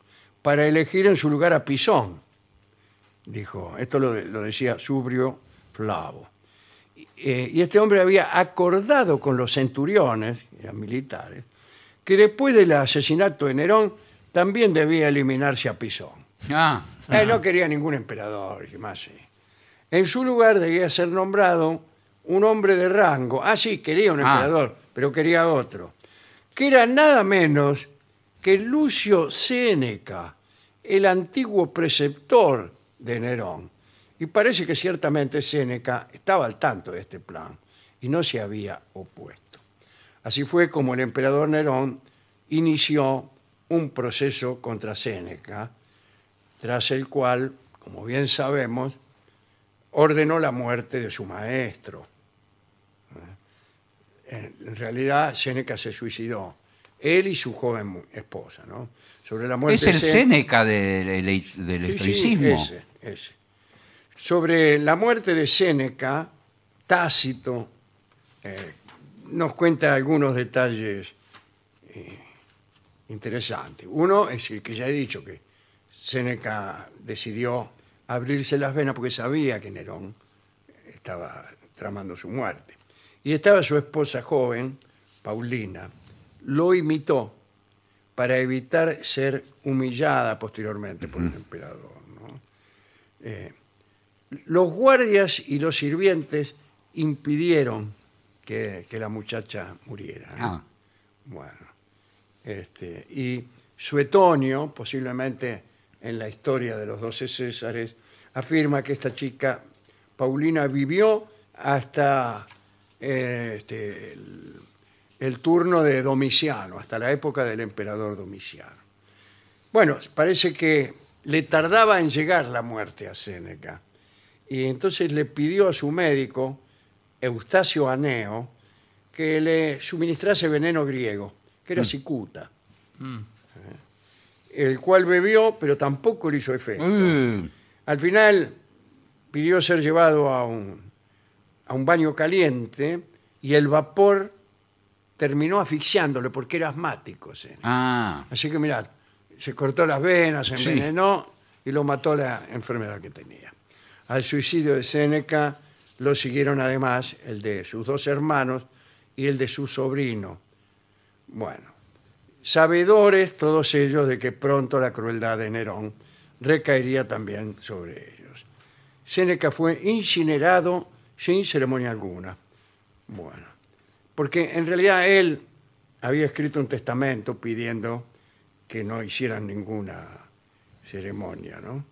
[SPEAKER 1] para elegir en su lugar a Pisón, dijo. Esto lo, de- lo decía Subrio Flavo. Eh, y este hombre había acordado con los centuriones, eran militares, que después del asesinato de Nerón también debía eliminarse a Pisón.
[SPEAKER 2] Ah,
[SPEAKER 1] Él no quería ningún emperador y más. sí. En su lugar debía ser nombrado un hombre de rango. Ah, sí, quería un
[SPEAKER 2] Ah.
[SPEAKER 1] emperador, pero quería otro. Que era nada menos que Lucio Séneca, el antiguo preceptor de Nerón. Y parece que ciertamente Séneca estaba al tanto de este plan y no se había opuesto. Así fue como el emperador Nerón inició un proceso contra Séneca, tras el cual, como bien sabemos, ordenó la muerte de su maestro. ¿Eh? En en realidad, Séneca se suicidó, él y su joven mu- esposa, ¿no? Sobre la muerte
[SPEAKER 2] es
[SPEAKER 1] de
[SPEAKER 2] el
[SPEAKER 1] Sé-
[SPEAKER 2] Séneca del, del- del
[SPEAKER 1] Sí, sí,
[SPEAKER 2] estoicismo.
[SPEAKER 1] ese, ese. Sobre la muerte de Séneca, Tácito eh, nos cuenta algunos detalles eh, interesantes. Uno es el que ya he dicho, que Séneca decidió abrirse las venas porque sabía que Nerón estaba tramando su muerte. Y estaba su esposa joven, Paulina, lo imitó para evitar ser humillada posteriormente por el emperador. ¿no? Eh, los guardias y los sirvientes impidieron que, que la muchacha muriera. ¿no?
[SPEAKER 2] Ah,
[SPEAKER 1] Bueno, este, y Suetonio, posiblemente en la historia de los doce Césares, afirma que esta chica, Paulina, vivió hasta eh, este, el, el turno de Domiciano, hasta la época del emperador Domiciano. Bueno, parece que le tardaba en llegar la muerte a Séneca. Y entonces le pidió a su médico, Eustacio Aneo, que le suministrase veneno griego, que era cicuta. ¿Eh? El cual bebió, pero tampoco le hizo efecto.
[SPEAKER 2] eh,
[SPEAKER 1] Al final pidió ser llevado a un, a un baño caliente y el vapor terminó asfixiándole porque era asmático. Séneca.
[SPEAKER 2] ah,
[SPEAKER 1] Así que mirad, se cortó las venas, se
[SPEAKER 2] Sí.
[SPEAKER 1] envenenó y lo mató la enfermedad que tenía. Al suicidio de Séneca lo siguieron además el de sus dos hermanos y el de su sobrino. Bueno, sabedores todos ellos de que pronto la crueldad de Nerón recaería también sobre ellos. Séneca fue incinerado sin ceremonia alguna. Bueno, porque en realidad él había escrito un testamento pidiendo que no hicieran ninguna ceremonia, ¿no?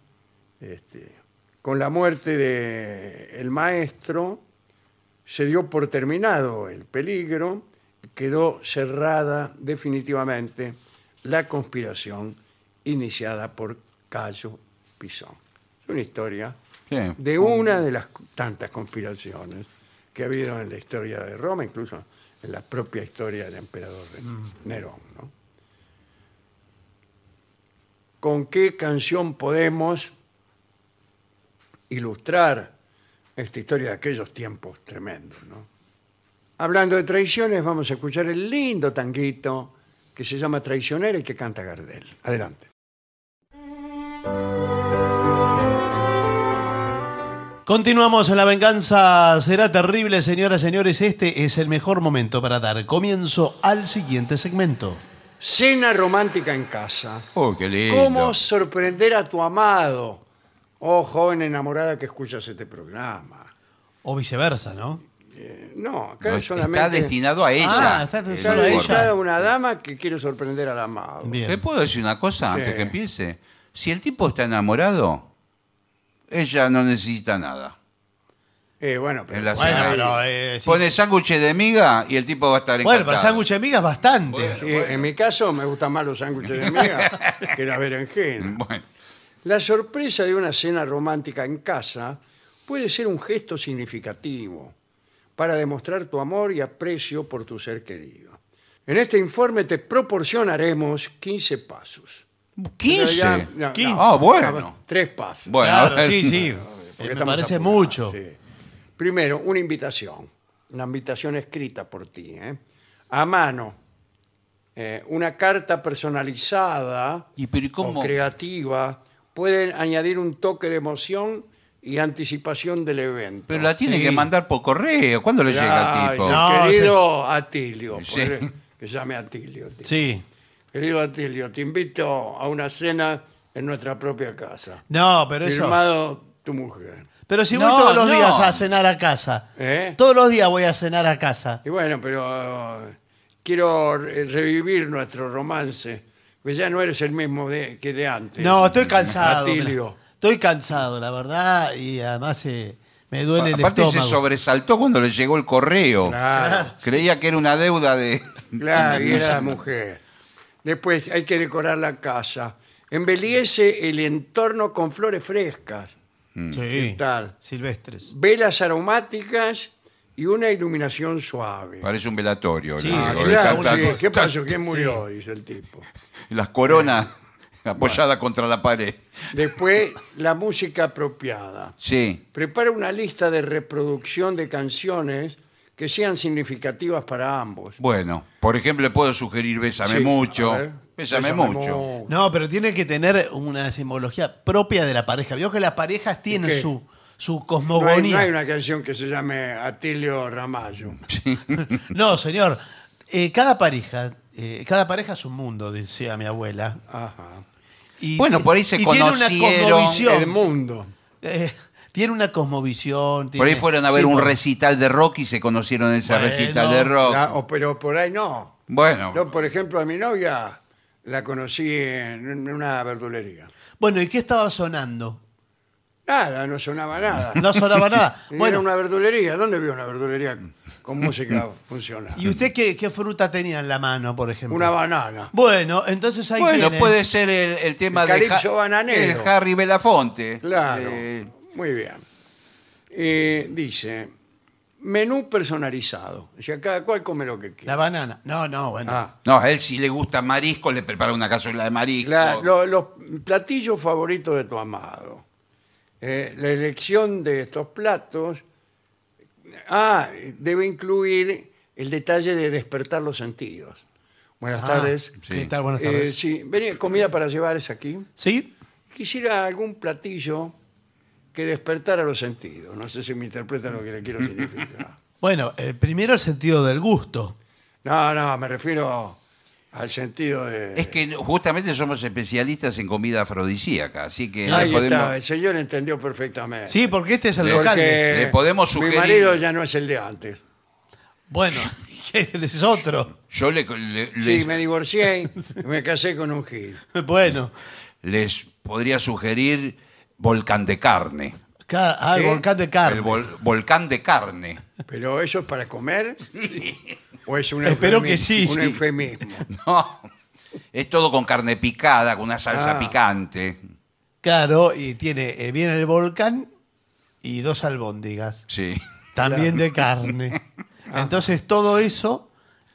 [SPEAKER 1] Este, con la muerte del maestro se dio por terminado el peligro, quedó cerrada definitivamente la conspiración iniciada por Cayo Pisón. Es una historia
[SPEAKER 2] sí.
[SPEAKER 1] de una de las tantas conspiraciones que ha habido en la historia de Roma, incluso en la propia historia del emperador de- Nerón. ¿no? ¿Con qué canción podemos ilustrar esta historia de aquellos tiempos tremendos? ¿no? Hablando de traiciones, vamos a escuchar el lindo tanguito que se llama Traicionera y que canta Gardel. Adelante.
[SPEAKER 3] Continuamos en la venganza. Será terrible, señoras y señores. Este es el mejor momento para dar comienzo al siguiente segmento.
[SPEAKER 1] Cena romántica en casa.
[SPEAKER 2] Oh, qué lindo.
[SPEAKER 1] ¿Cómo sorprender a tu amado? Oh, joven enamorada que escuchas este programa.
[SPEAKER 3] O viceversa, ¿no?
[SPEAKER 1] No, acá
[SPEAKER 2] No, Está
[SPEAKER 1] solamente
[SPEAKER 2] destinado a ella.
[SPEAKER 3] Ah, está
[SPEAKER 2] el
[SPEAKER 3] solo a
[SPEAKER 1] está
[SPEAKER 3] ella.
[SPEAKER 2] gordo.
[SPEAKER 1] dedicada a una dama que quiere sorprender al amado.
[SPEAKER 3] Bien.
[SPEAKER 2] ¿Le puedo decir una cosa antes
[SPEAKER 1] Sí.
[SPEAKER 2] que empiece? Si el tipo está enamorado, ella no necesita nada.
[SPEAKER 1] Eh, bueno, pero,
[SPEAKER 2] En la
[SPEAKER 3] Bueno,
[SPEAKER 2] cena.
[SPEAKER 3] pero, eh, sí.
[SPEAKER 2] Pone sándwiches de miga y el tipo va a estar
[SPEAKER 3] Bueno,
[SPEAKER 2] encantado.
[SPEAKER 3] para sándwich de migas bastante.
[SPEAKER 1] Sí, en mi caso me gustan más los sándwiches de miga que la berenjena.
[SPEAKER 2] Bueno,
[SPEAKER 1] La sorpresa de una cena romántica en casa puede ser un gesto significativo para demostrar tu amor y aprecio por tu ser querido. En este informe te proporcionaremos 15 pasos. En realidad,
[SPEAKER 2] 15.
[SPEAKER 1] no, no,
[SPEAKER 2] Ah, bueno.
[SPEAKER 1] no, Tres pasos.
[SPEAKER 2] Bueno,
[SPEAKER 3] claro,
[SPEAKER 2] a ver.
[SPEAKER 3] sí, sí.
[SPEAKER 1] porque
[SPEAKER 3] Eh, me
[SPEAKER 1] estamos
[SPEAKER 3] parece
[SPEAKER 1] apurados,
[SPEAKER 3] mucho.
[SPEAKER 1] sí. Primero, una invitación. Una invitación escrita por ti. ¿eh? a mano eh, una carta personalizada
[SPEAKER 2] ¿Y pero ¿y
[SPEAKER 1] o
[SPEAKER 2] cómo?
[SPEAKER 1] creativa, pueden añadir un toque de emoción y anticipación del evento.
[SPEAKER 2] Pero la tiene
[SPEAKER 3] Sí.
[SPEAKER 2] que mandar por correo. ¿Cuándo le llega
[SPEAKER 1] Ay,
[SPEAKER 2] al tipo?
[SPEAKER 3] no.
[SPEAKER 1] querido Atilio,
[SPEAKER 2] Sí.
[SPEAKER 1] pobre- que se llame Atilio. tío.
[SPEAKER 3] Sí.
[SPEAKER 1] Querido Atilio, te invito a una cena en nuestra propia casa.
[SPEAKER 3] No, pero eso.
[SPEAKER 1] Firmado tu mujer.
[SPEAKER 3] Pero si voy
[SPEAKER 2] No,
[SPEAKER 3] todos los
[SPEAKER 2] no.
[SPEAKER 3] días a cenar a casa.
[SPEAKER 1] ¿Eh?
[SPEAKER 3] Todos los días voy a cenar a casa.
[SPEAKER 1] Y bueno, pero eh, quiero re- revivir nuestro romance, que ya no eres el mismo de- que de antes.
[SPEAKER 3] No, estoy cansado.
[SPEAKER 1] Atilio.
[SPEAKER 3] Estoy cansado, la verdad. Y además eh, me duele el
[SPEAKER 2] Aparte se
[SPEAKER 3] estómago.
[SPEAKER 2] sobresaltó cuando le llegó el correo.
[SPEAKER 3] Ah.
[SPEAKER 1] Claro,
[SPEAKER 2] Creía que era una deuda de...
[SPEAKER 1] claro, y era mujer. Después hay que decorar la casa. Embellece el entorno con flores frescas.
[SPEAKER 3] Sí.
[SPEAKER 1] Mm. ¿Qué tal?
[SPEAKER 3] Silvestres.
[SPEAKER 1] velas aromáticas y una iluminación suave.
[SPEAKER 2] Parece un velatorio.
[SPEAKER 3] Sí,
[SPEAKER 2] le digo,
[SPEAKER 1] Ah,
[SPEAKER 2] le
[SPEAKER 1] claro,
[SPEAKER 2] canta-
[SPEAKER 1] sí, ¿Qué pasó? ¿Quién murió? Dice el tipo.
[SPEAKER 2] Las coronas apoyadas contra la pared.
[SPEAKER 1] Después, la música apropiada.
[SPEAKER 2] Sí.
[SPEAKER 1] Prepara una lista de reproducción de canciones que sean significativas para ambos.
[SPEAKER 2] Bueno, por ejemplo, le puedo sugerir Bésame
[SPEAKER 1] Sí,
[SPEAKER 2] mucho.
[SPEAKER 1] a ver.
[SPEAKER 2] Bésame, mucho.
[SPEAKER 3] No, pero tiene que tener una simbología propia de la pareja. Vio que las parejas tienen
[SPEAKER 1] qué?
[SPEAKER 3] su, su
[SPEAKER 1] No hay, no
[SPEAKER 3] cosmogonía.
[SPEAKER 1] hay una canción que se llame Atilio Ramallo.
[SPEAKER 3] No, señor. Eh, cada pareja, eh, cada pareja es un mundo, decía mi abuela.
[SPEAKER 1] Ajá.
[SPEAKER 3] Y-
[SPEAKER 2] Bueno, por ahí se
[SPEAKER 3] y tiene una
[SPEAKER 2] conocieron.
[SPEAKER 1] El
[SPEAKER 3] cosmovisión.
[SPEAKER 1] mundo.
[SPEAKER 3] Eh, tiene una cosmovisión.
[SPEAKER 2] Por ahí
[SPEAKER 3] tiene-
[SPEAKER 2] fueron a ver
[SPEAKER 3] sí,
[SPEAKER 2] un
[SPEAKER 3] por-
[SPEAKER 2] recital de rock y se conocieron en ese
[SPEAKER 3] Bueno,
[SPEAKER 2] recital de rock.
[SPEAKER 1] La- o- pero por ahí no.
[SPEAKER 2] Bueno,
[SPEAKER 1] Yo, por ejemplo, a mi novia la conocí en en una verdulería.
[SPEAKER 3] Bueno, ¿y qué estaba sonando?
[SPEAKER 1] Nada, no sonaba nada.
[SPEAKER 3] No sonaba nada.
[SPEAKER 1] Y Era
[SPEAKER 3] Bueno,
[SPEAKER 1] una verdulería. ¿Dónde vio una verdulería con música funcional?
[SPEAKER 3] ¿y usted qué, qué fruta tenía en la mano, por ejemplo?
[SPEAKER 1] Una banana.
[SPEAKER 3] Bueno, entonces ahí
[SPEAKER 2] bueno
[SPEAKER 3] tiene.
[SPEAKER 2] puede ser el, el tema
[SPEAKER 1] El
[SPEAKER 2] de
[SPEAKER 1] calipso bananero.
[SPEAKER 2] el Harry Belafonte.
[SPEAKER 1] Claro.
[SPEAKER 2] Eh,
[SPEAKER 1] Muy bien. Eh, dice, menú personalizado. O sea, cada cual come lo que quiera.
[SPEAKER 3] La banana. No, no, bueno.
[SPEAKER 1] Ah,
[SPEAKER 2] no, a él si le gusta marisco, le prepara una cazuela de marisco.
[SPEAKER 1] la- lo- los platillos favoritos de tu amado. Eh, la elección de estos platos. Ah, debe incluir el detalle de despertar los sentidos. Buenas
[SPEAKER 3] Ah,
[SPEAKER 1] tardes.
[SPEAKER 3] ¿Qué
[SPEAKER 2] Sí.
[SPEAKER 3] tal? Buenas
[SPEAKER 1] Eh,
[SPEAKER 3] tardes.
[SPEAKER 1] sí, vení, comida para llevar es aquí.
[SPEAKER 3] ¿Sí?
[SPEAKER 1] Quisiera algún platillo que despertara los sentidos. No sé si me interpreta lo que le quiero significar.
[SPEAKER 3] Bueno, el primero el sentido del gusto.
[SPEAKER 1] No, no, me refiero al sentido de...
[SPEAKER 2] Es que justamente somos especialistas en comida afrodisíaca, así que
[SPEAKER 1] Ahí está,
[SPEAKER 2] le podemos,
[SPEAKER 1] el señor entendió perfectamente.
[SPEAKER 3] Sí, porque este es el
[SPEAKER 2] Le-
[SPEAKER 3] local. de-
[SPEAKER 1] Porque
[SPEAKER 2] Le podemos
[SPEAKER 1] Mi
[SPEAKER 2] sugerir-
[SPEAKER 1] marido ya no es el de antes.
[SPEAKER 3] Bueno, es otro.
[SPEAKER 2] yo le- le-
[SPEAKER 1] Sí,
[SPEAKER 2] les,
[SPEAKER 1] me divorcié y me casé con un gil.
[SPEAKER 3] Bueno,
[SPEAKER 2] les podría sugerir volcán de carne.
[SPEAKER 3] ca- ah, el
[SPEAKER 1] ¿Qué?
[SPEAKER 3] volcán de carne.
[SPEAKER 2] El vol- volcán de carne.
[SPEAKER 1] ¿Pero eso es para comer? ¿O es un
[SPEAKER 3] Espero
[SPEAKER 1] eufemismo?
[SPEAKER 3] que sí,
[SPEAKER 1] Un
[SPEAKER 3] sí.
[SPEAKER 1] eufemismo.
[SPEAKER 2] No, es todo con carne picada, con una salsa
[SPEAKER 1] Ah.
[SPEAKER 2] picante.
[SPEAKER 3] Claro, y tiene eh, viene el volcán y dos albóndigas,
[SPEAKER 2] Sí.
[SPEAKER 3] también de carne. Entonces todo eso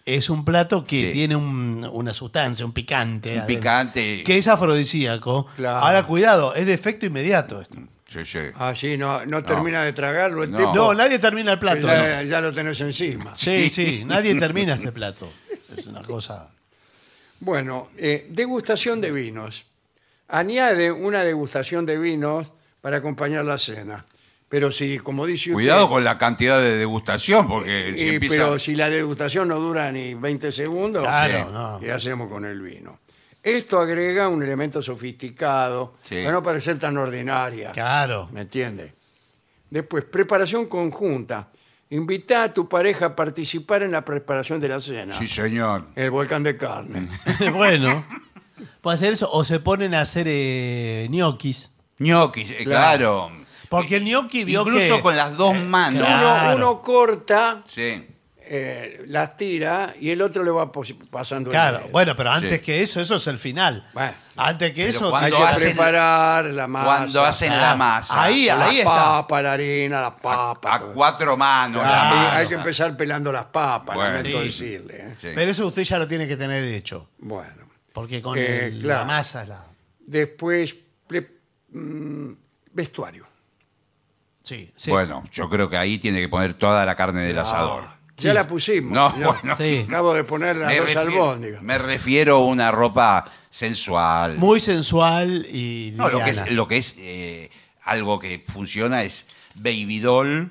[SPEAKER 3] es un plato que
[SPEAKER 2] Sí.
[SPEAKER 3] tiene un- una sustancia, un picante.
[SPEAKER 2] Un
[SPEAKER 3] adentro,
[SPEAKER 2] picante.
[SPEAKER 3] Que es afrodisíaco.
[SPEAKER 1] Claro.
[SPEAKER 3] Ahora, cuidado, es de efecto inmediato esto.
[SPEAKER 2] Sí, sí.
[SPEAKER 1] Ah, sí, no, no termina de tragarlo el
[SPEAKER 2] No.
[SPEAKER 1] tipo.
[SPEAKER 3] No, nadie termina el plato. ¿no?
[SPEAKER 1] ya, ya lo tenés encima.
[SPEAKER 3] Sí, sí, nadie termina este plato. Es una cosa.
[SPEAKER 1] Bueno, eh, degustación de vinos. Añade una degustación de vinos para acompañar la cena. Pero si, como dice usted,
[SPEAKER 2] Cuidado con la cantidad de degustación, porque si
[SPEAKER 1] y-
[SPEAKER 2] empieza.
[SPEAKER 1] pero si la degustación no dura ni 20 segundos,
[SPEAKER 3] Claro,
[SPEAKER 2] sí.
[SPEAKER 3] no.
[SPEAKER 1] ¿qué hacemos con el vino? Esto agrega un elemento sofisticado
[SPEAKER 2] Sí.
[SPEAKER 1] para no parecer tan ordinaria.
[SPEAKER 3] Claro.
[SPEAKER 1] ¿Me entiende? Después, preparación conjunta. Invita a tu pareja a participar en la preparación de la cena.
[SPEAKER 2] Sí, Mm. señor.
[SPEAKER 1] El volcán de carne.
[SPEAKER 3] bueno, puede hacer eso. O se ponen a hacer eh, ñoquis.
[SPEAKER 2] Gnocchi, eh, claro.
[SPEAKER 3] Porque el gnocchi vio
[SPEAKER 2] Incluso
[SPEAKER 3] que-
[SPEAKER 2] con las dos manos.
[SPEAKER 3] claro.
[SPEAKER 1] Uno, uno corta
[SPEAKER 2] Sí.
[SPEAKER 1] eh, las tira y el otro le va pos- pasando el
[SPEAKER 3] Claro,
[SPEAKER 1] dedo.
[SPEAKER 3] bueno, pero antes
[SPEAKER 2] Sí.
[SPEAKER 3] que eso, eso es el final.
[SPEAKER 1] Bueno,
[SPEAKER 3] antes que
[SPEAKER 2] Pero
[SPEAKER 3] eso,
[SPEAKER 1] Hay
[SPEAKER 2] cuando
[SPEAKER 1] que
[SPEAKER 2] hacen-
[SPEAKER 1] preparar la masa.
[SPEAKER 2] Cuando hacen
[SPEAKER 3] Ah,
[SPEAKER 2] la masa.
[SPEAKER 3] ahí,
[SPEAKER 1] la
[SPEAKER 3] ahí está.
[SPEAKER 1] papa, la harina, la papa.
[SPEAKER 2] A
[SPEAKER 1] todo.
[SPEAKER 2] cuatro manos.
[SPEAKER 1] Y
[SPEAKER 2] la
[SPEAKER 3] Claro.
[SPEAKER 2] masa.
[SPEAKER 1] hay que empezar pelando las papas,
[SPEAKER 2] Bueno.
[SPEAKER 1] lamento
[SPEAKER 3] Sí.
[SPEAKER 1] decirle. ¿eh?
[SPEAKER 2] Sí.
[SPEAKER 3] pero eso usted ya lo tiene que tener hecho.
[SPEAKER 1] Bueno.
[SPEAKER 3] Porque con
[SPEAKER 1] Eh,
[SPEAKER 3] el-
[SPEAKER 1] claro.
[SPEAKER 3] la masa, la-
[SPEAKER 1] Después, ple- mm, vestuario.
[SPEAKER 3] Sí, sí.
[SPEAKER 2] Bueno, yo creo que ahí tiene que poner toda la carne del asador.
[SPEAKER 1] Ya la pusimos.
[SPEAKER 2] No,
[SPEAKER 1] señor.
[SPEAKER 2] bueno.
[SPEAKER 3] Sí.
[SPEAKER 1] Acabo de poner las
[SPEAKER 2] Me
[SPEAKER 1] dos
[SPEAKER 2] refiero,
[SPEAKER 1] albóndigas.
[SPEAKER 2] me refiero a una ropa sensual.
[SPEAKER 3] Muy sensual y
[SPEAKER 2] No, lo que
[SPEAKER 3] liviana.
[SPEAKER 2] es, lo que es eh, algo que funciona es Baby Doll.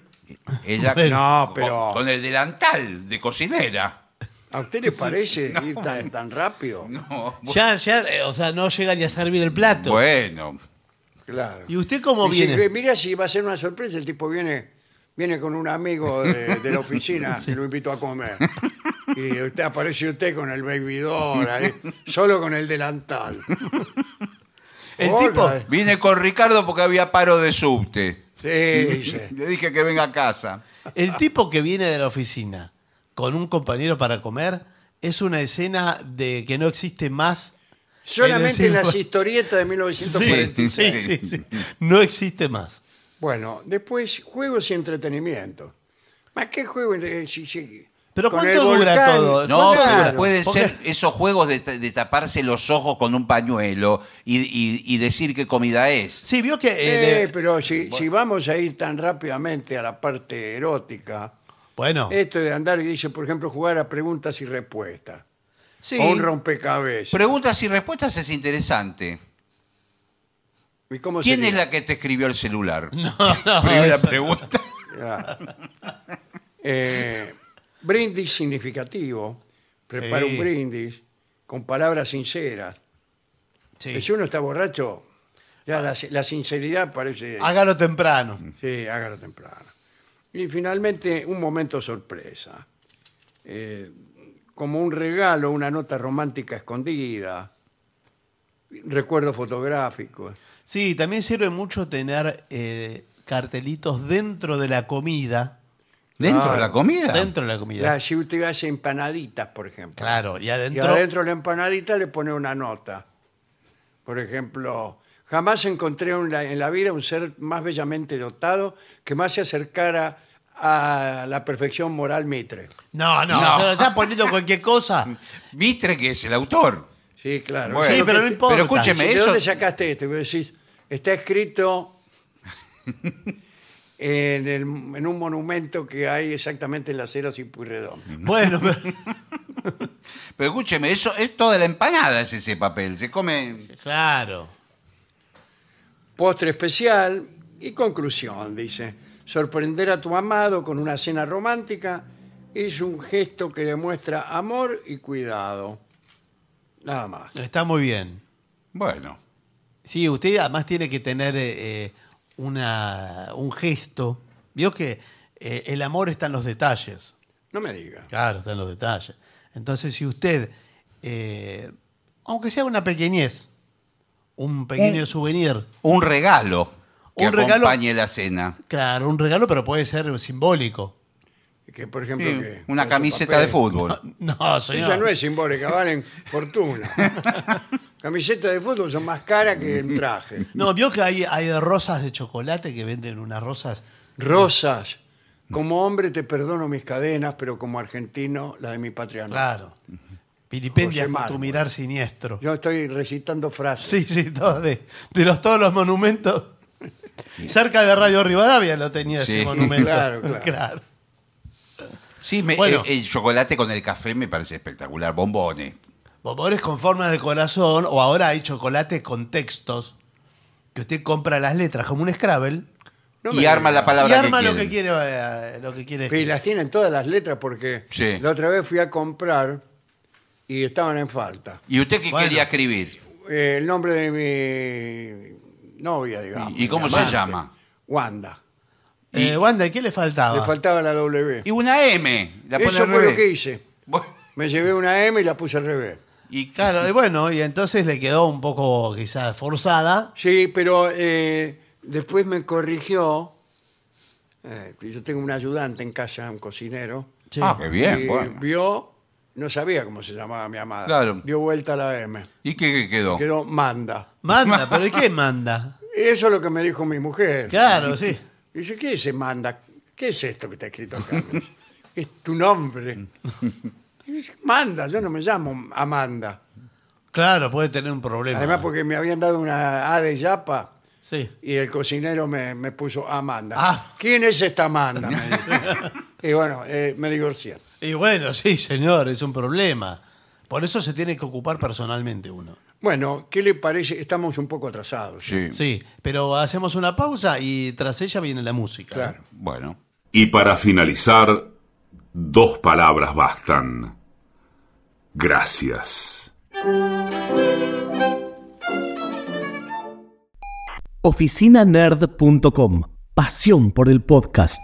[SPEAKER 2] Ella
[SPEAKER 1] Bueno. No,
[SPEAKER 2] con-
[SPEAKER 1] pero-
[SPEAKER 2] con, el delantal de cocinera.
[SPEAKER 1] ¿A usted le parece ir tan, tan rápido?
[SPEAKER 2] No, bu-
[SPEAKER 3] Ya, ya, eh, o sea, no llega ni a servir el plato.
[SPEAKER 2] bueno,
[SPEAKER 1] Claro.
[SPEAKER 3] ¿Y usted cómo
[SPEAKER 1] Dice,
[SPEAKER 3] viene?
[SPEAKER 1] Mira si va a ser una sorpresa, el tipo viene, viene con un amigo de, de la oficina, que lo invitó a comer. Y usted aparece usted con el baby doll, ahí, solo con el delantal.
[SPEAKER 3] El
[SPEAKER 1] Hola.
[SPEAKER 3] tipo,
[SPEAKER 2] vine con Ricardo porque había paro de subte.
[SPEAKER 1] Sí, dice.
[SPEAKER 2] Le dije que venga a casa.
[SPEAKER 3] el tipo que viene de la oficina con un compañero para comer es una escena de que no existe más.
[SPEAKER 1] Solamente en
[SPEAKER 3] Ahí
[SPEAKER 1] las
[SPEAKER 3] decimos-
[SPEAKER 1] historietas de 1946.
[SPEAKER 3] sí, sí, sí. No existe más.
[SPEAKER 1] Bueno, después juegos y entretenimiento. ¿Más qué juego? Eh, si- si-
[SPEAKER 3] Pero
[SPEAKER 1] con
[SPEAKER 3] ¿cuánto
[SPEAKER 1] el
[SPEAKER 3] dura
[SPEAKER 1] volcán-
[SPEAKER 3] todo?
[SPEAKER 2] No,
[SPEAKER 3] Claro,
[SPEAKER 2] pero pueden
[SPEAKER 3] porque-
[SPEAKER 2] ser esos juegos de, ta- de taparse los ojos con un pañuelo y, y- y decir qué comida es.
[SPEAKER 3] Sí, vio que. eh,
[SPEAKER 1] Eh,
[SPEAKER 3] de-
[SPEAKER 1] pero si, si vamos a ir tan rápidamente a la parte erótica,
[SPEAKER 3] Bueno,
[SPEAKER 1] esto de andar y dice, por ejemplo, jugar a preguntas y respuestas.
[SPEAKER 3] sí.
[SPEAKER 1] O un rompecabezas.
[SPEAKER 2] Preguntas y respuestas es interesante.
[SPEAKER 1] ¿Y cómo
[SPEAKER 3] Pues
[SPEAKER 2] ¿Quién
[SPEAKER 1] sería?
[SPEAKER 2] es la que te escribió el celular?
[SPEAKER 3] no,
[SPEAKER 2] Primera
[SPEAKER 3] eso no.
[SPEAKER 2] pregunta.
[SPEAKER 1] Ah. Eh, brindis significativo. Prepara
[SPEAKER 3] Sí.
[SPEAKER 1] un brindis con palabras sinceras.
[SPEAKER 3] Sí.
[SPEAKER 1] Si uno está borracho, ya la, la sinceridad parece...
[SPEAKER 3] Hágalo temprano.
[SPEAKER 1] Sí, hágalo temprano. Y finalmente, un momento sorpresa. Eh, como un regalo, una nota romántica escondida, recuerdos fotográficos.
[SPEAKER 3] Sí, también sirve mucho tener eh, cartelitos dentro de la comida.
[SPEAKER 2] Ah, ¿Dentro
[SPEAKER 1] Claro.
[SPEAKER 2] de la comida?
[SPEAKER 3] Dentro de la comida.
[SPEAKER 1] La- si usted hace empanaditas, por ejemplo.
[SPEAKER 3] Claro, y
[SPEAKER 1] Y
[SPEAKER 3] adentro.
[SPEAKER 1] adentro de la empanadita le pone una nota. Por ejemplo, jamás encontré un- en la vida un ser más bellamente dotado que más se acercara a la perfección moral mitre.
[SPEAKER 3] No, no,
[SPEAKER 2] No. Mm.
[SPEAKER 3] pero está poniendo cualquier cosa.
[SPEAKER 2] Mitre, que es el autor.
[SPEAKER 1] Sí, claro. Eso
[SPEAKER 2] Bueno.
[SPEAKER 1] es
[SPEAKER 3] sí,
[SPEAKER 1] lo
[SPEAKER 3] pero
[SPEAKER 1] que
[SPEAKER 3] no
[SPEAKER 1] te-
[SPEAKER 3] importa.
[SPEAKER 2] Pero escúcheme,
[SPEAKER 1] ¿De
[SPEAKER 2] eso-
[SPEAKER 1] dónde sacaste esto? Y vos decís, está escrito en, el- en un monumento que hay exactamente en las eras y Puyredón.
[SPEAKER 3] Bueno, pero-
[SPEAKER 2] Pero escúcheme, eso es toda la empanada, es ese papel. Se come.
[SPEAKER 3] claro.
[SPEAKER 1] Postre especial y conclusión, dice. Sorprender a tu amado con una cena romántica es un gesto que demuestra amor y cuidado. Nada más.
[SPEAKER 3] Está muy bien.
[SPEAKER 2] Bueno.
[SPEAKER 3] Sí, usted además tiene que tener eh, eh, una, un gesto. Vio que eh, el amor está en los detalles.
[SPEAKER 1] No me diga.
[SPEAKER 3] Claro, está en los detalles. Entonces, si usted, eh, aunque sea una pequeñez, un pequeño souvenir,
[SPEAKER 2] Un regalo que
[SPEAKER 3] Un regalo-
[SPEAKER 2] acompañe la cena.
[SPEAKER 3] claro, un regalo, pero puede ser simbólico.
[SPEAKER 1] Que, por ejemplo,
[SPEAKER 2] Sí,
[SPEAKER 1] que-
[SPEAKER 2] una
[SPEAKER 1] esos
[SPEAKER 2] camiseta de
[SPEAKER 1] papeles-
[SPEAKER 2] fútbol.
[SPEAKER 3] No,
[SPEAKER 1] Esa
[SPEAKER 3] señor.
[SPEAKER 1] no es simbólica, valen fortuna. Camisetas de fútbol son más caras que el traje.
[SPEAKER 3] No, vio que hay, hay rosas de chocolate que venden unas rosas.
[SPEAKER 1] Rosas. Como hombre te perdono mis cadenas, pero como argentino la de mi patria no.
[SPEAKER 3] Claro. Vilipendia
[SPEAKER 1] José
[SPEAKER 3] con tu
[SPEAKER 1] Mármol.
[SPEAKER 3] mirar siniestro.
[SPEAKER 1] Yo estoy recitando frases.
[SPEAKER 3] Sí, sí, todo de, de los, todos los monumentos. Cerca de Radio Rivadavia lo tenía
[SPEAKER 2] Sí.
[SPEAKER 3] ese monumento.
[SPEAKER 1] Claro, claro.
[SPEAKER 2] Sí, me-
[SPEAKER 3] Bueno.
[SPEAKER 2] eh, el chocolate con el café me parece espectacular. Bombones.
[SPEAKER 3] Bombones con formas de corazón, o ahora hay chocolates con textos que usted compra las letras como un Scrabble
[SPEAKER 1] No me
[SPEAKER 2] y arma
[SPEAKER 1] diga.
[SPEAKER 2] la
[SPEAKER 3] y
[SPEAKER 2] palabra
[SPEAKER 3] arma
[SPEAKER 2] que
[SPEAKER 3] lo que
[SPEAKER 2] quieren.
[SPEAKER 3] quiere. eh, Lo que quiere.
[SPEAKER 1] Y las tienen todas las letras porque
[SPEAKER 2] Sí.
[SPEAKER 1] la otra vez fui a comprar y estaban en falta.
[SPEAKER 2] ¿Y usted qué
[SPEAKER 3] Bueno.
[SPEAKER 2] quería escribir?
[SPEAKER 1] Eh, el nombre de mi novia, digamos.
[SPEAKER 2] ¿Y- y cómo
[SPEAKER 1] mi
[SPEAKER 2] se
[SPEAKER 1] amante,
[SPEAKER 2] llama?
[SPEAKER 1] Wanda.
[SPEAKER 3] Eh, Wanda, ¿y ¿qué le faltaba?
[SPEAKER 1] Le faltaba la W.
[SPEAKER 2] Y una M. La pone
[SPEAKER 1] Eso
[SPEAKER 2] al
[SPEAKER 1] fue lo
[SPEAKER 2] revés.
[SPEAKER 1] que hice.
[SPEAKER 2] Bueno,
[SPEAKER 1] Me llevé una M y la puse al revés.
[SPEAKER 2] y claro.
[SPEAKER 3] Claro, y bueno, y entonces le quedó un poco quizás forzada.
[SPEAKER 1] Sí, pero eh, después me corrigió. eh, yo tengo un ayudante en casa, un cocinero.
[SPEAKER 3] Sí.
[SPEAKER 2] Ah, qué bien.
[SPEAKER 1] y
[SPEAKER 2] bueno.
[SPEAKER 1] Vio, no sabía cómo se llamaba mi amada.
[SPEAKER 2] Claro. Oh.
[SPEAKER 1] Dio vuelta a la M.
[SPEAKER 2] ¿Y qué, qué quedó?
[SPEAKER 1] Quedó Manda.
[SPEAKER 3] Manda, pero ¿y qué manda?
[SPEAKER 1] Eso es lo que me dijo mi mujer.
[SPEAKER 3] Claro, sí.
[SPEAKER 1] Dice, ¿qué se manda? ¿Qué es esto que está escrito acá? es tu nombre.
[SPEAKER 3] Mm.
[SPEAKER 1] Y dice, Manda, yo no me llamo Amanda.
[SPEAKER 3] Claro, puede tener un problema.
[SPEAKER 1] Además, porque me habían dado una A de Yapa
[SPEAKER 3] Sí.
[SPEAKER 1] Y el cocinero me, me puso Amanda.
[SPEAKER 3] Ah.
[SPEAKER 1] ¿Quién es esta Amanda? Me dijo. y bueno, eh, me divorcié.
[SPEAKER 3] Y bueno, sí, señor, es un problema. Por eso se tiene que ocupar personalmente uno.
[SPEAKER 1] Bueno, ¿qué le parece? Estamos un poco atrasados. ¿eh?
[SPEAKER 2] Sí.
[SPEAKER 3] Sí, pero hacemos una pausa y tras ella viene la música. ¿eh?
[SPEAKER 1] Claro.
[SPEAKER 2] Bueno.
[SPEAKER 4] Y para finalizar, dos palabras bastan. Gracias.
[SPEAKER 5] oficinanerd.com. Pasión por el podcast.